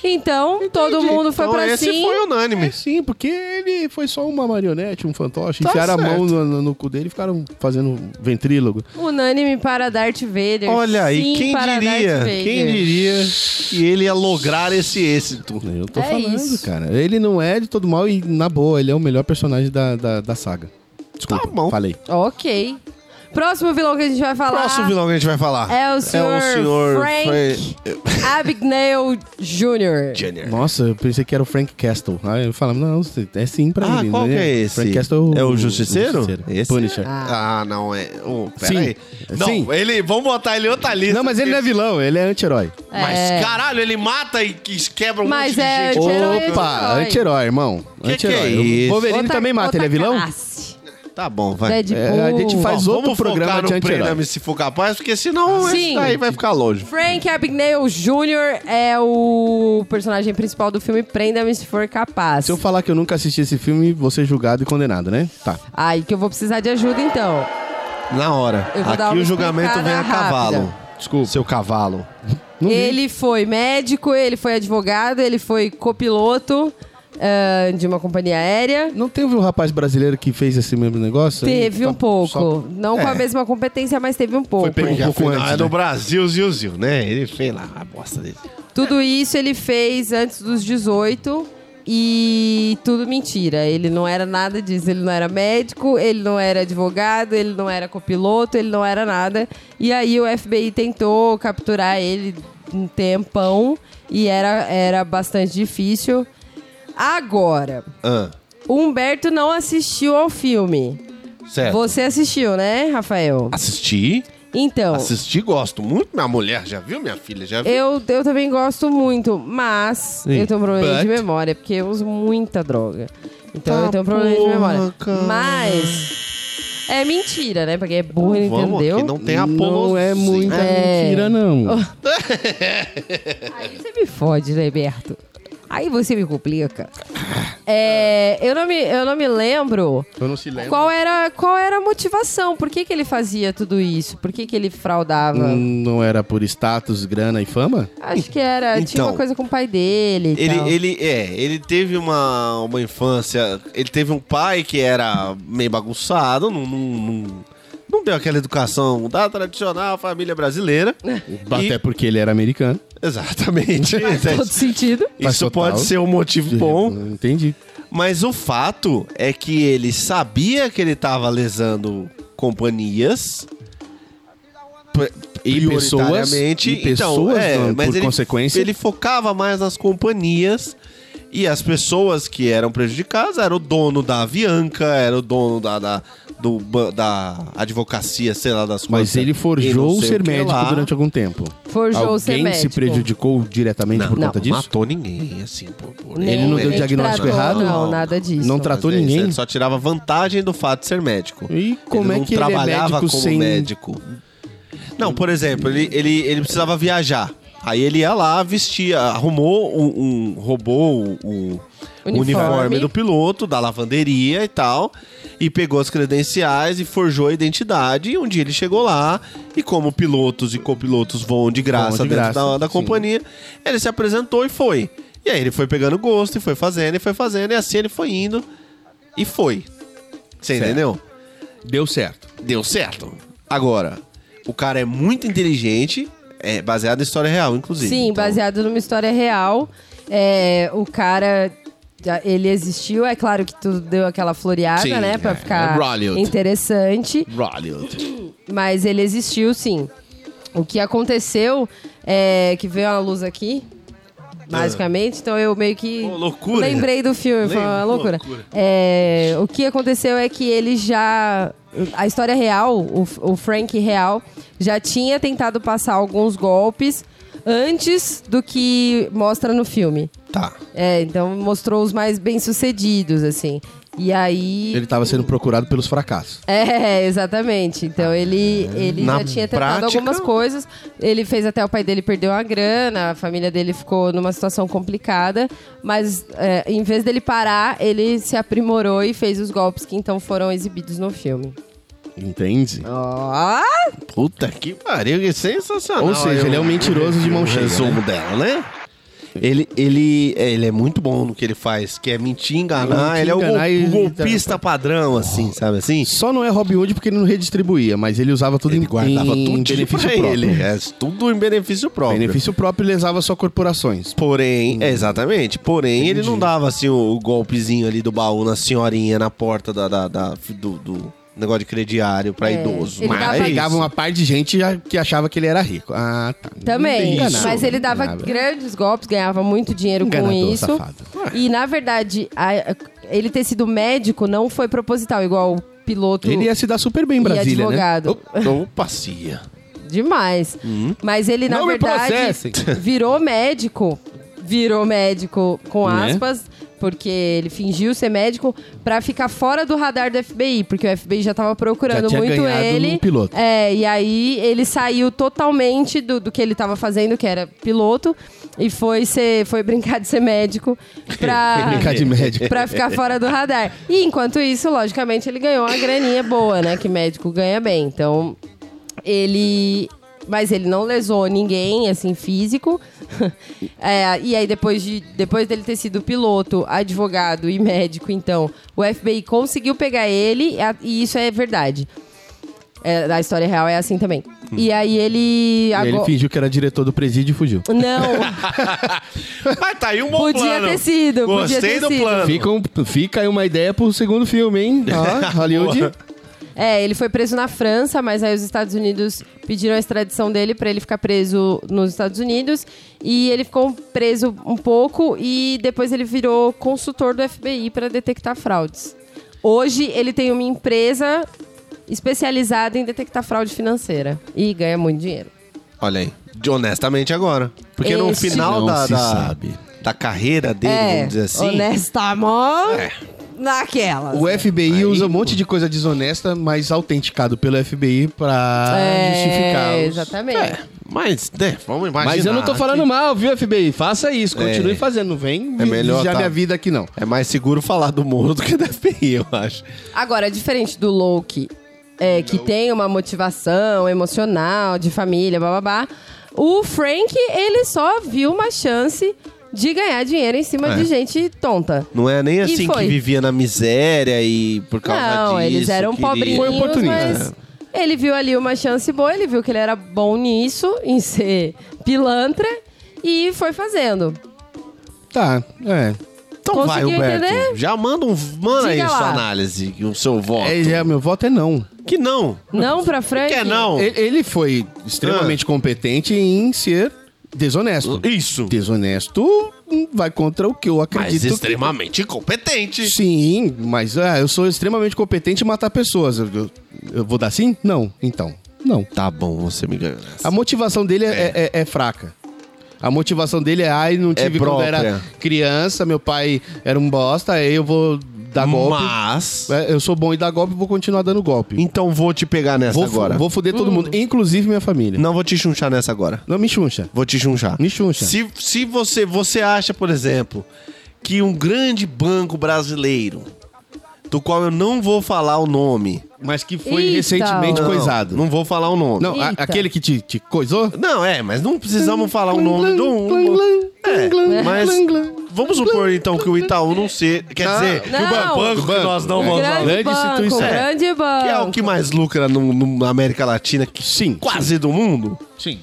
S5: Então, todo mundo foi
S3: então,
S5: pra
S3: esse
S5: sim.
S3: foi unânime.
S4: É, sim, porque ele foi só uma marionete, um fantoche.
S3: Tá
S4: enfiaram a
S3: certo.
S4: mão no, no- no cu dele e ficaram fazendo ventrílogo.
S5: Unânime para Darth Vader.
S3: Olha aí,
S5: É. sim
S3: quem
S5: para
S3: diria?
S5: Darth Vader.
S3: Quem diria que ele ia lograr esse êxito?
S4: Eu tô
S5: É
S4: falando,
S5: isso.
S4: cara. Ele não é de todo mal e, na boa, ele é o melhor personagem da, da, da saga. Desculpa,
S3: Tá bom.
S4: falei.
S5: Ok. Próximo vilão que a gente vai falar
S3: Próximo vilão que a gente vai falar.
S5: é o senhor, Frank
S3: Frank
S5: Abagnale Jr.
S3: Jr.
S4: Nossa, eu pensei que era o Frank Castle. Aí eu falava, não, é sim pra
S3: Ah,
S4: mim.
S3: qual
S4: né?
S3: que é esse?
S4: Frank Castle
S3: É o Justiceiro? Esse?
S4: Esse? Punisher.
S3: Ah, não, é. Oh, pera
S4: Sim.
S3: aí. Não,
S4: Sim.
S3: ele. Vamos botar ele em outra lista.
S4: Não, mas ele não é vilão, ele é anti-herói.
S3: Mas
S5: É.
S3: caralho, ele mata e que- quebra um
S5: Mas
S3: monte
S5: é
S3: de gente.
S5: anti-herói,
S3: louca.
S4: Opa,
S5: anti-herói.
S4: anti-herói, irmão.
S3: que é
S4: Anti-herói.
S3: isso?
S4: o Wolverine
S5: Outra-
S4: também mata, ele é
S5: outra
S4: vilão?
S5: classe.
S3: Tá bom, vai.
S5: Deadpool.
S4: É, a gente faz-
S3: Bom,
S4: outro
S3: vamos focar
S4: programa
S3: no
S4: de anti-herói.
S3: Prêmio se for capaz, porque senão
S5: Sim.
S3: isso aí vai ficar longe.
S5: Frank Abagnale Jr. é o personagem principal do filme Prenda-me se for capaz.
S4: Se eu falar que eu nunca assisti esse filme, vou ser julgado e condenado, né? Tá.
S5: Aí que eu vou precisar de ajuda então.
S3: Na hora.
S5: Eu vou dar
S3: Aqui
S5: uma
S3: o julgamento vem a
S5: explicada
S3: cavalo.
S5: rápida.
S3: Desculpa. Seu cavalo.
S4: Não vi.
S5: Ele foi médico, ele foi advogado, ele foi copiloto ah, de uma companhia aérea.
S4: Não teve um rapaz brasileiro que fez esse mesmo negócio?
S5: Teve
S4: Tá-
S5: um pouco.
S4: só- É.
S5: Não com a mesma competência, mas teve um pouco.
S4: pego um
S3: Porque
S4: pouco
S3: afinal
S4: antes,
S3: é do
S4: né?
S3: Brasil, Zil, Zil, né? Ele fez lá a bosta dele.
S5: Tudo isso ele fez antes dos 18 e tudo mentira. Ele não era nada disso. Ele não era médico, ele não era advogado, ele não era copiloto, ele não era nada. E aí o FBI tentou capturar ele um tempão e era, era bastante difícil. Agora,
S3: Ah,
S5: o Humberto não assistiu ao filme.
S3: certo.
S5: Você assistiu, né, Rafael?
S3: Assisti,
S5: Então.
S3: assisti, gosto muito. Minha mulher já viu, minha filha já viu.
S5: Eu, eu também gosto muito, mas eu tenho um problema
S3: but-
S5: de memória, porque eu uso muita droga. Então
S3: Tá
S5: eu tenho um problema de
S3: porra,
S5: memória.
S3: cara.
S5: Mas. É mentira, né? Porque é burro,
S3: Vamos,
S5: entendeu?
S3: aqui não tem apologia. Né?
S4: Não é muita
S5: É.
S4: mentira, não.
S5: Aí você me fode, Leberto. Aí você me complica. É, eu, não me, eu não me lembro
S4: Eu não se lembro.
S5: qual é? era, qual era a motivação. Por que, que ele fazia tudo isso? Por que, que ele fraudava?
S4: Hum, Não era por status, grana e fama?
S5: Acho que era. tinha
S3: Então,
S5: uma coisa com o pai dele. e
S3: Ele,
S5: tal.
S3: ele, é, ele teve uma, uma infância. Ele teve um pai que era meio bagunçado, não, não, não, não deu aquela educação da tradicional família brasileira.
S4: Até porque ele era americano.
S3: Exatamente. é
S5: Todo sentido.
S4: Faz
S3: Isso
S4: total
S3: pode ser um motivo bom,
S4: Entendi.
S3: mas o fato é que ele sabia que ele estava lesando companhias. p-
S4: E pessoas,
S3: prioritariamente.
S4: e pessoas, não, por consequência.
S3: então, é, Ele focava mais nas companhias e as pessoas que eram prejudicadas era o dono da Avianca, era o dono da, da, do ba- da advocacia, sei lá, das
S4: Mas
S3: coisas,
S4: ele
S3: e
S4: forjou
S3: não sei
S4: ser
S3: o que
S4: médico
S3: lá.
S4: durante algum tempo.
S5: Forjou
S4: Alguém
S5: ser médico.
S4: se prejudicou diretamente
S3: Não,
S4: por
S5: não.
S4: conta disso?
S3: matou ninguém, assim. Por, por-
S5: Nem-
S4: Ele não deu
S5: nem
S4: diagnóstico
S5: tratou,
S4: errado?
S5: Não, nada disso.
S4: Não tratou
S3: Mas é isso,
S4: ninguém?
S3: Ele só tirava vantagem do fato de ser médico.
S4: E como
S3: ele
S4: é
S3: não
S4: que ele é
S3: trabalhava
S4: médico
S3: como
S4: sem...
S3: médico. Não, por exemplo, ele, ele, ele precisava viajar. Aí ele ia lá, vestia, arrumou um, um roubou o o
S5: Uniforme.
S3: uniforme. do piloto, da lavanderia e tal, e pegou as credenciais e forjou a identidade. E um dia ele chegou lá, e como pilotos e copilotos vão de graça
S4: Vão de
S3: dentro
S4: graça,
S3: da, da
S4: sim.
S3: companhia, ele se apresentou e foi. E aí ele foi pegando gosto, e foi fazendo, e foi fazendo, e assim ele foi indo, e foi. Você
S4: Certo.
S3: entendeu?
S4: Deu certo.
S3: deu certo. Agora, o cara é muito inteligente, é baseado em história real, inclusive.
S5: Sim,
S3: Então,
S5: baseado numa história real. É, o cara, já- ele existiu. É claro que tudo deu aquela floreada,
S3: Sim,
S5: né? Pra
S3: é.
S5: ficar
S3: Hollywood.
S5: interessante.
S3: Hollywood.
S5: Mas ele existiu, sim. O que aconteceu é que veio a luz aqui, basicamente. Então eu meio que
S3: Ô, loucura.
S5: lembrei do filme, foi
S3: Lembra?
S5: uma loucura.
S3: Loucura.
S5: É, o que aconteceu é que ele já. A história real, o, o Frank real, já tinha tentado passar alguns golpes antes do que mostra no filme.
S3: Tá.
S5: É, então mostrou os mais bem-sucedidos, assim. E aí.
S4: Ele estava sendo procurado pelos fracassos.
S5: É, exatamente. Então ele, ele
S3: Na
S5: já tinha tentado
S3: prática-
S5: algumas coisas. Ele fez até o pai dele perdeu a grana, a família dele ficou numa situação complicada. Mas é, em vez dele parar, ele se aprimorou e fez os golpes que então foram exibidos no filme.
S4: Entende?
S5: Ó!
S3: Ah, Puta que pariu, que é sensacional.
S4: Ou seja, ele é um mentiroso de mão
S3: O
S4: cheia,
S3: resumo dela, né? Ele, ele, é, ele é muito bom no que ele faz, que é mentir, enganar.
S4: Mentir,
S3: ele é o, gol-
S4: enganar e- tá-
S3: o golpista padrão, assim, sabe assim?
S4: Só não é Robin Hood porque ele não redistribuía, mas ele usava tudo em, em
S3: tudinho
S4: benefício
S3: pra
S4: próprio.
S3: ele. É, tudo em benefício próprio.
S4: Benefício Hum. próprio e lesava só corporações.
S3: Porém, é, exatamente. Porém, ele não dava assim o, o golpezinho ali do baú na senhorinha na porta da, da, da- do, do, Negócio de crediário pra
S5: É,
S3: idoso.
S5: ele dá
S3: mas
S5: pra-
S4: Pegava uma parte de gente já- que achava que ele era rico. Ah, tá.
S5: Também,
S4: Enganado.
S5: mas ele dava
S4: Enganado.
S5: grandes golpes, ganhava muito dinheiro com
S4: Enganador,
S5: isso.
S4: safado.
S5: E na verdade, a- ele ter sido médico não foi proposital, igual o piloto
S4: Ele ia se dar super bem em
S5: e
S4: Brasília, né?
S5: advogado.
S3: Opa, Opa, cia.
S5: Demais. Mas ele, na
S4: Uhum. Não me
S5: verdade,
S4: processem.
S5: virou médico. Virou médico, com
S4: Né?
S5: aspas, porque ele fingiu ser médico pra ficar fora do radar do FBI, porque o FBI já tava procurando
S4: Já tinha
S5: muito
S4: ganhado
S5: ele.
S4: um piloto.
S5: É, e aí ele saiu totalmente do, do que ele tava fazendo, que era piloto, e foi ser, foi brincar de ser médico pra.
S4: né? Brincar de médico.
S5: Pra ficar fora do radar. E enquanto isso, logicamente, ele ganhou uma graninha boa, né? Que médico ganha bem. Então, ele. Mas ele não lesou ninguém, assim, físico. É, e aí, depois, de, depois dele ter sido piloto, advogado e médico, então, o FBI conseguiu pegar ele, e a- e isso é verdade. É, a história real é assim também. E aí ele.
S4: E ele
S5: agora-
S4: fingiu que era diretor do presídio e fugiu.
S5: Não,
S3: Mas tá aí um bom
S5: Podia
S3: plano.
S5: ter sido, podia
S3: Gostei
S5: ter
S3: do
S5: sido.
S3: plano.
S4: Fica, um- fica aí uma ideia pro segundo filme, hein? Ó, Hollywood.
S5: É, ele foi preso na França, mas aí os Estados Unidos pediram a extradição dele pra ele ficar preso nos Estados Unidos. E ele ficou preso um pouco e depois ele virou consultor do FBI pra detectar fraudes. Hoje ele tem uma empresa especializada em detectar fraude financeira e ganha muito dinheiro.
S3: Olha aí. De honestamente agora. Porque no
S5: Esse-
S3: final
S4: Não
S3: da,
S4: se
S3: da-
S4: sabe.
S3: da carreira dele,
S5: É,
S3: vamos dizer assim.
S5: honestamente, naquela.
S4: O FBI usa um monte de coisa desonesta, mas autenticado pelo FBI pra justificar.
S5: É,
S4: os-
S5: exatamente.
S3: Mas, né, vamos imaginar.
S4: Mas eu não tô falando mal, viu, FBI? Faça isso, continue fazendo. Não vem
S3: É melhor
S4: já
S3: tá-
S4: minha vida aqui, não.
S3: que É mais seguro falar do Moro do que da FBI, eu acho.
S5: Agora, diferente do Loki, é, que tem uma motivação emocional, de família, bababá, o Frank, ele só viu uma chance de ganhar dinheiro em cima
S3: É.
S5: de gente tonta.
S3: Não é nem
S5: E
S3: assim que
S5: foi.
S3: vivia na miséria e por causa disso.
S5: Não, eles eram
S3: queria-
S5: pobrinhos,
S4: Foi oportunista.
S5: mas ele viu ali uma chance boa, ele viu que ele era bom nisso, em ser pilantra, e foi fazendo.
S4: Tá, é.
S3: Então vai,
S5: Conseguiu
S3: Roberto.
S5: entender?
S3: Já manda, um, manda aí
S5: Diga
S3: sua
S5: lá.
S3: análise, o seu voto.
S4: É, é, meu voto é não.
S3: Que não.
S5: Não pra Frank?
S3: Que é não.
S4: Ele, ele foi extremamente competente em ser desonesto.
S3: Ah. Isso.
S4: Desonesto hum, vai contra o que eu
S3: Mas
S4: acredito. que-
S3: extremamente incompetente.
S4: Sim, mas ah, eu sou extremamente competente em matar pessoas. Eu, eu- eu vou dar sim? Não. Então, não.
S3: Tá bom, você me ganhou nessa.
S4: A motivação dele é, é- é fraca. A motivação dele é, ai, não tive quando
S3: própria.
S4: era criança, meu pai era um bosta, aí eu vou dar golpe.
S3: Mas...
S4: É, Eu sou bom em dar golpe, vou continuar dando golpe.
S3: Então vou te pegar nessa
S4: Vou, fu-
S3: agora. Hum.
S4: vou foder todo mundo, inclusive minha família.
S3: Não vou te chunchar nessa agora.
S4: Não me chuncha.
S3: Vou te chunchar.
S4: Me chuncha.
S3: Se, se você, você acha, por exemplo, que um grande banco brasileiro, do qual eu não vou falar o nome.
S4: Mas que foi
S5: Eita.
S4: recentemente
S3: Não,
S4: coisado.
S3: Não vou falar o nome.
S4: Não, a-
S5: Eita.
S4: aquele que te, te coisou?
S3: Não, é, mas não precisamos falar o nome
S4: glam,
S3: do um.
S4: glam, glam,
S3: É,
S4: glam,
S3: mas
S4: glam, glam,
S3: vamos supor então que o Itaú não seja.
S4: Ah,
S3: Quer dizer, que o
S5: Não.
S3: banco que nós não vamos
S5: Grande,
S3: falar.
S4: Grande
S5: banco,
S4: instituição.
S5: grande banco.
S3: Que é o que mais lucra no- no- na América Latina, que
S4: Sim.
S3: quase do mundo.
S4: Sim.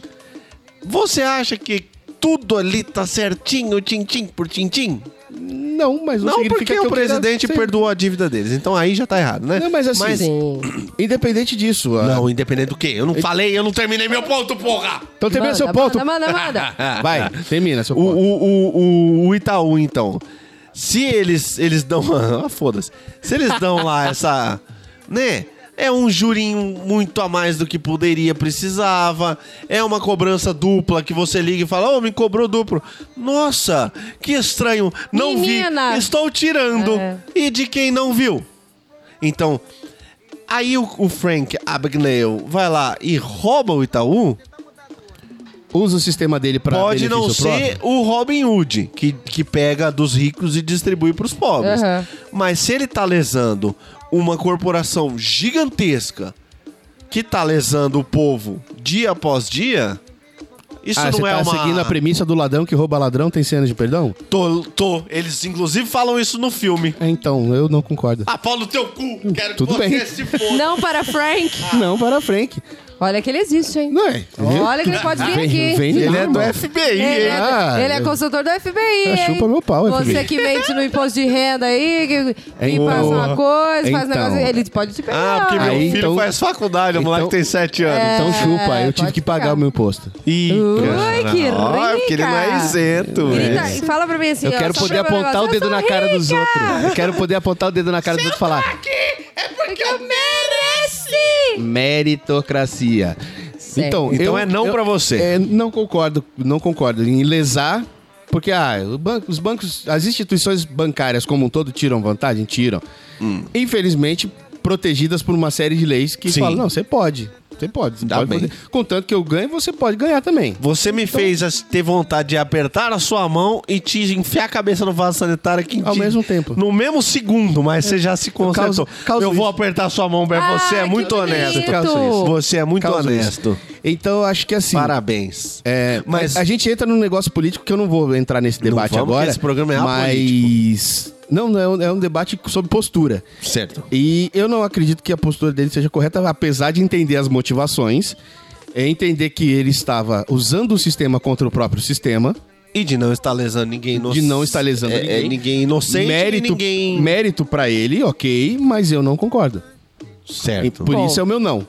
S3: Você acha que tudo ali tá certinho, tintim por tintim?
S4: Não, mas não,
S3: Não
S4: significa
S3: porque
S4: que eu
S3: o
S4: queira
S3: presidente
S4: ser-
S3: perdoou a dívida deles. Então aí já tá errado, né?
S4: Não, mas assim,
S5: Sim.
S4: independente disso. ah, a-
S3: Não, independente do quê? Eu não falei, eu não terminei meu ponto, porra!
S4: Então termina
S5: Manda,
S4: seu ponto. Ah,
S5: Manda, manda, manda.
S4: Vai, termina seu
S3: O,
S4: ponto.
S3: o, o, o- o Itaú, então. Se eles, eles dão. Ah, foda-se. Se eles dão lá essa. Né? É um jurinho muito a mais do que poderia, precisava. É uma cobrança dupla que você liga e fala: Ô, me cobrou duplo. Nossa, que estranho. Não
S5: Menina.
S3: vi. Estou tirando.
S5: É.
S3: E de quem não viu? Então, aí o, o Frank Abagnale vai lá e rouba o Itaú.
S4: Usa o sistema dele pra
S3: Pode não
S4: benefício próprio.
S3: ser o Robin Hood, que, que pega dos ricos e distribui para os pobres.
S5: Aham.
S3: Mas se ele tá lesando uma corporação gigantesca que tá lesando o povo dia após dia, isso
S4: Ah, você
S3: não é
S4: tá
S3: uma...
S4: seguindo a premissa do ladrão que rouba ladrão tem cena de perdão?
S3: tô, tô. Eles inclusive falam isso no filme.
S4: É, então, eu não concordo.
S3: Ah, pau no teu cu! Quero
S4: Tudo
S3: que você
S4: bem.
S3: se foda!
S5: Não para Frank.
S4: Não para Frank.
S5: Olha que ele existe, hein?
S4: Não é?
S5: Olha que ele pode vir aqui.
S4: Vem
S3: Ele
S4: lá,
S3: é do
S4: mano.
S3: FBI,
S5: Ele é,
S3: hein?
S4: Ah,
S5: ele é
S4: eu-
S5: consultor do FBI.
S4: Ah,
S5: hein?
S4: chupa meu pau,
S5: Você
S4: FBI.
S5: que mente no imposto de renda aí, que, que
S4: Então-
S5: faz uma coisa, faz um
S4: então.
S5: negócio. Ele pode te pegar.
S3: Ah, porque meu
S4: Aí,
S3: filho
S4: então-
S3: faz faculdade, o moleque
S4: então-
S3: tem 7 anos.
S4: Então chupa, eu tive
S5: pode
S4: que pagar
S5: ficar.
S4: o meu imposto.
S3: Ih,
S5: É.
S4: é
S5: Ui, que
S4: né?
S3: Ó,
S5: rica!
S3: porque ele não é isento.
S5: Grita,
S3: é.
S5: e fala pra mim assim,
S4: Eu
S5: ó,
S4: quero
S5: só
S4: poder
S5: pra meu
S4: apontar o
S5: negócio,
S4: dedo
S5: eu
S4: na
S5: sou
S4: cara dos
S5: rica!
S4: outros. Eu quero poder apontar o dedo na cara dos outros e falar
S5: Porque eu mereci!
S4: meritocracia. Então,
S3: Então
S4: eu-
S3: é não
S4: eu-
S3: pra você.
S4: é, não concordo, não concordo em lesar, porque ah, o banco- os bancos, as instituições bancárias como um todo tiram vantagem, tiram. Infelizmente, protegidas por uma série de leis que
S3: Hum. Sim.
S4: falam, não, você pode, você pode, você
S3: Tá
S4: pode
S3: bem.
S4: poder. Contanto que eu ganhe, você pode ganhar também.
S3: Você me
S4: Então-
S3: fez as- ter vontade de apertar a sua mão e te enfiar a cabeça no vaso sanitário que
S4: Ao
S3: te-
S4: mesmo tempo.
S3: No mesmo segundo, mas você já se consertou.
S4: causo- causo
S3: eu vou
S4: isso.
S3: apertar sua mão, Ber,
S5: Ah,
S3: você é
S5: que
S3: muito honesto.
S5: bonito.
S3: Você é muito
S4: Causa isso.
S3: honesto.
S4: Então, eu acho que assim,
S3: Parabéns.
S4: É,
S3: mas
S4: mas a gente entra num negócio político que eu não vou entrar nesse debate
S3: vamos, porque
S4: agora.
S3: esse programa é
S4: Mas não, não é um, é um debate sobre postura.
S3: certo.
S4: E eu não acredito que a postura dele seja correta, apesar de entender as motivações, é entender que ele estava usando o sistema contra o próprio sistema,
S3: E de não estar lesando ninguém inocente.
S4: de não estar lesando
S3: é, é,
S4: ninguém.
S3: inocente,
S4: mérito,
S3: e ninguém.
S4: mérito para ele, ok, mas eu não concordo. E
S3: Certo.
S4: por
S5: Bom.
S4: isso é o meu não.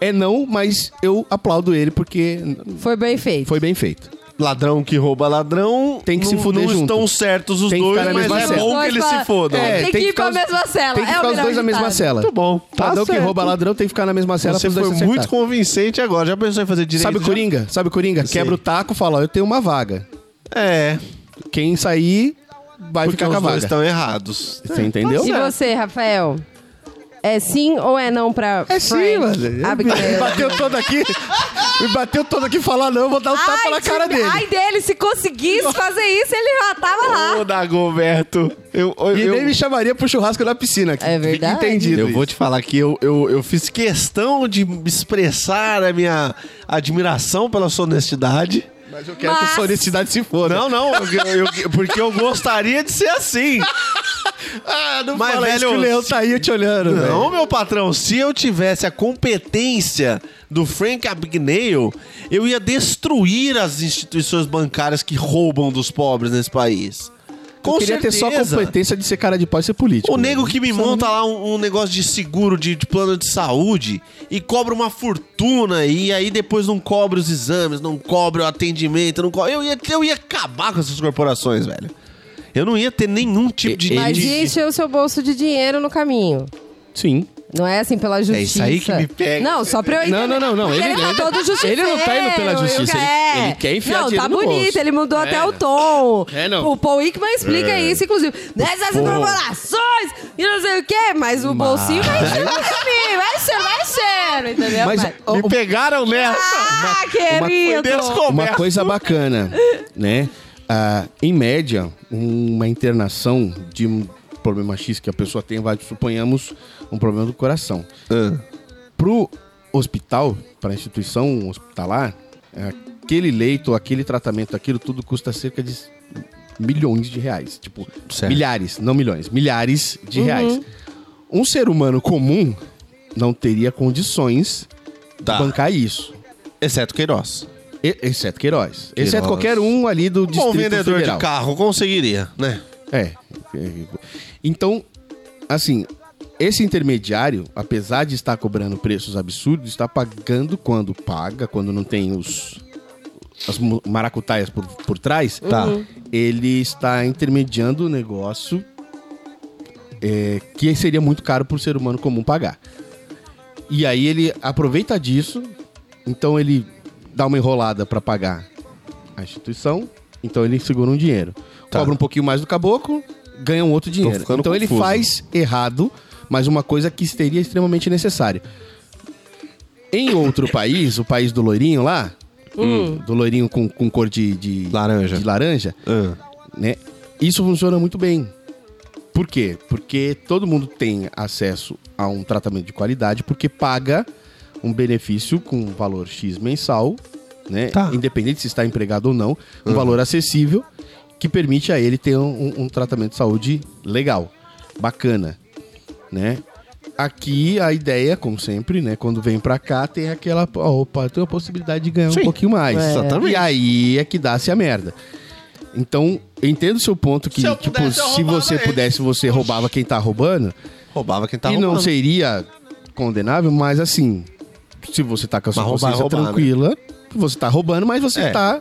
S4: É não, mas eu aplaudo ele porque
S5: Foi bem feito.
S4: foi bem feito.
S3: Ladrão que rouba ladrão.
S4: Tem que
S3: não,
S4: se fuder
S3: Não
S4: junto.
S3: estão certos os
S4: Tem que
S3: dois,
S4: ficar na
S3: mas
S4: mesma
S3: é
S4: cela.
S3: bom que
S5: Dois
S3: eles
S5: pra-
S3: se fodam.
S5: É, tem que ir pra
S4: os-
S5: mesma cela,
S4: Tem que
S5: é o
S4: ficar os
S5: melhor
S4: dois na mesma
S5: ditado.
S4: cela.
S3: Muito bom. Tá
S4: ladrão que
S3: certo.
S4: rouba ladrão tem que ficar na mesma cela
S3: Você
S4: pros dois
S3: foi
S4: se
S3: muito né?
S4: acertar.
S3: convincente agora. Já pensou em fazer direito?
S4: Sabe o
S3: já?
S4: Coringa? Sabe o Coringa?
S3: Sei.
S4: Quebra o taco, fala, ó, eu tenho uma vaga.
S3: É.
S4: Quem sair vai
S3: Porque
S4: ficar com a
S3: os dois
S4: vaga. É,
S3: estão errados.
S4: Você entendeu?
S5: E você, Rafael? É sim ou é não pra Ah,
S4: É sim, mano. Me
S5: Abigail?
S4: bateu todo aqui. Me bateu todo aqui falar não, eu vou dar um tapa na
S5: se-
S4: cara dele.
S5: Ai dele, se conseguisse fazer isso, ele já tava lá.
S3: Ô, Dagoberto. Eu, eu,
S4: E
S3: eu,
S4: nem me chamaria pro churrasco na piscina.
S5: É verdade.
S4: Entendido.
S3: eu vou te falar que eu, eu, eu fiz questão de expressar a minha admiração pela sua honestidade.
S4: Mas eu quero que
S5: Mas-
S4: a sua honestidade se foda.
S3: Não, não, eu- eu- porque eu gostaria de ser assim.
S4: Ah, não
S3: Mas,
S4: fala isso
S3: velho,
S4: que o Leão tá aí te olhando,
S3: Não,
S4: velho.
S3: meu patrão, se eu tivesse a competência do Frank Abagnale, eu ia destruir as instituições bancárias que roubam dos pobres nesse país. Com
S4: eu queria ter só
S3: certeza.
S4: a competência de ser cara de pau e ser político.
S3: O nego
S4: velho.
S3: que me monta lá um, um negócio de seguro, de, de plano de saúde, e cobra uma fortuna, e aí depois não cobre os exames, não cobre o atendimento, não cobre. Eu ia, eu ia acabar com essas corporações, velho. Eu não ia ter nenhum tipo de.
S5: Mas
S3: de-
S5: ia encher o seu bolso de dinheiro no caminho.
S4: Sim.
S5: Não é assim pela justiça.
S3: isso aí que me pega.
S5: Não, só pra eu
S4: Não, não, não, não.
S5: Porque
S4: Ele-
S5: ele, tá
S4: ele-
S5: todo justiceiro.
S4: ele não tá indo pela justiça, ele-
S5: é.
S4: ele quer enfiar
S5: Não,
S4: dinheiro
S5: tá
S4: no
S5: bonito,
S4: bolso.
S5: ele mudou até
S4: É.
S5: o tom.
S4: É, não. É.
S5: O Paul Ickman explica isso, inclusive. Nessas incorporações e não sei o quê, mas o bolsinho vai enchendo no caminho. Vai enchendo, vai enchendo, entendeu?
S4: É, Mas
S5: Vai.
S4: ó,
S3: Me pegaram nessa!
S5: Ah, querido!
S3: descoberto.
S4: Uma coisa bacana, né? Ah, em média, uma internação de um problema X que a pessoa tem, vai, suponhamos, um problema do coração.
S3: Ah.
S4: Pro hospital, para a instituição hospitalar, aquele leito, aquele tratamento, aquilo tudo custa cerca de milhões de reais. Tipo,
S3: Certo. Uhum.
S4: milhares, não milhões, milhares de reais. Um ser humano comum não teria condições
S3: Tá.
S4: de bancar isso.
S3: Exceto Queiroz.
S4: E- Exceto
S3: Queiroz.
S4: Queiroz. Exceto qualquer um ali do
S3: Bom
S4: Distrito
S3: vendedor
S4: Federal.
S3: de carro conseguiria, né?
S4: É. Então, assim, esse intermediário, apesar de estar cobrando preços absurdos, está pagando quando paga, quando não tem os as mu- maracutaias por, por trás. Uhum.
S3: Tá.
S4: Ele está intermediando o negócio é, que seria muito caro para o ser humano comum pagar. E aí ele aproveita disso, então ele dá uma enrolada para pagar a instituição, então ele segura um dinheiro.
S3: Tá.
S4: Cobra um pouquinho mais do caboclo, ganha um outro dinheiro.
S3: ficando
S4: Então ele
S3: confuso.
S4: faz errado, mas uma coisa que seria extremamente necessária. Em outro país, o país do loirinho lá, do loirinho com, com cor de, de-
S3: Laranja.
S4: de laranja,
S3: Ah.
S4: né? Isso funciona muito bem. Por quê? Porque todo mundo tem acesso a um tratamento de qualidade porque paga um benefício com um valor X mensal, né?
S3: Tá. Uhum.
S4: Independente se está empregado ou não, um valor acessível que permite a ele ter um, um- um tratamento de saúde legal, bacana, né? aqui a ideia, como sempre, né? Quando vem pra cá, tem aquela. ó, Opa, tem a possibilidade de ganhar
S3: Sim.
S4: um pouquinho mais.
S3: É. Exatamente.
S4: E aí é que dá-se a merda. Então, eu entendo o seu ponto que,
S3: Se eu
S4: tipo,
S3: pudesse, eu
S4: se
S3: roubava
S4: você
S3: ele.
S4: pudesse, você roubava quem tá roubando.
S3: Roubava quem tá
S4: e
S3: roubando.
S4: não seria condenável, mas assim, se você tá com a sua
S3: Mas roubar é
S4: consciência
S3: roubar, né?
S4: tranquila, você tá roubando, mas você
S3: É.
S4: tá.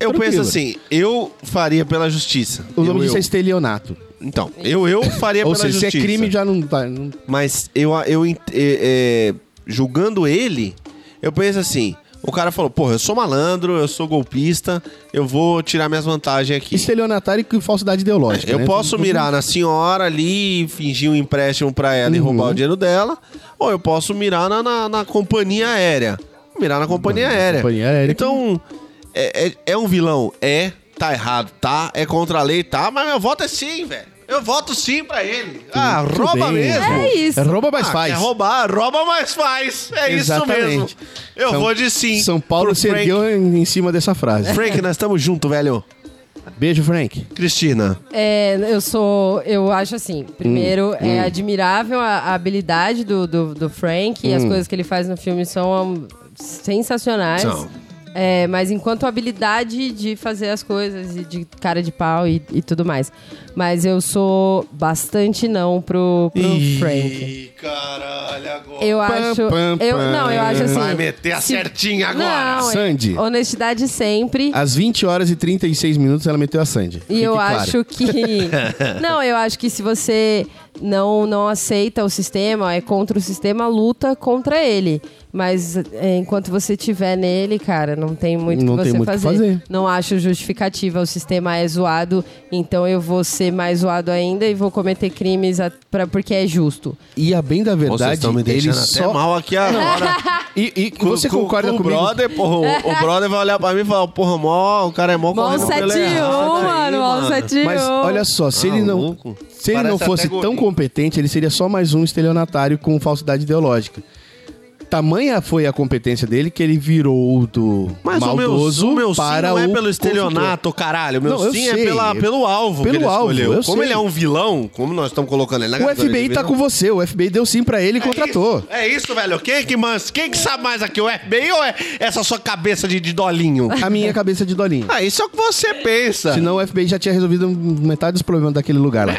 S3: Eu penso
S4: tranquilo.
S3: assim, eu faria pela justiça.
S4: O nome
S3: eu,
S4: disso é
S3: eu.
S4: estelionato.
S3: Então, eu, eu faria
S4: Ou
S3: pela
S4: seja, se é
S3: justiça.
S4: crime, já não tá. não-
S3: Mas eu, eu ent- é, é, julgando ele, eu penso assim, o cara falou, porra, eu sou malandro, eu sou golpista, eu vou tirar minhas vantagens aqui.
S4: Estelionatário e falsidade ideológica.
S3: Eu
S4: né?
S3: posso mirar na senhora ali, fingir um empréstimo pra ela e
S4: Uhum.
S3: roubar o dinheiro dela, ou eu posso mirar na, na, na companhia aérea. Mirar na companhia aérea.
S4: companhia aérea
S3: Então, é, é, é um vilão? É. Tá errado, tá. É contra a lei, tá. Mas meu voto é sim, velho. Eu voto sim pra ele. ah,
S4: Tudo
S3: rouba
S4: bem,
S3: mesmo.
S4: João.
S5: É isso.
S4: É rouba, mas
S3: Ah,
S4: faz.
S3: Quer roubar, rouba, mas faz. É isso
S4: Exatamente.
S3: mesmo. Eu
S4: São-
S3: vou de sim.
S4: São Paulo
S3: Pro Frank.
S4: cedeu né? em, em cima dessa frase.
S3: Frank, nós estamos junto, velho.
S4: Beijo, Frank.
S3: Cristina.
S5: É, eu sou. Eu acho assim. Primeiro,
S3: Hum,
S5: é admirável a, a habilidade do, do, do Frank e as
S3: Hum.
S5: coisas que ele faz no filme são hum, sensacionais.
S3: São.
S5: É, mas enquanto habilidade de fazer as coisas e de cara de pau e, e tudo mais. Mas eu sou bastante não pro, pro Frank.
S3: caralho, agora.
S5: Eu acho.
S4: pam,
S5: eu,
S4: pam.
S5: não, eu acho assim.
S3: Vai meter a
S5: se-
S3: Tá certinha agora.
S5: Não, é-
S4: Sandy.
S5: honestidade sempre.
S4: Às 20 horas e 36 minutos ela meteu a Sandy.
S5: E eu acho que. não, eu acho que se você não, não aceita o sistema, é contra o sistema, luta contra ele. Mas é, enquanto você tiver nele, cara, não tem muito
S4: Não
S5: que
S4: tem
S5: você
S4: muito o que
S5: fazer.
S4: fazer.
S5: Não acho justificativa. O sistema é zoado, então eu vou ser mais zoado ainda e vou cometer crimes a, pra, porque é justo.
S4: E a bem da verdade, ele só...
S3: mal aqui agora.
S4: E, e você concorda
S3: com o
S4: comigo?
S3: brother, porra? O, o brother vai olhar pra mim e falar, porra, mó, o cara é mó
S5: Mó
S3: correndo pelo
S5: 71,
S3: errado aí,
S5: mano. Mó 71.
S4: Mas olha só, se
S3: Ah,
S4: ele não,
S3: louco.
S4: se ele
S3: Parece
S4: não
S3: até
S4: fosse tão
S3: gordinho.
S4: competente, ele seria só mais um estelionatário com falsidade ideológica. Tamanha foi a competência dele que ele virou o do
S3: Mas o meu,
S4: maldoso
S3: o meu sim
S4: para
S3: não é
S4: o
S3: pelo
S4: consultor.
S3: estelionato, caralho. O meu
S4: Não, eu
S3: sim é
S4: sei.
S3: pela, pelo alvo
S4: Pelo
S3: que ele
S4: alvo,
S3: escolheu.
S4: eu
S3: como
S4: sei.
S3: ele é um vilão, como nós estamos colocando ele na
S4: O
S3: categoria de
S4: FBI tá
S3: vilão.
S4: com você, o FBI deu sim pra ele e contratou.
S3: É isso, é isso, velho. Quem que, mans, quem é que sabe mais aqui, o FBI ou é essa sua cabeça de, de dolinho?
S4: A minha cabeça de dolinha.
S3: ah, isso é o que você pensa.
S4: Senão o FBI já tinha resolvido metade dos problemas daquele lugar lá.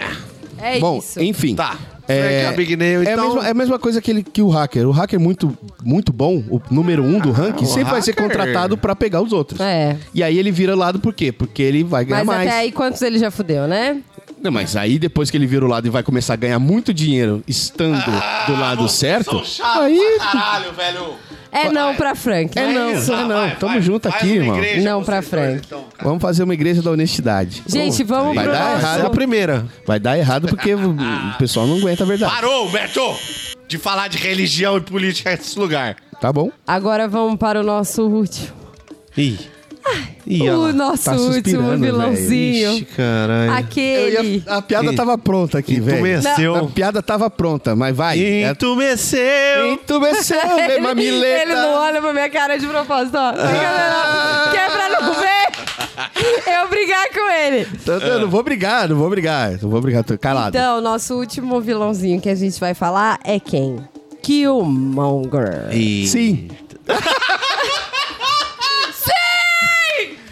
S5: É
S4: Bom,
S5: isso.
S4: enfim.
S3: Tá.
S4: É,
S3: Frank Abagnale,
S4: é, a
S3: então-
S4: mesma, é a mesma coisa que, ele, que o hacker. O hacker muito, muito bom, o número um do ranking,
S3: Ah, o
S4: sempre vai ser
S3: hacker.
S4: contratado pra pegar os outros.
S5: É.
S4: E aí ele vira o lado por quê? Porque ele vai ganhar
S5: Mas
S4: é mais.
S5: até aí, quantos ele já fudeu, né?
S4: Não, mas aí depois que ele vira o lado e vai começar a ganhar muito dinheiro estando
S3: Ah,
S4: do lado certo, aí
S3: Caralho, velho.
S5: É não pra Frank.
S4: É não, é não. Tamo junto aqui, irmão.
S5: Não pra frente.
S3: então.
S4: Vamos fazer uma igreja da honestidade.
S5: Gente, vamos
S4: vai
S5: pro
S4: dar
S5: nosso-
S4: errado.
S3: primeira.
S4: Vai dar errado porque o o pessoal não aguenta a verdade.
S3: Parou, Beto! De falar de religião e política nesse lugar.
S4: Tá bom?
S5: Agora vamos para o nosso último.
S3: Ih. Ih,
S5: o nosso
S4: tá
S5: último
S4: suspirando, é.
S5: vilãozinho.
S3: caralho.
S4: Eu
S5: Aquele.
S4: ia- a piada
S3: Ih.
S4: tava pronta aqui, velho. A
S3: Entumeceu.
S4: piada tava pronta, mas vai. É-
S3: Entumeceu.
S4: Entumeceu,
S5: Ele-
S4: vem mamileta. Ah.
S5: Ele não olha pra minha cara de propósito, ó. Fica vendo? Que é pra não ver eu brigar com ele.
S4: Então, eu
S3: Ah.
S4: não vou brigar, não vou brigar. Não vou brigar, tô calado.
S5: Então, nosso último vilãozinho que a gente vai falar é quem? Killmonger.
S3: Ih.
S4: Sim.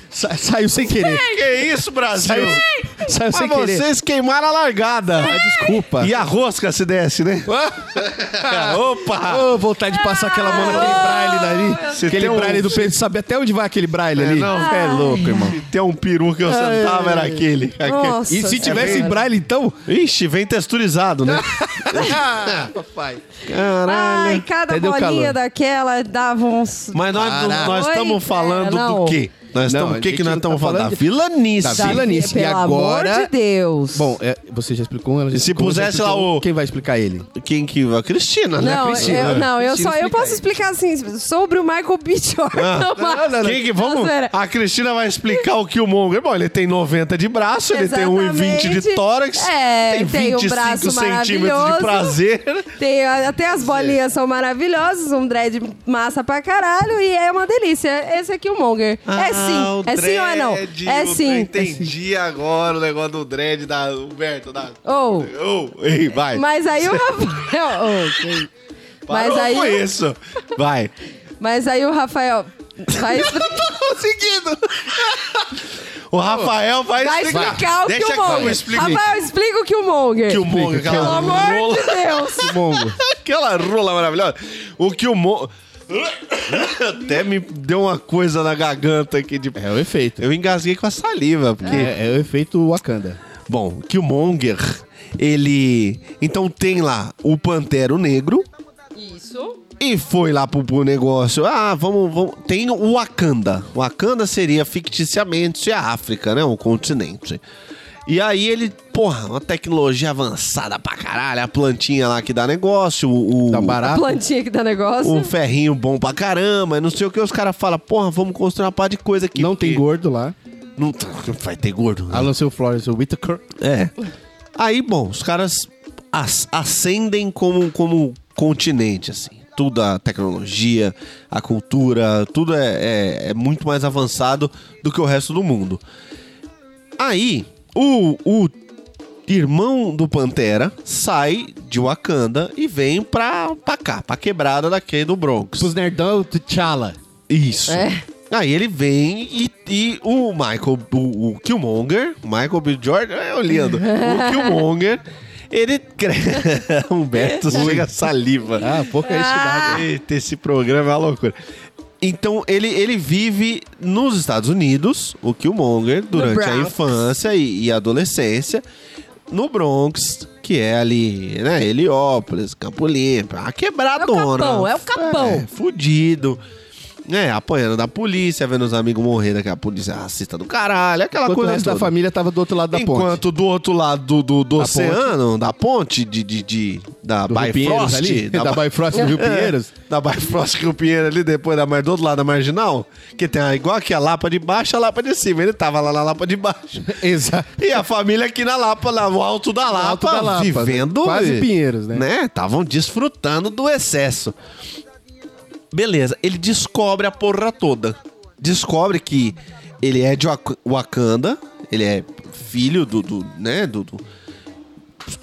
S4: Sa- saiu sem querer.
S3: Que isso, Brasil?
S4: Saiu, saiu sem
S3: Mas
S4: querer.
S3: vocês queimaram a largada.
S4: Ah, desculpa.
S3: E a rosca se desce, né? Opa!
S4: Ô, vontade de passar aquela mão naquele
S5: Ah,
S4: braille dali.
S3: Se
S4: aquele
S3: tem um-
S4: braille do Pedro. Sabe até onde vai aquele braille ali?
S3: não.
S5: Ah.
S4: é louco, irmão.
S3: Se Tem um peru que eu sentava, era aquele.
S5: Nossa
S4: E
S3: É
S4: se tivesse
S5: Senhora.
S4: braille, então... Ah,
S3: Ixi, vem texturizado, né? É.
S4: Papai.
S5: Ai, cada
S4: Até deu
S5: bolinha
S4: calor. daquela
S5: daquela dava uns.
S3: Mas nós
S4: Caralho.
S3: nós
S5: Oi,
S3: estamos falando
S5: cara,
S3: do
S5: não.
S3: quê? Nós
S4: Não,
S3: estamos, o
S4: a
S3: que, que
S4: gente
S3: nós
S4: não tá
S3: estamos falando?
S4: falando
S3: Da
S4: de-
S3: Vila Nice.
S4: Da Vila Nice. E
S5: Pelo
S4: agora-
S5: amor de Deus.
S4: Bom, é, você já explicou, ela já
S3: E se
S4: explicou, já
S3: pusesse lá
S4: explicou.
S3: o-
S4: Quem vai explicar ele?
S3: Quem que... A Cristina, né?
S5: Não,
S4: Cristina.
S5: eu, não, eu
S4: Cristina
S5: só eu
S4: explica
S5: posso
S4: aí.
S5: explicar assim sobre o Michael B.
S3: Ah.
S5: Jordan. mas-
S3: Quem que, vamos, Ah,
S5: Nossa, era-
S3: a Cristina vai explicar o que o Monger. Bom, ele tem 90 de braço, ele tem 1,20 de
S5: Exatamente.
S3: tórax,
S5: É,
S3: tem
S5: tem um
S3: 25
S5: braço
S3: centímetros
S5: maravilhoso. É
S3: de prazer.
S5: Tem, a- até as bolinhas são maravilhosas, um dread massa pra caralho e é uma delícia. Esse aqui é o Monger. é sim. É sim ou é não?
S3: Ah, dread,
S5: É
S3: o-
S5: sim.
S3: Eu entendi agora o negócio do dread da Humberto. Da...
S5: Ou.
S3: Oh, ei, vai.
S5: Mas aí o Rafael. Ô, ok.
S3: Parou
S5: mas aí-
S3: com isso. Vai.
S5: Mas aí o Rafael. Vai, expli-
S3: Conseguindo. o Rafael vai,
S5: vai
S3: explicar.
S5: explicar o
S3: Deixa que eu
S5: Killmonger.
S3: explico.
S5: Rafael, explica o Killmonger.
S3: Que o Mongo, aquela
S5: Pelo amor
S3: rola,
S5: de Deus.
S4: Mongo.
S3: aquela rola maravilhosa. O que o Mongo. Até me deu uma coisa na garganta aqui de.
S4: É o efeito.
S3: Eu engasguei com a saliva, porque.
S4: É, é o efeito Wakanda.
S3: Bom, Killmonger, ele. Então tem lá o Pantero Negro.
S5: Isso.
S3: E foi lá pro, pro negócio. Ah, vamos, vamos. Tem o Wakanda. O Wakanda seria ficticiamente a África, né? O continente. E aí ele, porra, uma tecnologia avançada pra caralho. A plantinha lá que dá negócio, o. o-
S4: Tá barato?
S5: Plantinha que dá negócio.
S3: um ferrinho bom pra caramba, não sei o que. Os caras falam, porra, vamos construir uma par de coisa aqui.
S4: Não tem
S3: porque-
S4: gordo lá.
S3: Não tá- vai ter gordo. né?
S4: Alan Seu Flores, o Whittaker.
S3: É. Aí, bom, os caras as- ascendem como, como continente, assim. Tudo a tecnologia, a cultura, tudo é, é- é muito mais avançado do que o resto do mundo. Aí, o, o irmão do Pantera sai de Wakanda e vem pra, pra cá, pra quebrada daqui do Bronx.
S4: Pros nerdão, T'Challa.
S3: Isso.
S5: É.
S3: Aí ele vem e, e o Michael, o, o Killmonger, o Michael B. Jordan, é olhando, o Killmonger, ele cresce. Humberto chega a saliva.
S4: Ah, pouca ah.
S3: Eita, esse programa é uma loucura. Então, ele, ele vive nos Estados Unidos, o Killmonger, durante a
S5: Bronx.
S3: infância e, e adolescência, no Bronx, que é ali, né, Heliópolis, Campo Limpo, a quebradona.
S5: É o capão, é o capão.
S3: É, fudido. É, apanhando da polícia, vendo os amigos morrer daqui a polícia é racista do caralho, aquela
S4: Enquanto o
S3: coisa
S4: resto da
S3: toda.
S4: família tava do outro lado da ponte.
S3: Enquanto do outro lado do, do, do
S4: Da
S3: oceano, da ponte, de, de, de- da
S4: Do Rio Pinheiros
S3: Bifrost,
S4: ali. Da,
S3: da
S4: Bifrost do Rio Pinheiros.
S3: da Bifrost Rio Pinheiro ali, depois da, mar- do outro lado da Marginal, que tem a- igual aqui a Lapa de baixo e a Lapa de cima. Ele tava lá na Lapa de baixo.
S4: Exato.
S3: E a família aqui na Lapa, lá, no alto da Lapa,
S4: alto da Lapa,
S3: vivendo...
S4: né? Quase Pinheiros, né?
S3: Estavam desfrutando do excesso. Beleza, ele descobre a porra toda. Descobre que ele é de Wak- Wakanda, ele é filho do... do né, do... do-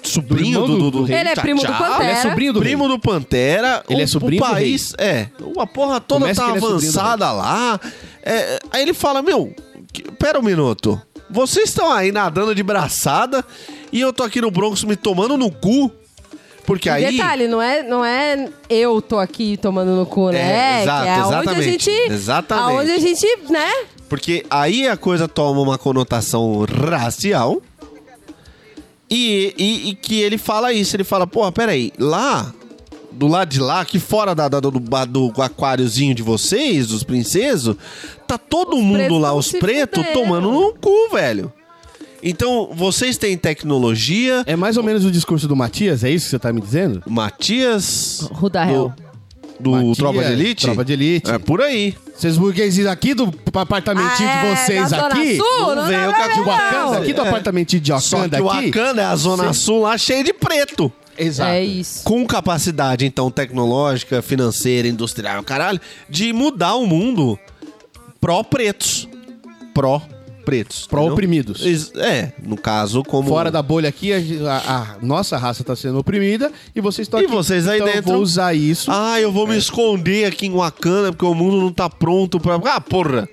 S3: sobrinho
S4: irmão
S3: do,
S4: do-
S3: do, do rei
S5: Ele é primo do
S3: T'Challa.
S5: Pantera.
S4: Ele é sobrinho do
S3: Primo
S4: rei.
S3: do Pantera.
S4: Ele
S3: o,
S4: é sobrinho
S3: o
S4: do rei.
S3: país, É. Uma porra toda
S4: Começa
S3: tá
S4: que ele é sobrinho do
S3: avançada lá. É, aí ele fala, meu, que- pera um minuto. Vocês estão aí nadando de braçada e eu tô aqui no Bronx me tomando no cu. Porque aí...
S5: Um Detalhe, não é, não é eu tô aqui tomando no cu, né?
S3: É, exato,
S5: que é aonde
S3: exatamente,
S5: a gente.
S3: exatamente.
S5: Aonde a gente, né?
S3: Porque aí a coisa toma uma conotação racial. E, e- e que ele fala isso. Ele fala, porra, peraí, lá, do lado de lá, que fora da, da- do, ba- do aquáriozinho de vocês, dos princesos, tá todo mundo
S5: pretos
S3: lá,
S5: tão
S3: os
S5: se
S3: pretos,
S5: fudendo.
S3: tomando no cu, velho. Então, vocês têm tecnologia.
S4: É mais ou menos o discurso do Matias, é isso que você tá me dizendo?
S3: Matias.
S5: Who the hell?
S3: Do, do
S4: Matias,
S3: Tropa de Elite?
S4: Tropa de Elite.
S3: É por aí.
S4: Vocês burgueses aqui do apartamentinho
S5: Ah,
S4: de vocês
S5: da Zona
S4: aqui.
S5: Sul, não,
S3: venham com
S5: não,
S3: a
S5: não,
S4: De
S5: não.
S4: Wakanda, aqui do
S3: É.
S4: apartamentinho
S3: Só
S4: de
S3: que
S4: Wakanda
S3: o
S4: aqui.
S3: Wakanda é a zona sul lá cheia de preto.
S4: Exato.
S5: É isso.
S3: com capacidade então tecnológica, financeira, industrial, caralho, de mudar o mundo pró pretos, pró pretos,
S4: Pró-oprimidos.
S3: É, no caso como
S4: Fora da bolha aqui, a, a- a nossa raça tá sendo oprimida e vocês estão
S3: E
S4: aqui.
S3: vocês aí
S4: então
S3: dentro-
S4: Eu vou usar isso.
S3: Ah, eu
S4: É.
S3: vou me esconder aqui em Wakanda porque o mundo não tá pronto pra. Ah, porra.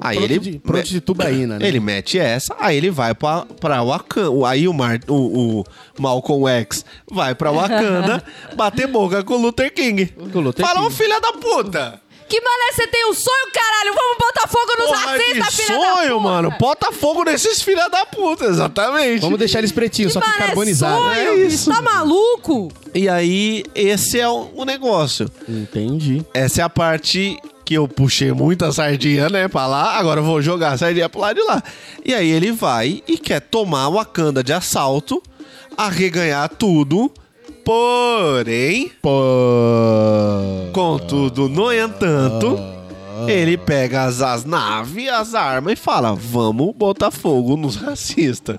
S3: Aí
S4: pronto
S3: ele
S4: de- pronto de tubaína, né?
S3: Ele mete essa, aí ele vai pra, pra Wakanda. Aí o, Mar, o, o Malcolm X vai pra Wakanda bater boca com o Luther King.
S4: Com o Luther
S3: Fala, ô
S4: King.
S3: filha da puta!
S5: Que mané, você tem um sonho, caralho? Vamos botar fogo nos
S3: Porra,
S5: racistas,
S3: que
S5: filha da
S3: sonho,
S5: puta.
S3: mano. Bota fogo nesses filha da puta, exatamente.
S4: Vamos deixar eles pretinhos,
S5: Que
S4: só que
S5: mané,
S4: carbonizados.
S5: sonho,
S3: É
S5: bicho, Tá maluco?
S3: E aí, esse é o, o negócio.
S4: Entendi.
S3: Essa é a parte que eu puxei muita sardinha, né, pra lá. Agora eu vou jogar a sardinha pro lado de lá. E aí ele vai e quer tomar Wakanda de assalto, arreganhar tudo, porém...
S4: Pô.
S3: Contudo, no entanto, ele pega as, as naves, as armas e fala: Vamos botar fogo nos racistas.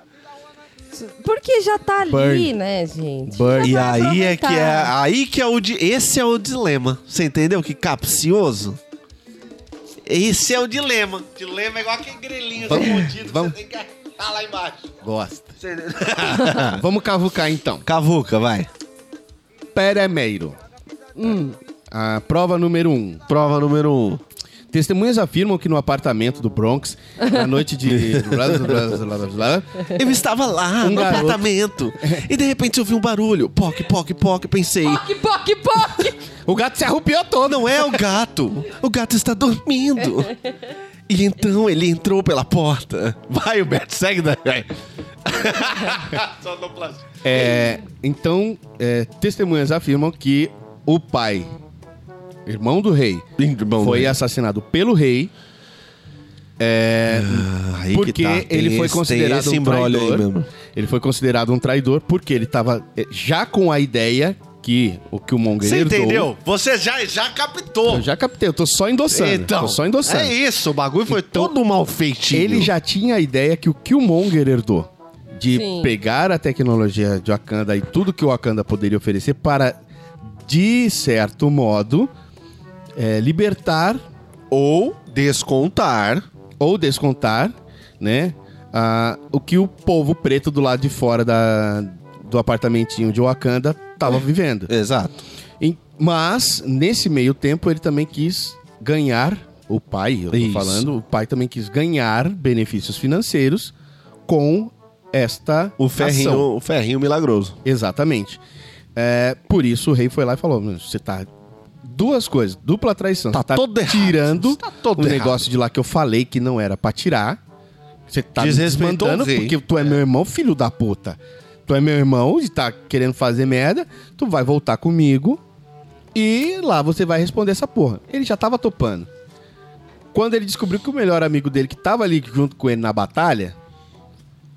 S5: Porque já tá ali,
S4: Burn.
S5: né, gente? tá
S4: Burn.
S3: E
S5: vai
S3: aí é que
S5: aproveitar.
S3: é. Aí que é o. di- Esse é o dilema. Você entendeu que capcioso? Esse é o dilema. Dilema é igual aquele grelhinho
S4: Vamos-
S3: escondido
S4: vamos-
S3: que você tem que achar lá embaixo.
S4: Gosta.
S3: Você-
S4: Vamos cavucar então.
S3: Cavuca, vai.
S4: Peremeiro. A prova número 1. Um.
S3: Prova número 1. Um.
S4: Testemunhas afirmam que no apartamento do Bronx, na noite de. blá, blá, blá, blá, blá, blá,
S3: Eu estava lá
S4: Um
S3: no
S4: garoto.
S3: apartamento e de repente eu vi um barulho. Poc, poc, poc. Pensei,
S5: Poc, poc, poc!
S4: o gato se arrupiou todo.
S3: não é o gato. O gato está dormindo. E então ele entrou pela porta. Vai, Humberto, segue daí.
S4: É, então, é, testemunhas afirmam que o pai, irmão do rei, foi assassinado pelo rei. É,
S3: Aí que
S4: porque
S3: tá, tem
S4: ele foi
S3: esse-
S4: considerado
S3: tem esse
S4: um
S3: embrólio aí
S4: traidor.
S3: mesmo.
S4: Ele foi considerado um traidor porque ele estava já com a ideia que o que o Mongueiro
S3: Você
S4: herdou-
S3: entendeu? Você já, já captou.
S4: Eu já captei, eu tô só endossando. tô só endossando.
S3: é isso, o bagulho foi todo mal feitinho.
S4: Ele já tinha a ideia que o Killmonger herdou. De
S5: Sim.
S4: pegar a tecnologia de Wakanda e tudo que o Wakanda poderia oferecer para, de certo modo, é, libertar
S3: Ou descontar.
S4: ou descontar, né? ah, o que o povo preto do lado de fora da, do apartamentinho de Wakanda tava vivendo.
S3: Exato.
S4: Em- mas, nesse meio tempo, ele também quis ganhar, o pai, eu tô
S3: Isso.
S4: falando, o pai também quis ganhar benefícios financeiros com esta
S3: O
S4: ação.
S3: ferrinho, o ferrinho milagroso.
S4: Exatamente. É, por isso o rei foi lá e falou, "Meu, você tá... Duas coisas, dupla traição.
S3: Tá
S4: Você tá
S3: todo errado.
S4: tirando
S3: Você tá todo
S4: um
S3: errado.
S4: negócio de lá que eu falei que não era pra tirar. Você tá me
S3: Desrespeitou
S4: desmandando
S3: o rei.
S4: porque tu é meu irmão, filho da puta. Tu é meu irmão e tá querendo fazer merda. Tu vai voltar comigo e lá você vai responder essa porra. Ele já tava topando. Quando ele descobriu que o melhor amigo dele, que tava ali junto com ele na batalha,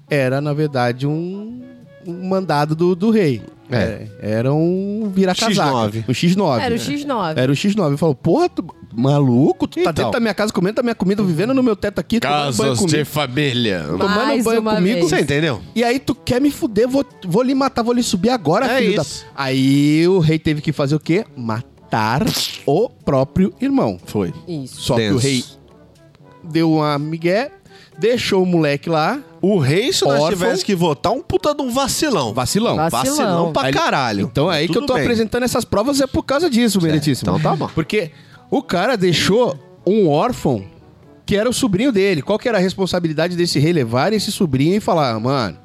S4: era, na verdade, um, um mandado do, do rei.
S3: É.
S4: Era, era um vira-casaca.
S3: X9.
S4: Um X9.
S5: Era o
S4: né?
S5: X9.
S4: Era o X9. Ele falou, porra, tu, maluco, tu tá
S3: Então.
S4: dentro da minha casa, comendo a minha comida, vivendo no meu teto aqui, tomando banho comigo.
S3: família.
S4: Tomando
S5: Mais
S4: banho
S5: uma
S4: comigo.
S5: vez.
S3: Você entendeu?
S4: E aí tu quer me fuder, vou, vou lhe matar, vou lhe subir agora,
S3: É
S4: filho
S3: isso.
S4: da... Aí o rei teve que fazer o quê? Matar o próprio irmão.
S3: Foi.
S5: Isso.
S4: Só que o
S3: Denso.
S4: rei deu uma migué, deixou o moleque lá,
S3: O rei, se nós
S4: Órfão.
S3: tivesse que votar, um puta de um vacilão.
S4: vacilão.
S5: Vacilão.
S3: pra
S4: Aí ele-
S3: caralho.
S4: Então é aí que
S3: Tudo
S4: eu tô
S3: bem.
S4: apresentando essas provas é por causa disso, Benedíssimo.
S3: então tá bom.
S4: Porque o cara deixou um órfão que era o sobrinho dele. Qual que era a responsabilidade desse rei levar esse sobrinho e falar, mano,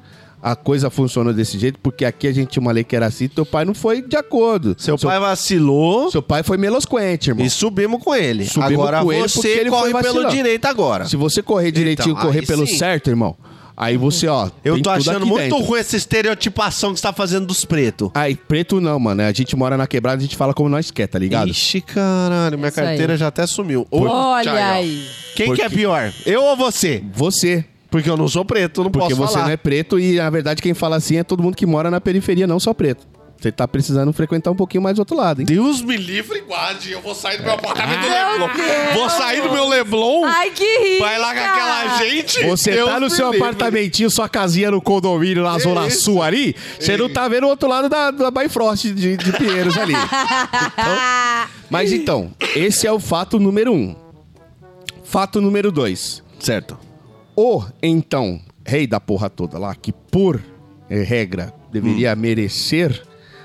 S4: a coisa funcionou desse jeito porque aqui a gente tinha uma lei que era assim, teu pai não foi de acordo.
S3: Seu pai vacilou
S4: seu pai foi melosquente, irmão.
S3: e subimos com ele.
S4: Subimos
S3: agora
S4: com ele porque
S3: você
S4: ele foi
S3: corre pelo
S4: vacilão.
S3: direito agora.
S4: Se você correr direitinho,
S3: Então,
S4: correr
S3: aí
S4: pelo
S3: sim.
S4: certo, irmão, aí você, ó,
S3: Eu
S4: tem
S3: tô
S4: tudo
S3: achando
S4: aqui
S3: muito
S4: dentro.
S3: ruim essa estereotipação que você tá fazendo dos pretos.
S4: Aí, preto não, mano. né? A gente mora na quebrada, a gente fala como nós quer, tá ligado?
S3: Ixi, caralho, minha
S5: Isso aí.
S3: carteira já até sumiu. Ô,
S5: Olha
S3: tchau.
S5: aí.
S3: Quem que é pior? Eu ou você?
S4: Você,
S3: Porque eu não sou preto, não
S4: Porque
S3: posso
S4: você
S3: falar.
S4: não é preto e, na verdade, quem fala assim é todo mundo que mora na periferia, não só preto. Você tá precisando frequentar um pouquinho mais o outro lado, hein?
S3: Deus me livre, guarde. Eu vou sair do meu apartamento do Leblon. Vou sair do meu Leblon.
S5: Ai, que rico.
S3: vai lá com aquela gente.
S4: Você
S3: Deus
S4: tá no
S3: me
S4: seu
S3: livre.
S4: apartamentinho, sua casinha no condomínio, na Zona
S3: isso?
S4: Sul ali, você não tá vendo o outro lado da, da Bifrost de, de Pinheiros ali. Então, mas então, esse é o fato número um. Fato número dois.
S3: Certo.
S4: O, então, rei da porra toda lá, que por eh, regra deveria
S3: Hum.
S4: merecer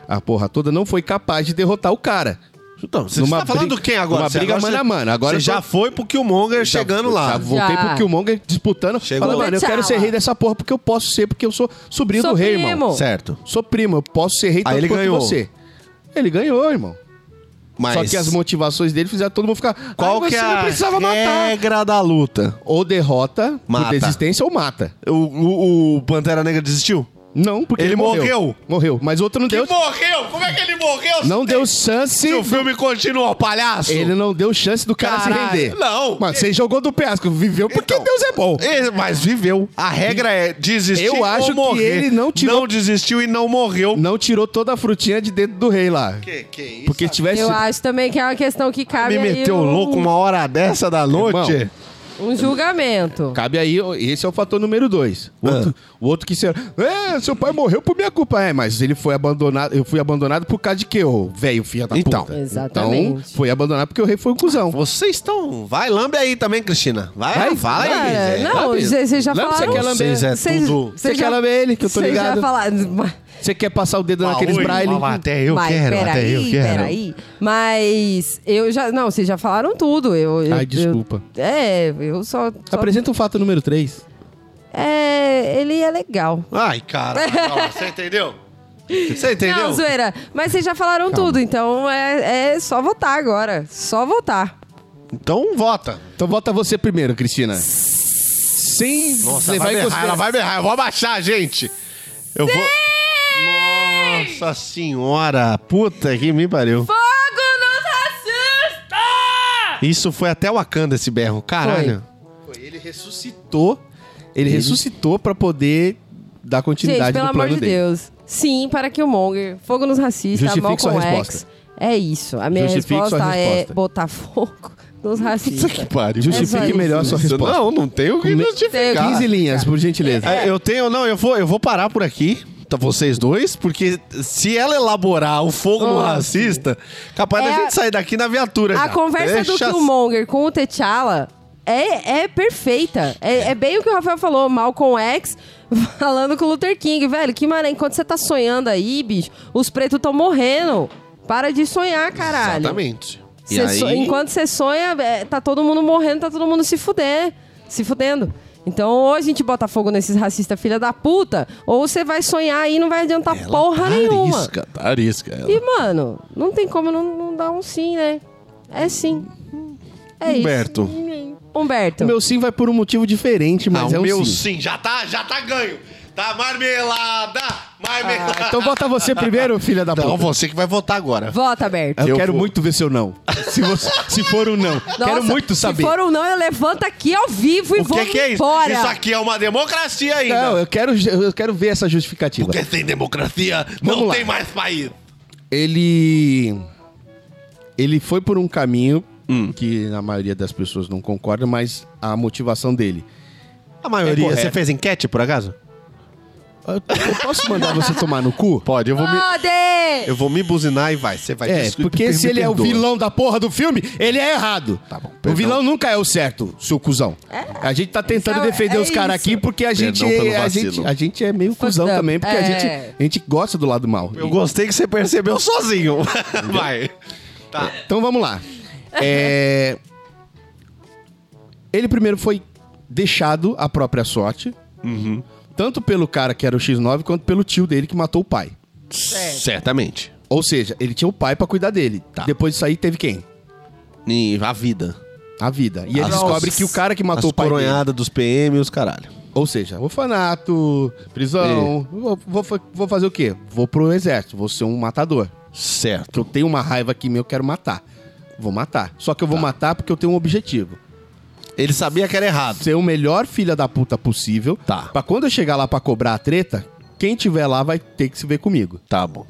S4: a porra toda, não foi capaz de derrotar o cara.
S3: Então, você
S4: Numa
S3: tá falando
S4: briga-
S3: do quem agora?
S4: numa
S3: Você
S4: briga
S3: agora
S4: mano
S3: você-
S4: a mano. Agora
S3: você
S4: eu tô-
S3: já foi pro Killmonger
S4: Já-
S3: chegando lá.
S4: Já voltei
S5: Já.
S4: pro Killmonger disputando.
S3: Chegou.
S4: Falando, mano, eu quero ser rei dessa porra porque eu posso ser, porque eu sou sobrinho
S5: Sou
S4: do rei,
S5: primo.
S4: irmão.
S3: Certo.
S4: Sou primo, eu posso ser rei
S3: Aí
S4: tanto
S3: ele
S4: quanto
S3: ganhou.
S4: você. Ele ganhou, irmão.
S3: Mas
S4: Só que as motivações dele fizeram todo mundo ficar.
S3: qual que
S4: "Ai, você
S3: é
S4: não
S3: a
S4: precisava matar?
S3: regra da luta?
S4: Ou derrota
S3: Mata.
S4: por desistência ou mata.
S3: O, o- o Pantera Negra desistiu?
S4: Não, porque
S3: Ele
S4: ele,
S3: morreu.
S4: Morreu. Mas outro não deu.
S3: morreu! Como é que ele morreu?
S4: Não deu chance.
S3: Se o filme continuou, palhaço!
S4: Ele não deu chance do cara
S3: Caralho,
S4: se render.
S3: não.
S4: Mano, você jogou do penhasco. Viveu porque
S3: Então.
S4: Deus é bom.
S3: Ele- mas viveu. A regra é desistir
S4: Eu acho
S3: ou
S4: que
S3: morrer.
S4: ele não tirou-
S3: desistiu e não morreu.
S4: não tirou toda a frutinha de dentro do rei lá.
S3: Que, que isso?
S4: Porque tivesse.
S5: Eu acho também que é uma questão que cabe
S3: Me
S5: aí
S3: meteu
S5: o-
S3: louco uma hora dessa da noite.
S4: Irmão,
S5: Um julgamento.
S4: Cabe aí, esse é o fator número dois. O, outro, o outro que será. É, seu pai morreu por minha culpa. É, mas ele foi abandonado. Eu fui abandonado por causa de quê, ô velho filha da
S6: Então.
S4: puta? Então,
S5: Exatamente.
S4: foi abandonado porque o rei foi um cuzão.
S3: Vocês estão. Vai, lambe aí também, Cristina. Vai,
S4: Vai,
S3: fala aí.
S5: Cara,
S3: velho.
S5: é, não, vocês já
S4: Lembra que você
S5: falaram.
S4: quer lamber?
S3: Vocês é
S5: Vocês-
S3: tudo.
S5: vocês
S4: Você
S5: já-
S4: quer lamber ele, que eu tô
S5: vocês
S4: ligado.
S5: Já falaram.
S4: Você quer passar o dedo naqueles
S3: Oi,
S4: braille?
S3: mamá, Até eu
S5: Mas
S3: quero, até eu
S5: peraí,
S3: quero.
S5: peraí. Mas eu já. Não, vocês já falaram tudo. Eu, eu-
S4: Ai,
S5: eu-
S4: desculpa.
S5: é, eu só. só-
S4: Apresenta o fato número três.
S5: é, ele é legal.
S3: Ai, cara, você entendeu? Você entendeu?
S5: Não, zoeira. Mas vocês já falaram tudo, então é, é só votar agora. Só votar.
S3: Então vota.
S4: Então vota você primeiro, Cristina.
S3: Sim. Nossa,
S4: levar
S3: vai
S4: em
S3: berrar,
S4: consideração-
S3: ela vai berrar. Eu vou abaixar, gente. Eu vou... Nossa senhora. Puta que me pariu.
S5: Fogo nos racistas!
S3: Isso foi até Wakanda esse berro. Caralho.
S4: Ele ressuscitou. Ele, ressuscitou pra poder dar continuidade
S5: Gente, pelo
S4: no plano
S5: amor de
S4: dele.
S5: Deus. Sim, para que o Monger. Fogo nos racistas,
S4: Justifique sua
S5: Malcolm X.
S4: resposta.
S5: É isso. A minha
S4: Justifique sua
S5: resposta é
S4: resposta.
S5: botar fogo nos racistas.
S3: pariu.
S5: É só
S4: Justifique
S5: isso.
S4: melhor a sua resposta.
S3: Não, não tem o que
S4: Me-
S3: justificar.
S4: 15 linhas, por gentileza.
S3: É, Eu tenho, não, eu vou, eu vou parar por aqui, tá, vocês dois, porque se ela elaborar o fogo no
S5: Nossa.
S3: racista, capaz da
S5: É-
S3: gente sair daqui na viatura.
S5: A
S3: já.
S5: conversa do
S3: Deixa-
S5: Killmonger com o T'Challa é, é perfeita. É, é bem o que o Rafael falou, Malcolm X falando com o Luther King. Velho, que maré, enquanto você tá sonhando aí, bicho, os pretos estão morrendo. Para de sonhar, caralho.
S3: Exatamente. E
S5: Cê
S3: aí-
S5: so- enquanto você sonha, é, tá todo mundo morrendo, tá todo mundo se fuder, se fudendo. Então, ou a gente bota fogo nesses racistas filha da puta, ou você vai sonhar aí e não vai adiantar
S3: Ela
S4: tá
S5: porra nenhuma.
S3: Tarisca, tarisca. Ela.
S5: E, mano, não tem como não, não dar um sim, né? É sim. É
S3: Humberto.
S5: isso. Humberto.
S4: O meu sim vai por um motivo diferente,
S3: Ah,
S4: mas é
S3: o
S4: um
S3: meu
S4: sim.
S3: sim. já tá, já tá ganho. Tá marmelada, marmelada.
S4: Ah, então vota você primeiro, filha da
S3: Então
S4: puta.
S3: você que vai votar agora.
S5: Vota, Humberto.
S4: Eu,
S3: Eu
S4: quero
S3: vou.
S4: muito ver seu não. Se, você- se for um não. quero
S5: Nossa,
S4: muito
S5: Se
S4: saber.
S5: for um ou não, eu levanto aqui ao vivo e
S3: O
S5: vou
S3: que, que é isso?
S5: embora.
S3: Isso aqui é uma democracia ainda.
S4: Não, eu quero, eu quero ver essa justificativa.
S3: Porque sem democracia não
S4: Vamos lá.
S3: tem mais país.
S4: Ele. Ele foi por um caminho
S3: Hum.
S4: que a maioria das pessoas não concorda, mas a motivação dele.
S3: A maioria.
S4: correto.
S3: você fez enquete, por acaso?
S4: Eu, eu posso mandar você tomar no cu?
S3: Pode, eu vou me,
S5: Foda!
S3: é eu vou me buzinar e vai. Você vai
S4: É,
S3: desculpe,
S4: porque
S3: me
S4: se ele é o
S3: perdoa.
S4: vilão da porra do filme, ele é errado.
S3: Tá bom,
S4: o
S3: perdão.
S4: vilão nunca é o certo, seu cuzão. A gente tá tentando
S5: É? Então,
S4: defender
S5: é
S4: os caras
S5: isso.
S4: aqui porque a gente,
S3: Perdão pelo
S4: a,
S3: vacilo.
S4: gente, a gente é meio cuzão
S5: up.
S4: também, porque
S5: É.
S4: a, gente, a gente gosta do lado mal.
S3: Eu gostei que você percebeu sozinho. vai. Tá.
S4: Então vamos lá. É, Ele primeiro foi deixado à própria sorte,
S3: Uhum.
S4: tanto pelo cara que era o X9, quanto pelo tio dele que matou o pai.
S3: Certamente.
S4: Ou seja, ele tinha o pai pra cuidar dele.
S3: Tá.
S4: Depois disso aí teve quem?
S3: E a vida.
S4: A vida. E ele
S3: As-
S4: descobre que o cara que matou
S3: As
S4: o pai dele,
S3: coronhadas dos PM e os caralho.
S4: ou seja, orfanato, prisão,
S3: É.
S4: vou, vou fa- vou fazer o quê? Vou pro exército, vou ser um matador.
S3: Certo.
S4: Que eu tenho uma raiva aqui minha, eu quero matar. Vou matar. Só que eu vou
S3: Tá.
S4: matar porque eu tenho um objetivo.
S3: Ele sabia que era errado.
S4: ser o melhor filha da puta possível.
S3: Tá.
S4: Pra quando eu chegar lá pra cobrar a treta, quem tiver lá vai ter que se ver comigo.
S3: Tá bom.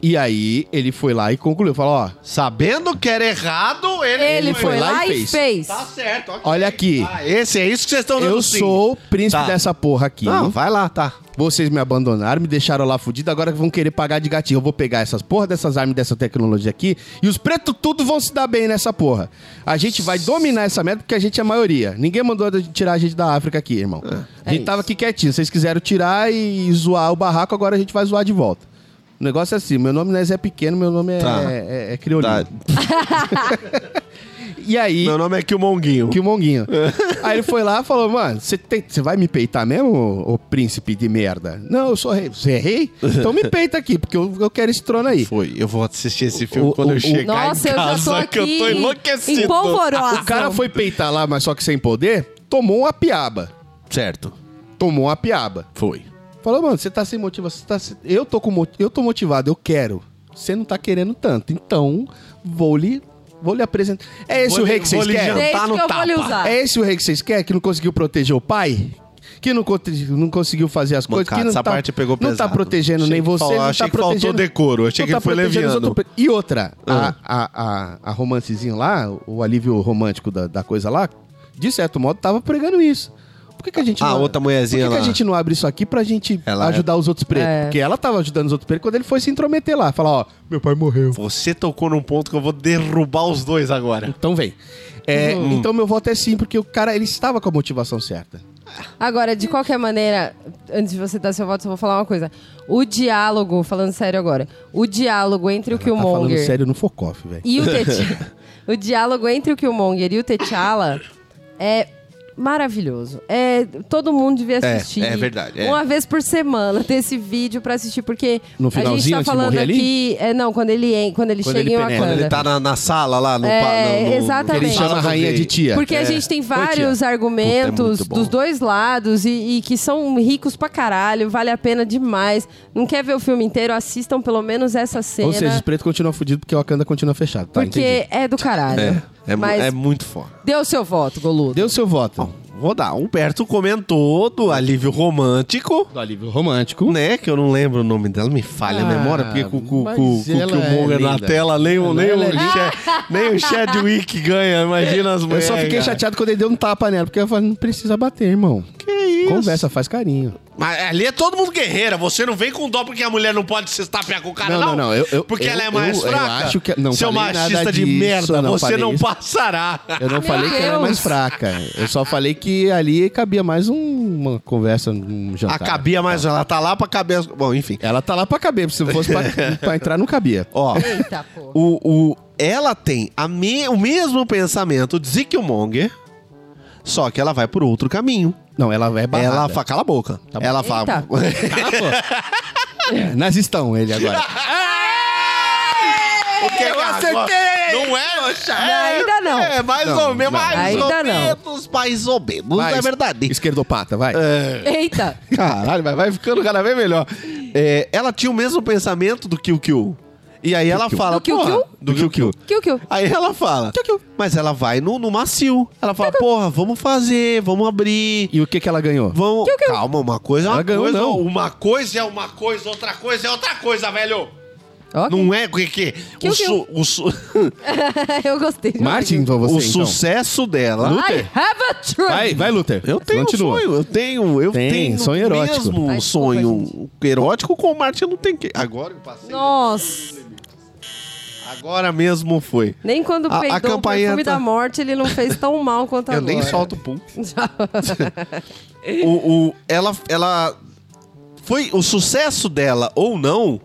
S4: E aí ele foi lá e concluiu, falou, ó,
S3: Sabendo que era errado, ele,
S5: Ele foi, lá, e fez.
S3: Tá certo. ok.
S4: olha aqui,
S3: Ah, esse é isso que vocês estão dando
S4: eu
S3: sim.
S4: sou o príncipe
S3: Tá.
S4: dessa porra aqui.
S3: Não, vai lá, tá.
S4: Vocês me abandonaram, me deixaram lá fudido, agora vão querer pagar de gatinho. Eu vou pegar essas porra dessas armas, dessa tecnologia aqui, e os pretos tudo vão se dar bem nessa porra. A gente vai dominar essa merda porque a gente é a maioria. Ninguém mandou a gente tirar a gente da África aqui, irmão.
S3: É.
S4: a gente tava aqui quietinho. Vocês quiseram tirar e zoar o barraco, agora a gente vai zoar de volta. O negócio é assim, meu nome não é Zé Pequeno, meu nome é,
S3: Tá.
S4: é, é Criolino.
S3: Tá.
S4: E aí...
S3: Meu nome é Kilmonguinho.
S4: Que o Monguinho.
S3: É.
S4: Aí ele foi lá e falou, mano, você tem- você vai me peitar mesmo, ô, ô príncipe de merda? Não, eu sou rei. Você é rei? Então me peita aqui, porque eu, eu quero esse trono aí.
S3: Foi, eu vou assistir esse filme
S4: O-
S3: quando
S4: o-
S3: eu
S4: o-
S3: chegar
S5: Nossa,
S3: em
S5: eu já
S3: casa,
S5: tô aqui
S3: que eu tô enlouquecido.
S5: em polvorosa.
S4: O cara foi peitar lá, mas só que sem poder, tomou uma piaba.
S3: Certo,
S4: Tomou uma piaba.
S3: foi.
S4: Falou, mano, você tá sem motivação. você tá se- eu, tô com mo- eu tô motivado, eu quero. Você não tá querendo tanto. Então, vou lhe, vou lhe apresentar. É esse
S3: Vou
S4: o rei
S3: lhe-
S4: que
S3: vou
S4: vocês
S3: lhe
S4: querem?
S3: jantar.
S5: Desde
S3: Tá no
S5: que eu vou lhe
S3: tapa.
S5: usar.
S4: É esse o rei que vocês querem? Que não conseguiu proteger o pai? Que não, conte- não conseguiu fazer as coisas?
S3: Mancada,
S4: Que não
S3: essa
S4: tá,
S3: parte pegou
S4: Não tá
S3: pesado.
S4: protegendo
S3: Achei
S4: nem
S3: que
S4: você,
S3: fal-
S4: não tá
S3: achei que
S4: protegendo...
S3: faltou decoro, achei
S4: não tá
S3: que ele foi
S4: protegendo os
S3: leviano.
S4: outros pre- E outra,
S3: Ah.
S4: a, a, a, a romancezinho lá, o alívio romântico da, da coisa lá, de certo modo, tava pregando isso. Por que, que a gente
S3: Ah,
S4: não...
S3: outra mulherzinha
S4: Por que, que
S3: lá.
S4: a gente não abre isso aqui pra gente
S3: Ela é-
S4: ajudar os outros pretos? Porque ela tava ajudando os outros pretos quando ele foi se intrometer lá. Falar, ó, meu pai morreu.
S3: Você tocou num ponto que eu vou derrubar os dois agora.
S4: Então vem. É,
S3: Hum.
S4: Então meu voto é sim, porque o cara, ele estava com a motivação certa.
S5: Agora, de qualquer maneira, antes de você dar seu voto, só vou falar uma coisa. O diálogo, falando sério agora, o diálogo entre o
S4: Tá falando
S5: Killmonger
S4: sério no Focoff, velho.
S5: e o T'Challa, o diálogo entre o Killmonger e o T'Challa é maravilhoso. É, todo mundo devia
S3: É,
S5: assistir.
S3: é verdade, é.
S5: Uma vez por semana ter esse vídeo pra assistir, porque
S4: No
S5: a gente
S4: finalzinho,
S5: tá
S4: antes de
S5: falando
S4: morrer ali?
S5: aqui, é não, quando ele en- quando ele
S4: Quando ele
S5: chega em
S4: penetra.
S5: Wakanda.
S4: Quando
S3: Ele tá na, na sala lá, no,
S5: É,
S3: pa- no- no-
S5: exatamente.
S4: Ele chama a rainha de tia.
S5: Porque a gente tem
S4: é
S5: vários argumentos dos dois lados e, e que são ricos pra caralho, vale a pena demais. Não quer ver o filme inteiro? Assistam pelo menos essa cena.
S4: Ou seja, os pretos continuam fudidos porque o Wakanda continua fechado, tá?
S5: porque
S4: Entendi.
S5: é do caralho.
S3: É, mu-
S5: Mas
S3: é muito foda.
S5: dê o seu voto, Goludo.
S4: Deu seu voto.
S3: Vou dar. Humberto comentou do alívio romântico.
S4: Do alívio romântico.
S3: Né, que eu não lembro o nome dela, me falha a
S4: Ah,
S3: memória, porque com com-
S4: mas
S3: com- com o
S4: ela é
S3: Killmonger na
S4: linda.
S3: tela, nem, o- nem,
S4: Ela é
S3: o, Chad, nem o Chadwick ganha, imagina as
S4: Eu
S3: mulheres.
S4: só fiquei
S3: cara.
S4: chateado quando ele deu um tapa nela, porque eu falei, não precisa bater, irmão.
S3: Que isso?
S4: Conversa, faz carinho.
S3: Mas ali é todo mundo guerreira. Você não vem com dó porque a mulher não pode se estapear com o cara, não.
S4: Não, não, não, eu- eu-
S3: porque
S4: eu-
S3: ela é mais
S4: eu- eu
S3: fraca.
S4: acho que- não
S3: Seu
S4: falei
S3: machista
S4: nada
S3: de
S4: disso,
S3: merda,
S4: não
S3: você
S4: falei
S3: não
S4: isso.
S3: passará.
S4: Eu não falei que ela é
S5: Deus.
S4: mais fraca. Eu só falei que ali cabia mais um- uma conversa, um jantar.
S3: A cabia mais... Ela tá lá pra cabeça... Bom, enfim.
S4: Ela tá lá pra caber, se fosse pra, pra entrar, não cabia.
S3: Ó,
S5: Eita, pô.
S3: o, o, ela tem a me- o mesmo pensamento de Zikilmonger, só que ela vai por outro caminho.
S4: Não, ela é barrada.
S3: Ela fala... Cala a boca. ela fala...
S4: É, nazistão ele agora.
S3: O que é que
S4: Eu
S3: ela-
S4: acertei!
S3: Não é,
S5: ainda não.
S3: É, mais
S4: Não,
S3: ou menos,
S4: não.
S3: mais
S5: Ainda
S3: ou
S5: não.
S3: menos, mais ou menos,
S4: Vai,
S3: é verdade. É.
S4: Esquerdopata, vai.
S5: Eita.
S3: Caralho, mas vai ficando cada vez melhor. É, ela tinha o mesmo pensamento do Kill Kill. E aí ela fala.
S5: Do Kill
S3: porra,
S5: Kill?
S3: Do Kill Kill.
S5: Kill Kill.
S3: Aí ela fala. Mas ela vai no, no macio. Ela fala, porra, vamos fazer, vamos abrir.
S4: E o que que ela ganhou?
S3: Vamos. Calma, uma coisa é uma
S4: Ela ganhou,
S3: coisa.
S4: não.
S3: Uma coisa é uma coisa, outra coisa é outra coisa, velho.
S5: Ok.
S3: Não é que. que
S5: Kill
S3: o, su- o su-
S5: É, Eu gostei.
S4: Martin, pra você,
S3: o
S4: então.
S3: sucesso dela.
S5: I have a truth.
S4: Vai, vai, Luther.
S3: Eu tenho
S4: Continua.
S3: um sonho, eu tenho, eu
S4: Tem,
S3: tenho
S4: sonho erótico.
S3: mesmo um
S5: Ai, desculpa,
S3: sonho erótico com o Martin não tem que. Agora eu passei.
S5: Nossa.
S3: Agora mesmo foi.
S5: Nem quando
S3: A- a
S5: peidou o
S3: campanha
S5: perfume
S3: tá-
S5: da morte, ele não fez tão mal quanto
S3: eu
S5: agora.
S3: nem solto o pum. o, o- ela, ela foi o sucesso dela ou não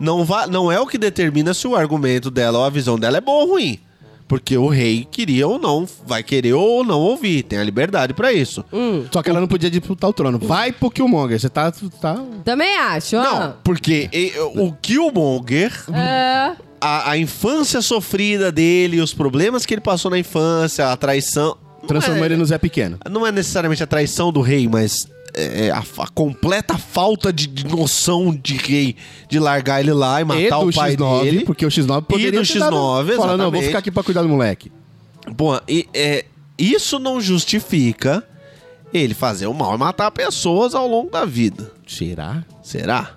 S3: não va, não é o que determina se o argumento dela ou a visão dela é boa ou ruim. Porque o rei queria ou não, vai querer ou não ouvir, tem a liberdade pra isso.
S4: Só que ela não podia disputar o trono. Vai pro Killmonger. Você tá, tá...
S5: Também acho, ah. ó.
S3: Não, porque e- o Killmonger
S5: É.
S3: a, a infância sofrida dele, os problemas que ele passou na infância, a traição.
S4: Transformou
S3: não é,
S4: ele no Zé Pequeno.
S3: Não é necessariamente a traição do rei, mas é, é a, fa- completa falta de, de noção de rei de largar ele lá e matar
S4: e do
S3: o pai
S4: X9,
S3: dele.
S4: porque o X9 poderia
S3: do
S4: ter dado-
S3: X9,
S4: Fala, não, eu vou
S3: exatamente.
S4: ficar aqui pra cuidar do moleque.
S3: Bom, e, é, isso não justifica ele fazer o mal e matar pessoas ao longo da vida.
S4: Será?
S3: Será?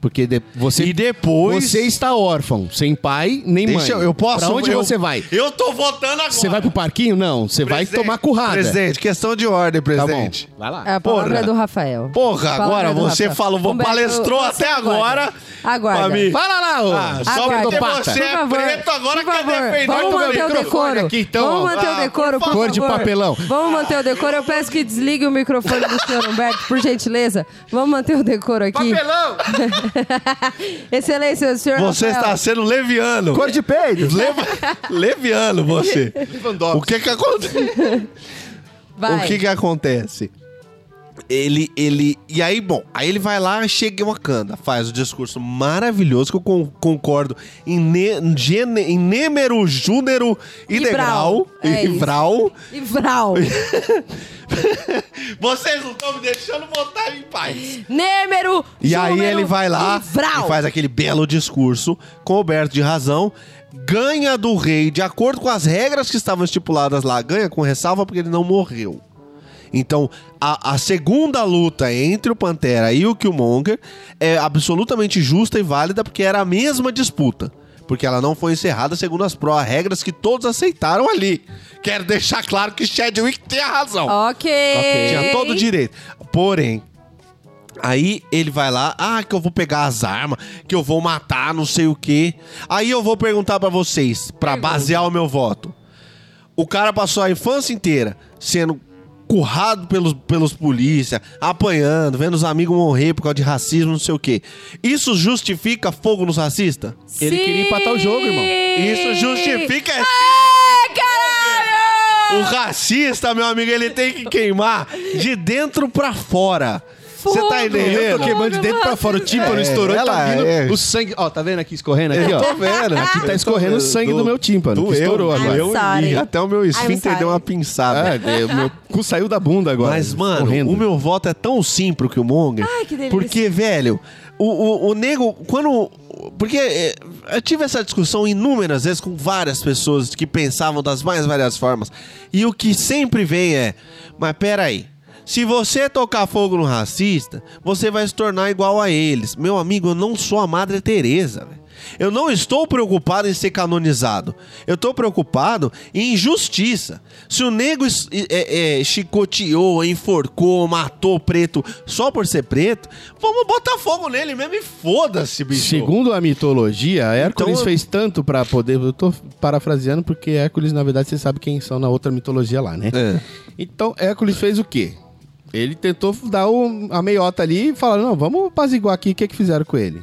S4: Porque de- você...
S3: e depois.
S4: Você está órfão, sem pai nem
S3: Deixa eu-
S4: mãe.
S3: eu posso.
S4: Pra onde
S3: eu-
S4: você vai?
S3: Eu tô votando agora.
S4: Você vai pro parquinho? Não, você vai
S3: Presidente,
S4: tomar currada.
S3: Presidente, questão de ordem,
S4: Tá
S3: presidente.
S4: bom, vai lá.
S5: É a palavra
S3: Porra.
S5: do Rafael.
S3: Porra,
S5: Palavra é
S3: agora
S5: do
S3: você
S5: Rafael.
S3: falou, vou-
S5: Humberto,
S3: palestrou
S5: você
S3: até
S5: aguarda.
S3: agora
S5: Aguarda.
S3: pra mim.
S4: Fala lá, ô!
S3: Ah, só
S5: Aguarda.
S3: porque
S4: Psicopata.
S3: você
S5: Por
S3: é
S5: favor,
S3: preto agora
S5: por
S3: quer
S5: favor,
S3: defender
S5: Vamos
S3: o
S5: manter o
S3: microfone.
S5: decoro.
S4: aqui, então, ó.
S5: Vamos manter o
S3: Ah,
S5: decoro,
S3: por
S5: por
S4: Cor de
S5: favor.
S4: papelão.
S5: Vamos manter o decoro. Eu peço que desligue o microfone do senhor Humberto, por gentileza. Vamos manter o decoro aqui.
S3: Papelão!
S5: Excelência, senhor
S3: Você
S5: Rafael.
S3: está sendo leviano.
S4: Cor de peido.
S3: Leva- leviano você. O que que acontece?
S5: Vai.
S3: O que que acontece? Ele, ele... E aí, bom, aí ele vai lá, chega em Wakanda, faz o discurso maravilhoso que eu con- concordo em, ne, gene, em número, júnero, integral,
S5: Ibral. É isso.
S3: ibral.
S5: E Vral.
S3: Vocês não estão me deixando votar em paz.
S5: Nêmero.
S3: E aí
S5: Júmero
S3: ele vai lá
S5: e Vral.
S3: e faz aquele belo discurso, coberto de razão, ganha do rei de acordo com as regras que estavam estipuladas lá, ganha com ressalva porque ele não morreu. Então, a, a segunda luta entre o Pantera e o Killmonger é absolutamente justa e válida porque era a mesma disputa. porque ela não foi encerrada segundo as pró regras que todos aceitaram ali. Quero deixar claro que Chadwick tem a razão.
S5: Ok. Uhum.
S3: Tinha todo o direito. Porém, aí ele vai lá, ah, que eu vou pegar as armas, que eu vou matar, não sei o quê. Aí eu vou perguntar pra vocês, pra basear o meu voto. O cara passou a infância inteira sendo currado pelos, pelos polícia, apanhando, vendo os amigos morrer por causa de racismo, não sei o quê. Isso justifica fogo nos racistas?
S4: Ele queria empatar o jogo, irmão.
S3: Isso justifica esse
S5: Ai, caralho!
S3: O racista, meu amigo, ele tem que queimar de dentro pra fora. Você tá
S4: Eu tô
S3: entendendo?
S4: queimando de dentro pra fora. O tímpano
S3: É,
S4: estourou e tá
S3: ela
S4: vindo
S3: é.
S4: o sangue. Ó, tá vendo aqui escorrendo aqui, ó?
S3: vendo.
S4: Aqui tá escorrendo o sangue do meu tímpano. que estourou agora.
S5: Doeu. I'm sorry.
S3: E até o meu esfíncter
S5: sorry.
S3: deu uma pinçada.
S4: Ah, de- o meu cu saiu da bunda agora.
S3: Mas, mano,
S4: escorrendo.
S3: o meu voto é tão sim pro Killmonger.
S5: Ai, que delícia.
S3: Porque, velho, o, o, o nego, quando. Porque é, eu tive essa discussão inúmeras vezes com várias pessoas que pensavam das mais variadas formas. E o que sempre vem é: mas peraí. Se você tocar fogo no racista, você vai se tornar igual a eles. Meu amigo, eu não sou a Madre Teresa, velho. Eu não estou preocupado em ser canonizado. Eu estou preocupado em justiça. Se o nego es- é- é, chicoteou, enforcou, matou o preto só por ser preto, vamos botar fogo nele mesmo e foda-se, bicho.
S4: Segundo a mitologia, Hércules
S3: Então-
S4: fez tanto pra poder. Eu tô parafraseando porque Hércules, na verdade, você sabe quem são na outra mitologia lá, né?
S3: É.
S4: Então, Hércules fez o quê? Ele tentou dar o- a meiota ali e falar: não, vamos apaziguar aqui. O que, que fizeram com ele?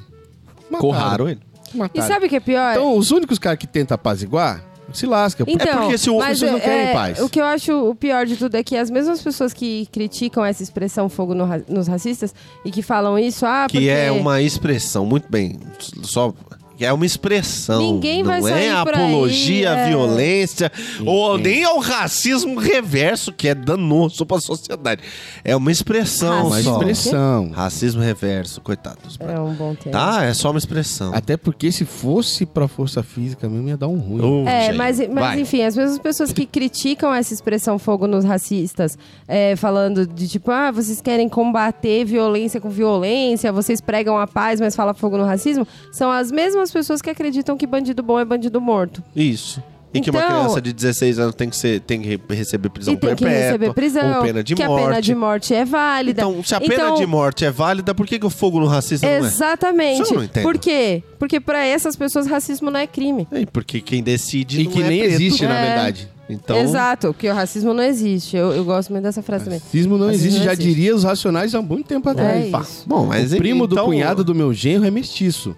S4: Mataram.
S3: Corraram ele.
S5: E
S4: Mataram.
S5: sabe o que é pior?
S4: Então, os únicos caras que tentam apaziguar se lasca.
S5: Então,
S3: é porque se o-
S5: mas
S4: vocês não
S5: é-
S4: querem paz.
S5: O que eu acho o pior de tudo é que as mesmas pessoas que criticam essa expressão fogo no ra- nos racistas e que falam isso, ah,
S3: Que
S5: porque
S3: é uma expressão, muito bem. Só. que É uma expressão.
S5: Ninguém vai
S3: não
S5: sair
S3: é
S5: por aí,
S3: apologia à
S5: é.
S3: violência, ou nem ao racismo reverso, que é danoso para a sociedade. É uma expressão
S4: Uma
S5: Racismo.
S3: só.
S4: expressão.
S3: Racismo reverso, coitados.
S5: é um bom termo.
S3: Tá, é só uma expressão.
S4: Até porque se fosse pra força física mesmo, ia dar um ruim.
S3: Ô,
S5: É,
S3: gente,
S5: mas, mas
S3: vai.
S5: enfim, as mesmas pessoas que criticam essa expressão fogo nos racistas, é, falando de tipo, ah, vocês querem combater violência com violência, vocês pregam a paz, mas falam fogo no racismo, são as mesmas pessoas que acreditam que bandido bom é bandido morto.
S3: Isso. E que uma
S5: Então-
S3: criança de 16 anos tem que, ser, tem que re- receber prisão
S5: e tem que
S3: perpétua.
S5: receber prisão,
S3: Ou pena de
S5: que
S3: morte.
S5: a pena de morte é válida.
S3: Então, se a pena de morte é válida, por que, que o fogo no racista
S5: Exatamente.
S3: Isso eu é. não entendo.
S5: Por quê? Porque pra essas pessoas racismo não é crime.
S3: não é? É, Porque quem decide
S4: E
S3: não
S4: que
S3: é
S4: nem
S3: preto.
S4: existe, na
S5: É.
S4: verdade.
S3: Então,
S5: Exato, que o racismo não existe. Eu, eu gosto muito dessa frase também.
S4: Racismo não
S5: Racismo
S4: existe,
S5: não
S4: já
S5: existe.
S4: diria os racionais há muito tempo atrás.
S5: É
S4: Pá.
S5: isso.
S3: Bom, mas
S4: o primo do
S3: então-
S4: cunhado do meu genro é mestiço.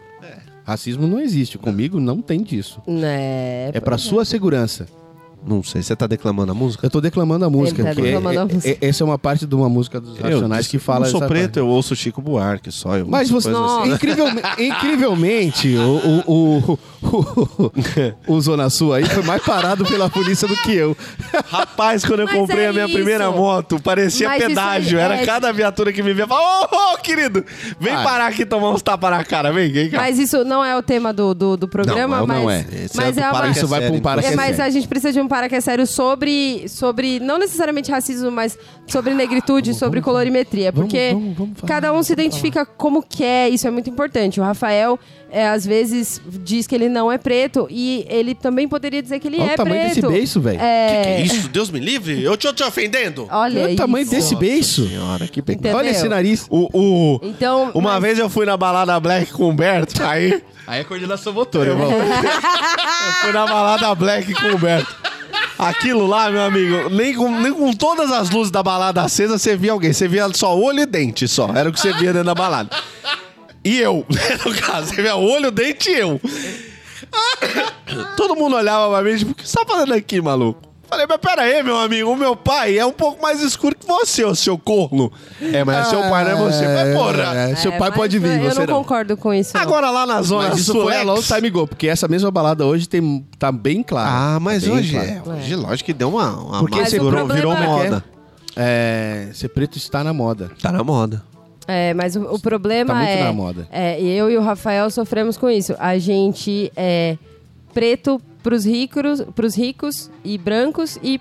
S4: Racismo não existe. Comigo não tem disso.
S5: Né?
S4: É pra sua segurança.
S3: Não sei, você tá declamando a música?
S4: Eu tô declamando a música.
S5: tá
S4: porque é-
S5: declamando a
S4: é-
S5: música.
S4: é- essa é uma parte de uma música dos Racionais que fala...
S3: Eu não sou
S4: essa
S3: preto,
S4: parte.
S3: eu ouço Chico Buarque só. Eu assim.
S4: Mas você... é um
S3: coisa
S5: Nossa.
S4: Incrivelme- incrivelmente, o, o, o, o, o Zona Sul aí foi mais parado pela polícia do que eu.
S3: Rapaz, quando eu
S5: Mas
S3: comprei
S5: é
S3: a minha
S5: isso.
S3: primeira moto, parecia
S5: Mas isso
S3: pedágio.
S5: aí é-
S3: Era cada viatura que me via, falava, ô, ô, querido, vem
S4: Ah.
S3: parar aqui e tomar uns tapas na cara, vem, vem cá.
S5: Mas isso não é o tema do, do, do programa,
S3: não,
S5: mas,
S3: não é. Esse
S5: mas
S3: é do
S5: uma-
S3: Para Que
S4: Isso vai
S3: Sério,
S4: pra um para
S5: é,
S4: que é
S5: mas
S4: sério.
S5: a gente precisa de um para que é sério sobre, sobre não necessariamente racismo, mas sobre negritude, sobre colorimetria, porque
S4: vamos, vamos falar,
S5: cada um se identifica como quer, isso é muito importante. O Rafael é, às vezes diz que ele não é preto e ele também poderia dizer que ele
S4: Olha
S5: é
S4: o tamanho
S5: preto.
S4: desse beiço, velho.
S5: É,
S3: Isso, Deus me livre, eu tô te ofendendo.
S5: olha
S4: Olha o tamanho
S5: é isso.
S4: desse beiço.
S3: Senhora, que pecado.
S5: Entendeu?
S4: Olha esse nariz.
S3: O, o-
S5: Então,
S3: uma
S5: mas-
S3: vez eu fui na balada Black com o Humberto, aí...
S4: Aí é coordenação motora, irmão.
S3: Foi na balada Black com o Humberto. Aquilo lá, meu amigo, nem com, nem com todas as luzes da balada acesa você via alguém. Você via só olho e dente só. Era o que você via dentro da balada. E eu, no caso, você via olho, dente e eu. Todo mundo olhava pra mim, tipo, o que você tá fazendo aqui, maluco? Falei, mas pera aí, meu amigo, o meu pai é um pouco mais escuro que você, ô seu corno. É, mas é seu pai, não é você. Mas, porra.
S4: É, seu
S5: É,
S4: pai
S5: mas
S4: pode vir,
S5: Eu
S4: você
S5: não,
S4: não.
S5: concordo com isso. não.
S3: Agora lá na zona
S4: Mas isso
S3: sul,
S4: foi tá a
S3: Lex,
S4: long time ago, porque essa mesma balada hoje tem, tá bem clara.
S3: Ah, mas
S4: Tá bem
S3: hoje,
S4: clara.
S3: é, hoje, lógico que deu uma, uma
S4: Porque
S3: má-
S5: esse
S3: virou,
S5: problema-
S3: virou
S5: Como é que
S3: moda.
S4: É, ser preto está na moda.
S3: Tá na moda.
S5: É, mas o, o problema
S4: Tá muito
S5: é,
S4: na moda.
S5: é, eu e o Rafael sofremos com isso. A gente é preto pros ricos, pros ricos e brancos e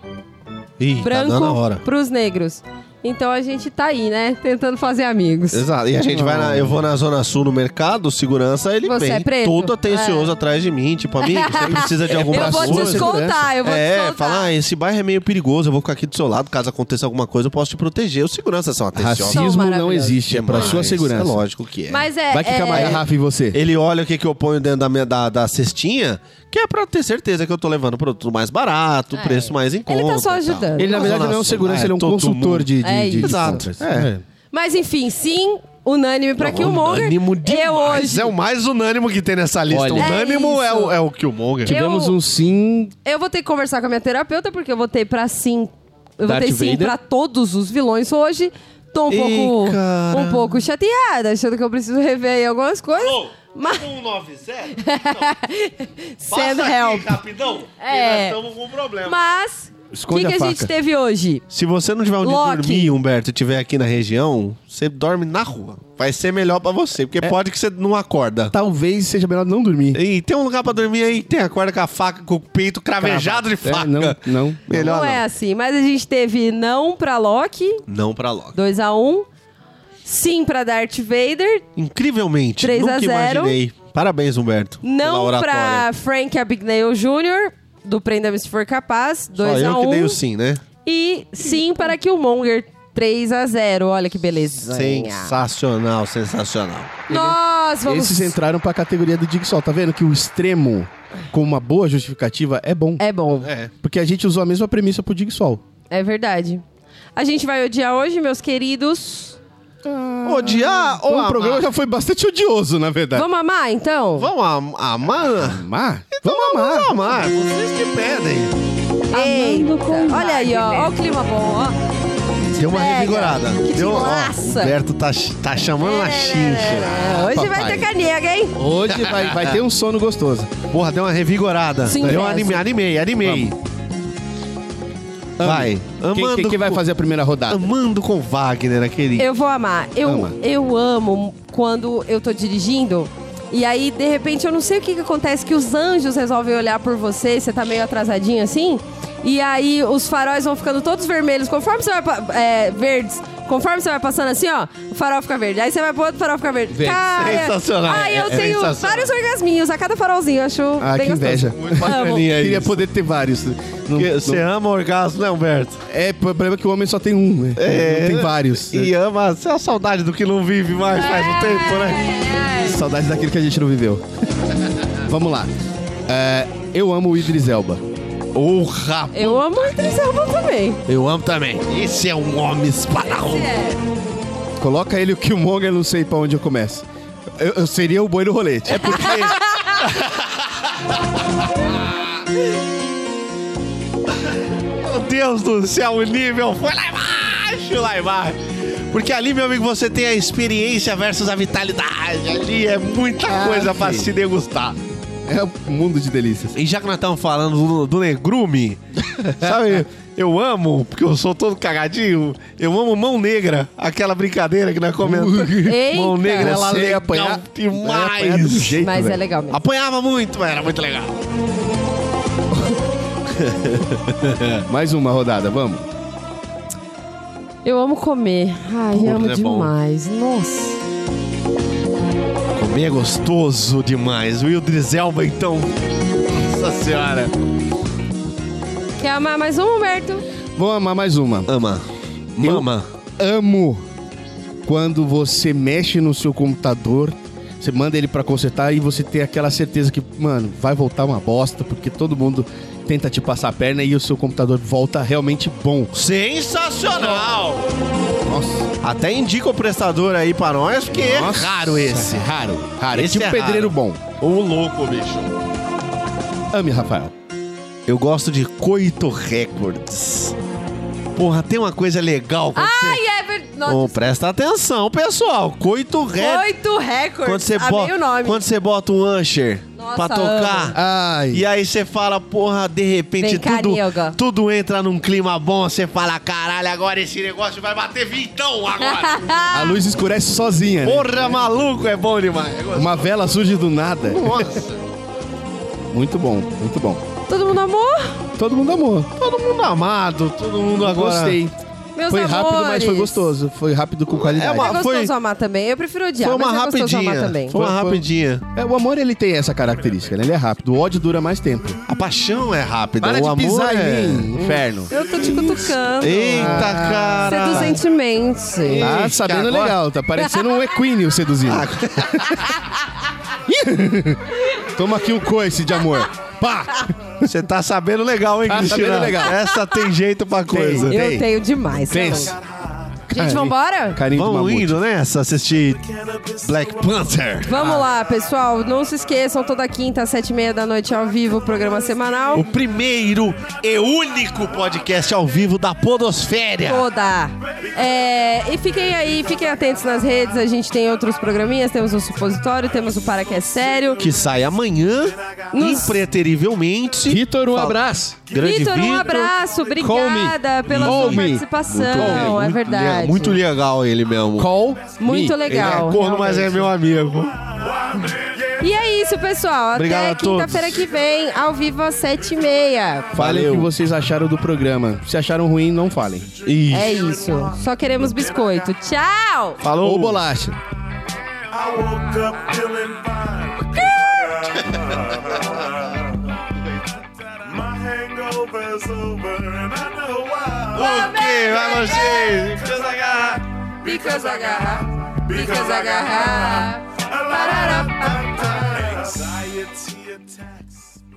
S3: Ih, tá
S5: branco
S3: dando a hora.
S5: pros negros. Então a gente tá aí, né? Tentando fazer amigos.
S3: Exato. E a gente vai na. Eu vou na Zona Sul no mercado, segurança, ele
S5: Você
S3: vem
S5: é preto?
S3: todo atencioso atrás de mim. Tipo, amigo, você precisa de alguma
S5: eu
S3: coisa.
S5: vou te descontar, eu vou te
S3: é,
S5: descontar.
S3: falar, ah, esse bairro é meio perigoso, eu vou ficar aqui do seu lado, caso aconteça alguma coisa, eu posso te proteger. Os seguranças são atenciosos.
S5: São
S4: Racismo não
S5: maravilhosos.
S4: existe, é pra
S3: demais.
S4: sua segurança.
S3: É lógico que é.
S5: Mas é.
S4: Vai que
S5: é-
S4: camarada Rafa em você.
S3: Ele olha o que, que eu ponho dentro da, minha, da, da cestinha, que é pra ter certeza que eu tô levando produto mais barato,
S5: É.
S3: preço mais em
S5: Ele
S3: conta.
S5: tá só
S3: e tal.
S5: ajudando.
S4: Ele, na
S3: Uma
S4: verdade,
S3: zona
S4: não é
S3: sul,
S4: um segurança,
S3: é,
S4: ele é um
S3: todo
S4: consultor
S3: mundo.
S4: de, de,
S5: É
S4: de- de
S5: isso.
S3: Exato,
S4: compras.
S3: é.
S5: Mas enfim, sim, unânime pra Killmonger.
S3: Unânimo
S5: eu
S3: demais.
S5: hoje.
S3: É o mais unânimo que tem nessa lista.
S4: Olha.
S3: unânimo
S5: É
S3: é, o,
S5: isso.
S3: é o Killmonger.
S4: Tivemos
S5: Eu-
S4: um sim.
S5: Eu vou ter que conversar com a minha terapeuta, porque eu votei pra sim. Eu
S4: Darth
S5: votei sim
S4: Vader.
S5: pra todos os vilões hoje. Tô um
S3: Ih,
S5: pouco.
S3: cara.
S5: Um pouco chateada, achando que eu preciso rever aí algumas coisas. mas
S7: 190?
S5: send help.
S7: rapidão. que
S5: É.
S7: nós estamos com um problema.
S5: Mas. O
S4: Esconde
S5: que,
S4: a
S5: que a gente
S4: faca.
S5: teve hoje?
S3: Se você não tiver onde
S5: Loki.
S3: dormir, Humberto, e tiver aqui na região, você dorme na rua. Vai ser melhor pra você, porque pode que você não acorda.
S4: Talvez seja melhor não dormir.
S3: E tem um lugar pra dormir aí, tem acorda com a faca, com o peito cravejado de faca.
S4: É, não, não.
S3: Melhor
S5: não,
S3: não.
S5: é assim, mas a gente teve não pra Loki,
S3: Não pra Loki.
S5: 2x1. Sim pra Darth Vader,
S3: Incrivelmente,
S5: 3 a
S3: nunca
S5: 0.
S3: imaginei. Parabéns, Humberto. pela
S5: Não
S3: oratória.
S5: pra Frank Abagnale Jr., do Prenda-me Se For Capaz,
S3: Só
S5: 2x1.
S3: eu que dei o sim, né?
S5: E sim para Killmonger, 3x0. Olha que beleza.
S3: Sensacional, sensacional.
S5: Nós vamos...
S4: Esses entraram pra categoria do Digsol. Tá vendo que o extremo, com uma boa justificativa, é bom.
S5: É bom,
S3: É.
S4: Porque a gente usou a mesma premissa pro Digsol.
S5: é verdade. A gente vai odiar hoje, meus queridos.
S3: Odiar ou
S4: Então, o
S3: amar?
S4: programa já foi bastante odioso, na verdade.
S5: Vamos amar, então?
S3: Vamos am- amar?
S4: amar? Vamos amar.
S3: Vamos amar. Vocês que pedem.
S5: Eita.
S2: Amando com
S5: Olha aí, ó. Ó o clima bom, ó.
S3: Deu uma
S5: Pega.
S3: revigorada.
S5: Que
S3: Deu, ó,
S5: desgraça.
S3: Humberto tá, tá chamando na chincha.
S5: É, hoje vai
S4: papai.
S5: ter canega, hein?
S4: Hoje vai, vai ter um sono gostoso.
S3: Porra, deu uma revigorada.
S5: Sim,
S3: deu uma
S5: mesmo.
S3: anime, animei, animei. Vai.
S4: Quem- Quem,
S3: Amando
S4: quem vai
S3: com-
S4: fazer a primeira rodada?
S3: Amando com Wagner, aquele.
S5: Eu vou amar. Eu,
S4: Ama.
S5: eu amo quando eu tô dirigindo. E aí, de repente, eu não sei o que, que acontece, que os anjos resolvem olhar por você, você tá meio atrasadinho assim. E aí os faróis vão ficando todos vermelhos, conforme você vai. pa- É, verdes. Conforme você vai passando assim, ó, o farol fica verde. Aí você vai pro outro, o farol fica verde.
S4: Verde.
S3: Sensacional.
S5: Ai, eu
S3: É- é
S5: tenho
S3: sensacional.
S5: vários orgasminhos a cada farolzinho, eu acho
S4: Ah,
S5: bem
S4: que
S5: gostoso.
S4: inveja.
S3: Muito
S5: bacaninha
S4: Queria poder ter vários. Não- não-
S3: Você ama orgasmo, né, Humberto?
S4: É, o problema é que o homem só tem um, né?
S3: É.
S4: Não tem vários.
S3: E ama. Você é a saudade do que não vive mais faz um tempo, né?
S4: Saudades daquilo que a gente não viveu. Vamos lá. É, eu amo o Idris Elba.
S3: Ô, rapaz.
S5: Eu amo a Idris Elba também.
S3: Eu amo também. Esse é um homem espadão.
S5: É.
S4: Coloca ele e o Killmonger, não sei pra onde eu começo. Eu, eu seria o boi do rolete. É porque
S3: Meu Deus do céu, o nível foi lá embaixo, lá embaixo. Porque ali, meu amigo, você tem a experiência versus a vitalidade. Ali é muita coisa pra
S4: filho.
S3: se degustar.
S4: é um mundo de delícias.
S3: E já que nós estamos falando do, do negrume, sabe? Eu amo, porque eu sou todo cagadinho, eu amo mão negra, aquela brincadeira que nós comentamos. mão
S5: Eita.
S3: negra, ela
S4: Você ia
S3: legal
S4: apanhar- vai apanhar do
S3: demais.
S4: jeito,
S5: Mas é
S4: velho.
S5: legal mesmo.
S3: Apanhava muito, mas era muito legal.
S4: Mais uma rodada, vamos.
S5: Eu amo comer. Ai,
S3: Puta,
S5: amo
S3: é bom.
S5: demais. Nossa.
S3: Comer é gostoso demais. O Idris Elba, então. Nossa senhora.
S5: Quer amar mais um, Humberto?
S4: Vamos amar mais uma.
S3: Ama. Mama.
S4: Amo quando você mexe no seu computador, você manda ele pra consertar e você tem aquela certeza que, mano, vai voltar uma bosta, porque todo mundo tenta te passar a perna e o seu computador volta realmente bom.
S3: Sensacional!
S4: Nossa.
S3: Até indica o prestador aí pra nós, porque é
S4: Nossa,
S3: raro esse.
S4: Raro, raro.
S3: Esse
S4: Esse é
S3: é
S4: um pedreiro bom.
S3: Ô louco, bicho.
S4: Ame, Rafael.
S3: Eu gosto de Coito Records. Porra, tem uma coisa legal quando você...
S5: Ai, é verdade.
S3: Ô, presta atenção, pessoal. Coito Records.
S5: Oito recordes.
S3: Um. Quando você,
S5: Amei
S3: bota,
S5: o nome.
S3: quando você bota um Usher
S5: Nossa, Ah,
S3: pra tocar,
S4: Ai.
S3: E aí você fala, porra, de repente
S5: Vem cá,
S3: tudo,
S5: nega.
S3: tudo entra num clima bom, você fala, caralho, agora esse negócio vai bater vintão agora.
S4: A luz escurece sozinha, né?
S3: porra, maluco, é bom demais. É gostoso.
S4: Uma vela surge do nada.
S3: Nossa,
S4: Muito bom, muito bom.
S5: Todo mundo amou?
S4: Todo mundo amou.
S3: todo mundo amado, todo mundo agora.
S4: Gostei.
S5: Meus
S4: Foi rápido, mas foi
S5: amores.
S4: gostoso. Foi rápido com qualidade.
S8: É uma-
S5: É gostoso
S8: Foi-
S5: amar também. Eu prefiro odiar,
S8: Foi uma
S5: mas é gostoso amar
S8: rapidinha.
S5: também.
S8: Foi uma
S4: Foi- foi-
S8: rapidinha.
S4: É, o amor, ele tem essa característica, né? Ele é rápido. O ódio dura mais tempo.
S8: A paixão é rápida. o
S3: um
S8: amor é...
S4: inferno.
S5: Eu tô te cutucando. é
S8: Eita,
S5: Ah.
S8: cara.
S5: Seduzentemente.
S4: Tá
S8: Ixi,
S4: sabendo
S8: agora- Ah.
S4: legal, tá parecendo um equínio seduzido. Toma aqui o coice de amor. Pá!
S8: Você tá sabendo legal, hein,
S4: Tá sabendo
S8: Cristina?
S4: legal.
S8: Essa tem jeito pra coisa.
S5: Eu tenho demais. tá
S4: Tenso.
S5: louco. Gente, vambora?
S4: Carinho do
S8: Vamos
S4: mamute.
S8: indo
S3: né?
S8: nessa assistir Black Panther.
S5: Vamos lá, pessoal. Não se esqueçam, toda quinta, às sete e meia da noite, ao vivo, o programa semanal.
S8: O primeiro e único podcast ao vivo da Podosfera.
S5: Toda. É, e fiquem aí, fiquem atentos nas redes. A gente tem outros programinhas, temos o supositório, temos o Para Que É Sério.
S8: Que sai amanhã,
S5: Nos-
S8: impreterivelmente.
S4: Vitor, um
S8: Fala.
S4: abraço.
S8: Grande
S5: Vitor, um abraço. Obrigada pela sua
S4: Call me.
S5: participação. É verdade.
S8: Muito legal ele mesmo.
S4: Call
S5: Muito
S4: me.
S5: legal.
S8: Ele é corno, mas é
S5: realmente.
S8: meu amigo.
S5: E é isso, pessoal.
S8: Obrigado a
S5: Até quinta-feira que vem, ao vivo às sete e meia.
S4: Falem o que vocês acharam do programa. Se acharam ruim, não falem.
S8: Ih,
S5: É isso. Só queremos biscoito. Tchau!
S8: Falou.
S4: Ou bolacha.
S9: I woke up feeling fine. 'Cause I love My hangover's over and I know why.
S8: O que vai vocês?
S9: Because I got,
S5: Because I got high.
S9: because I got high. A lot of anxiety attacks.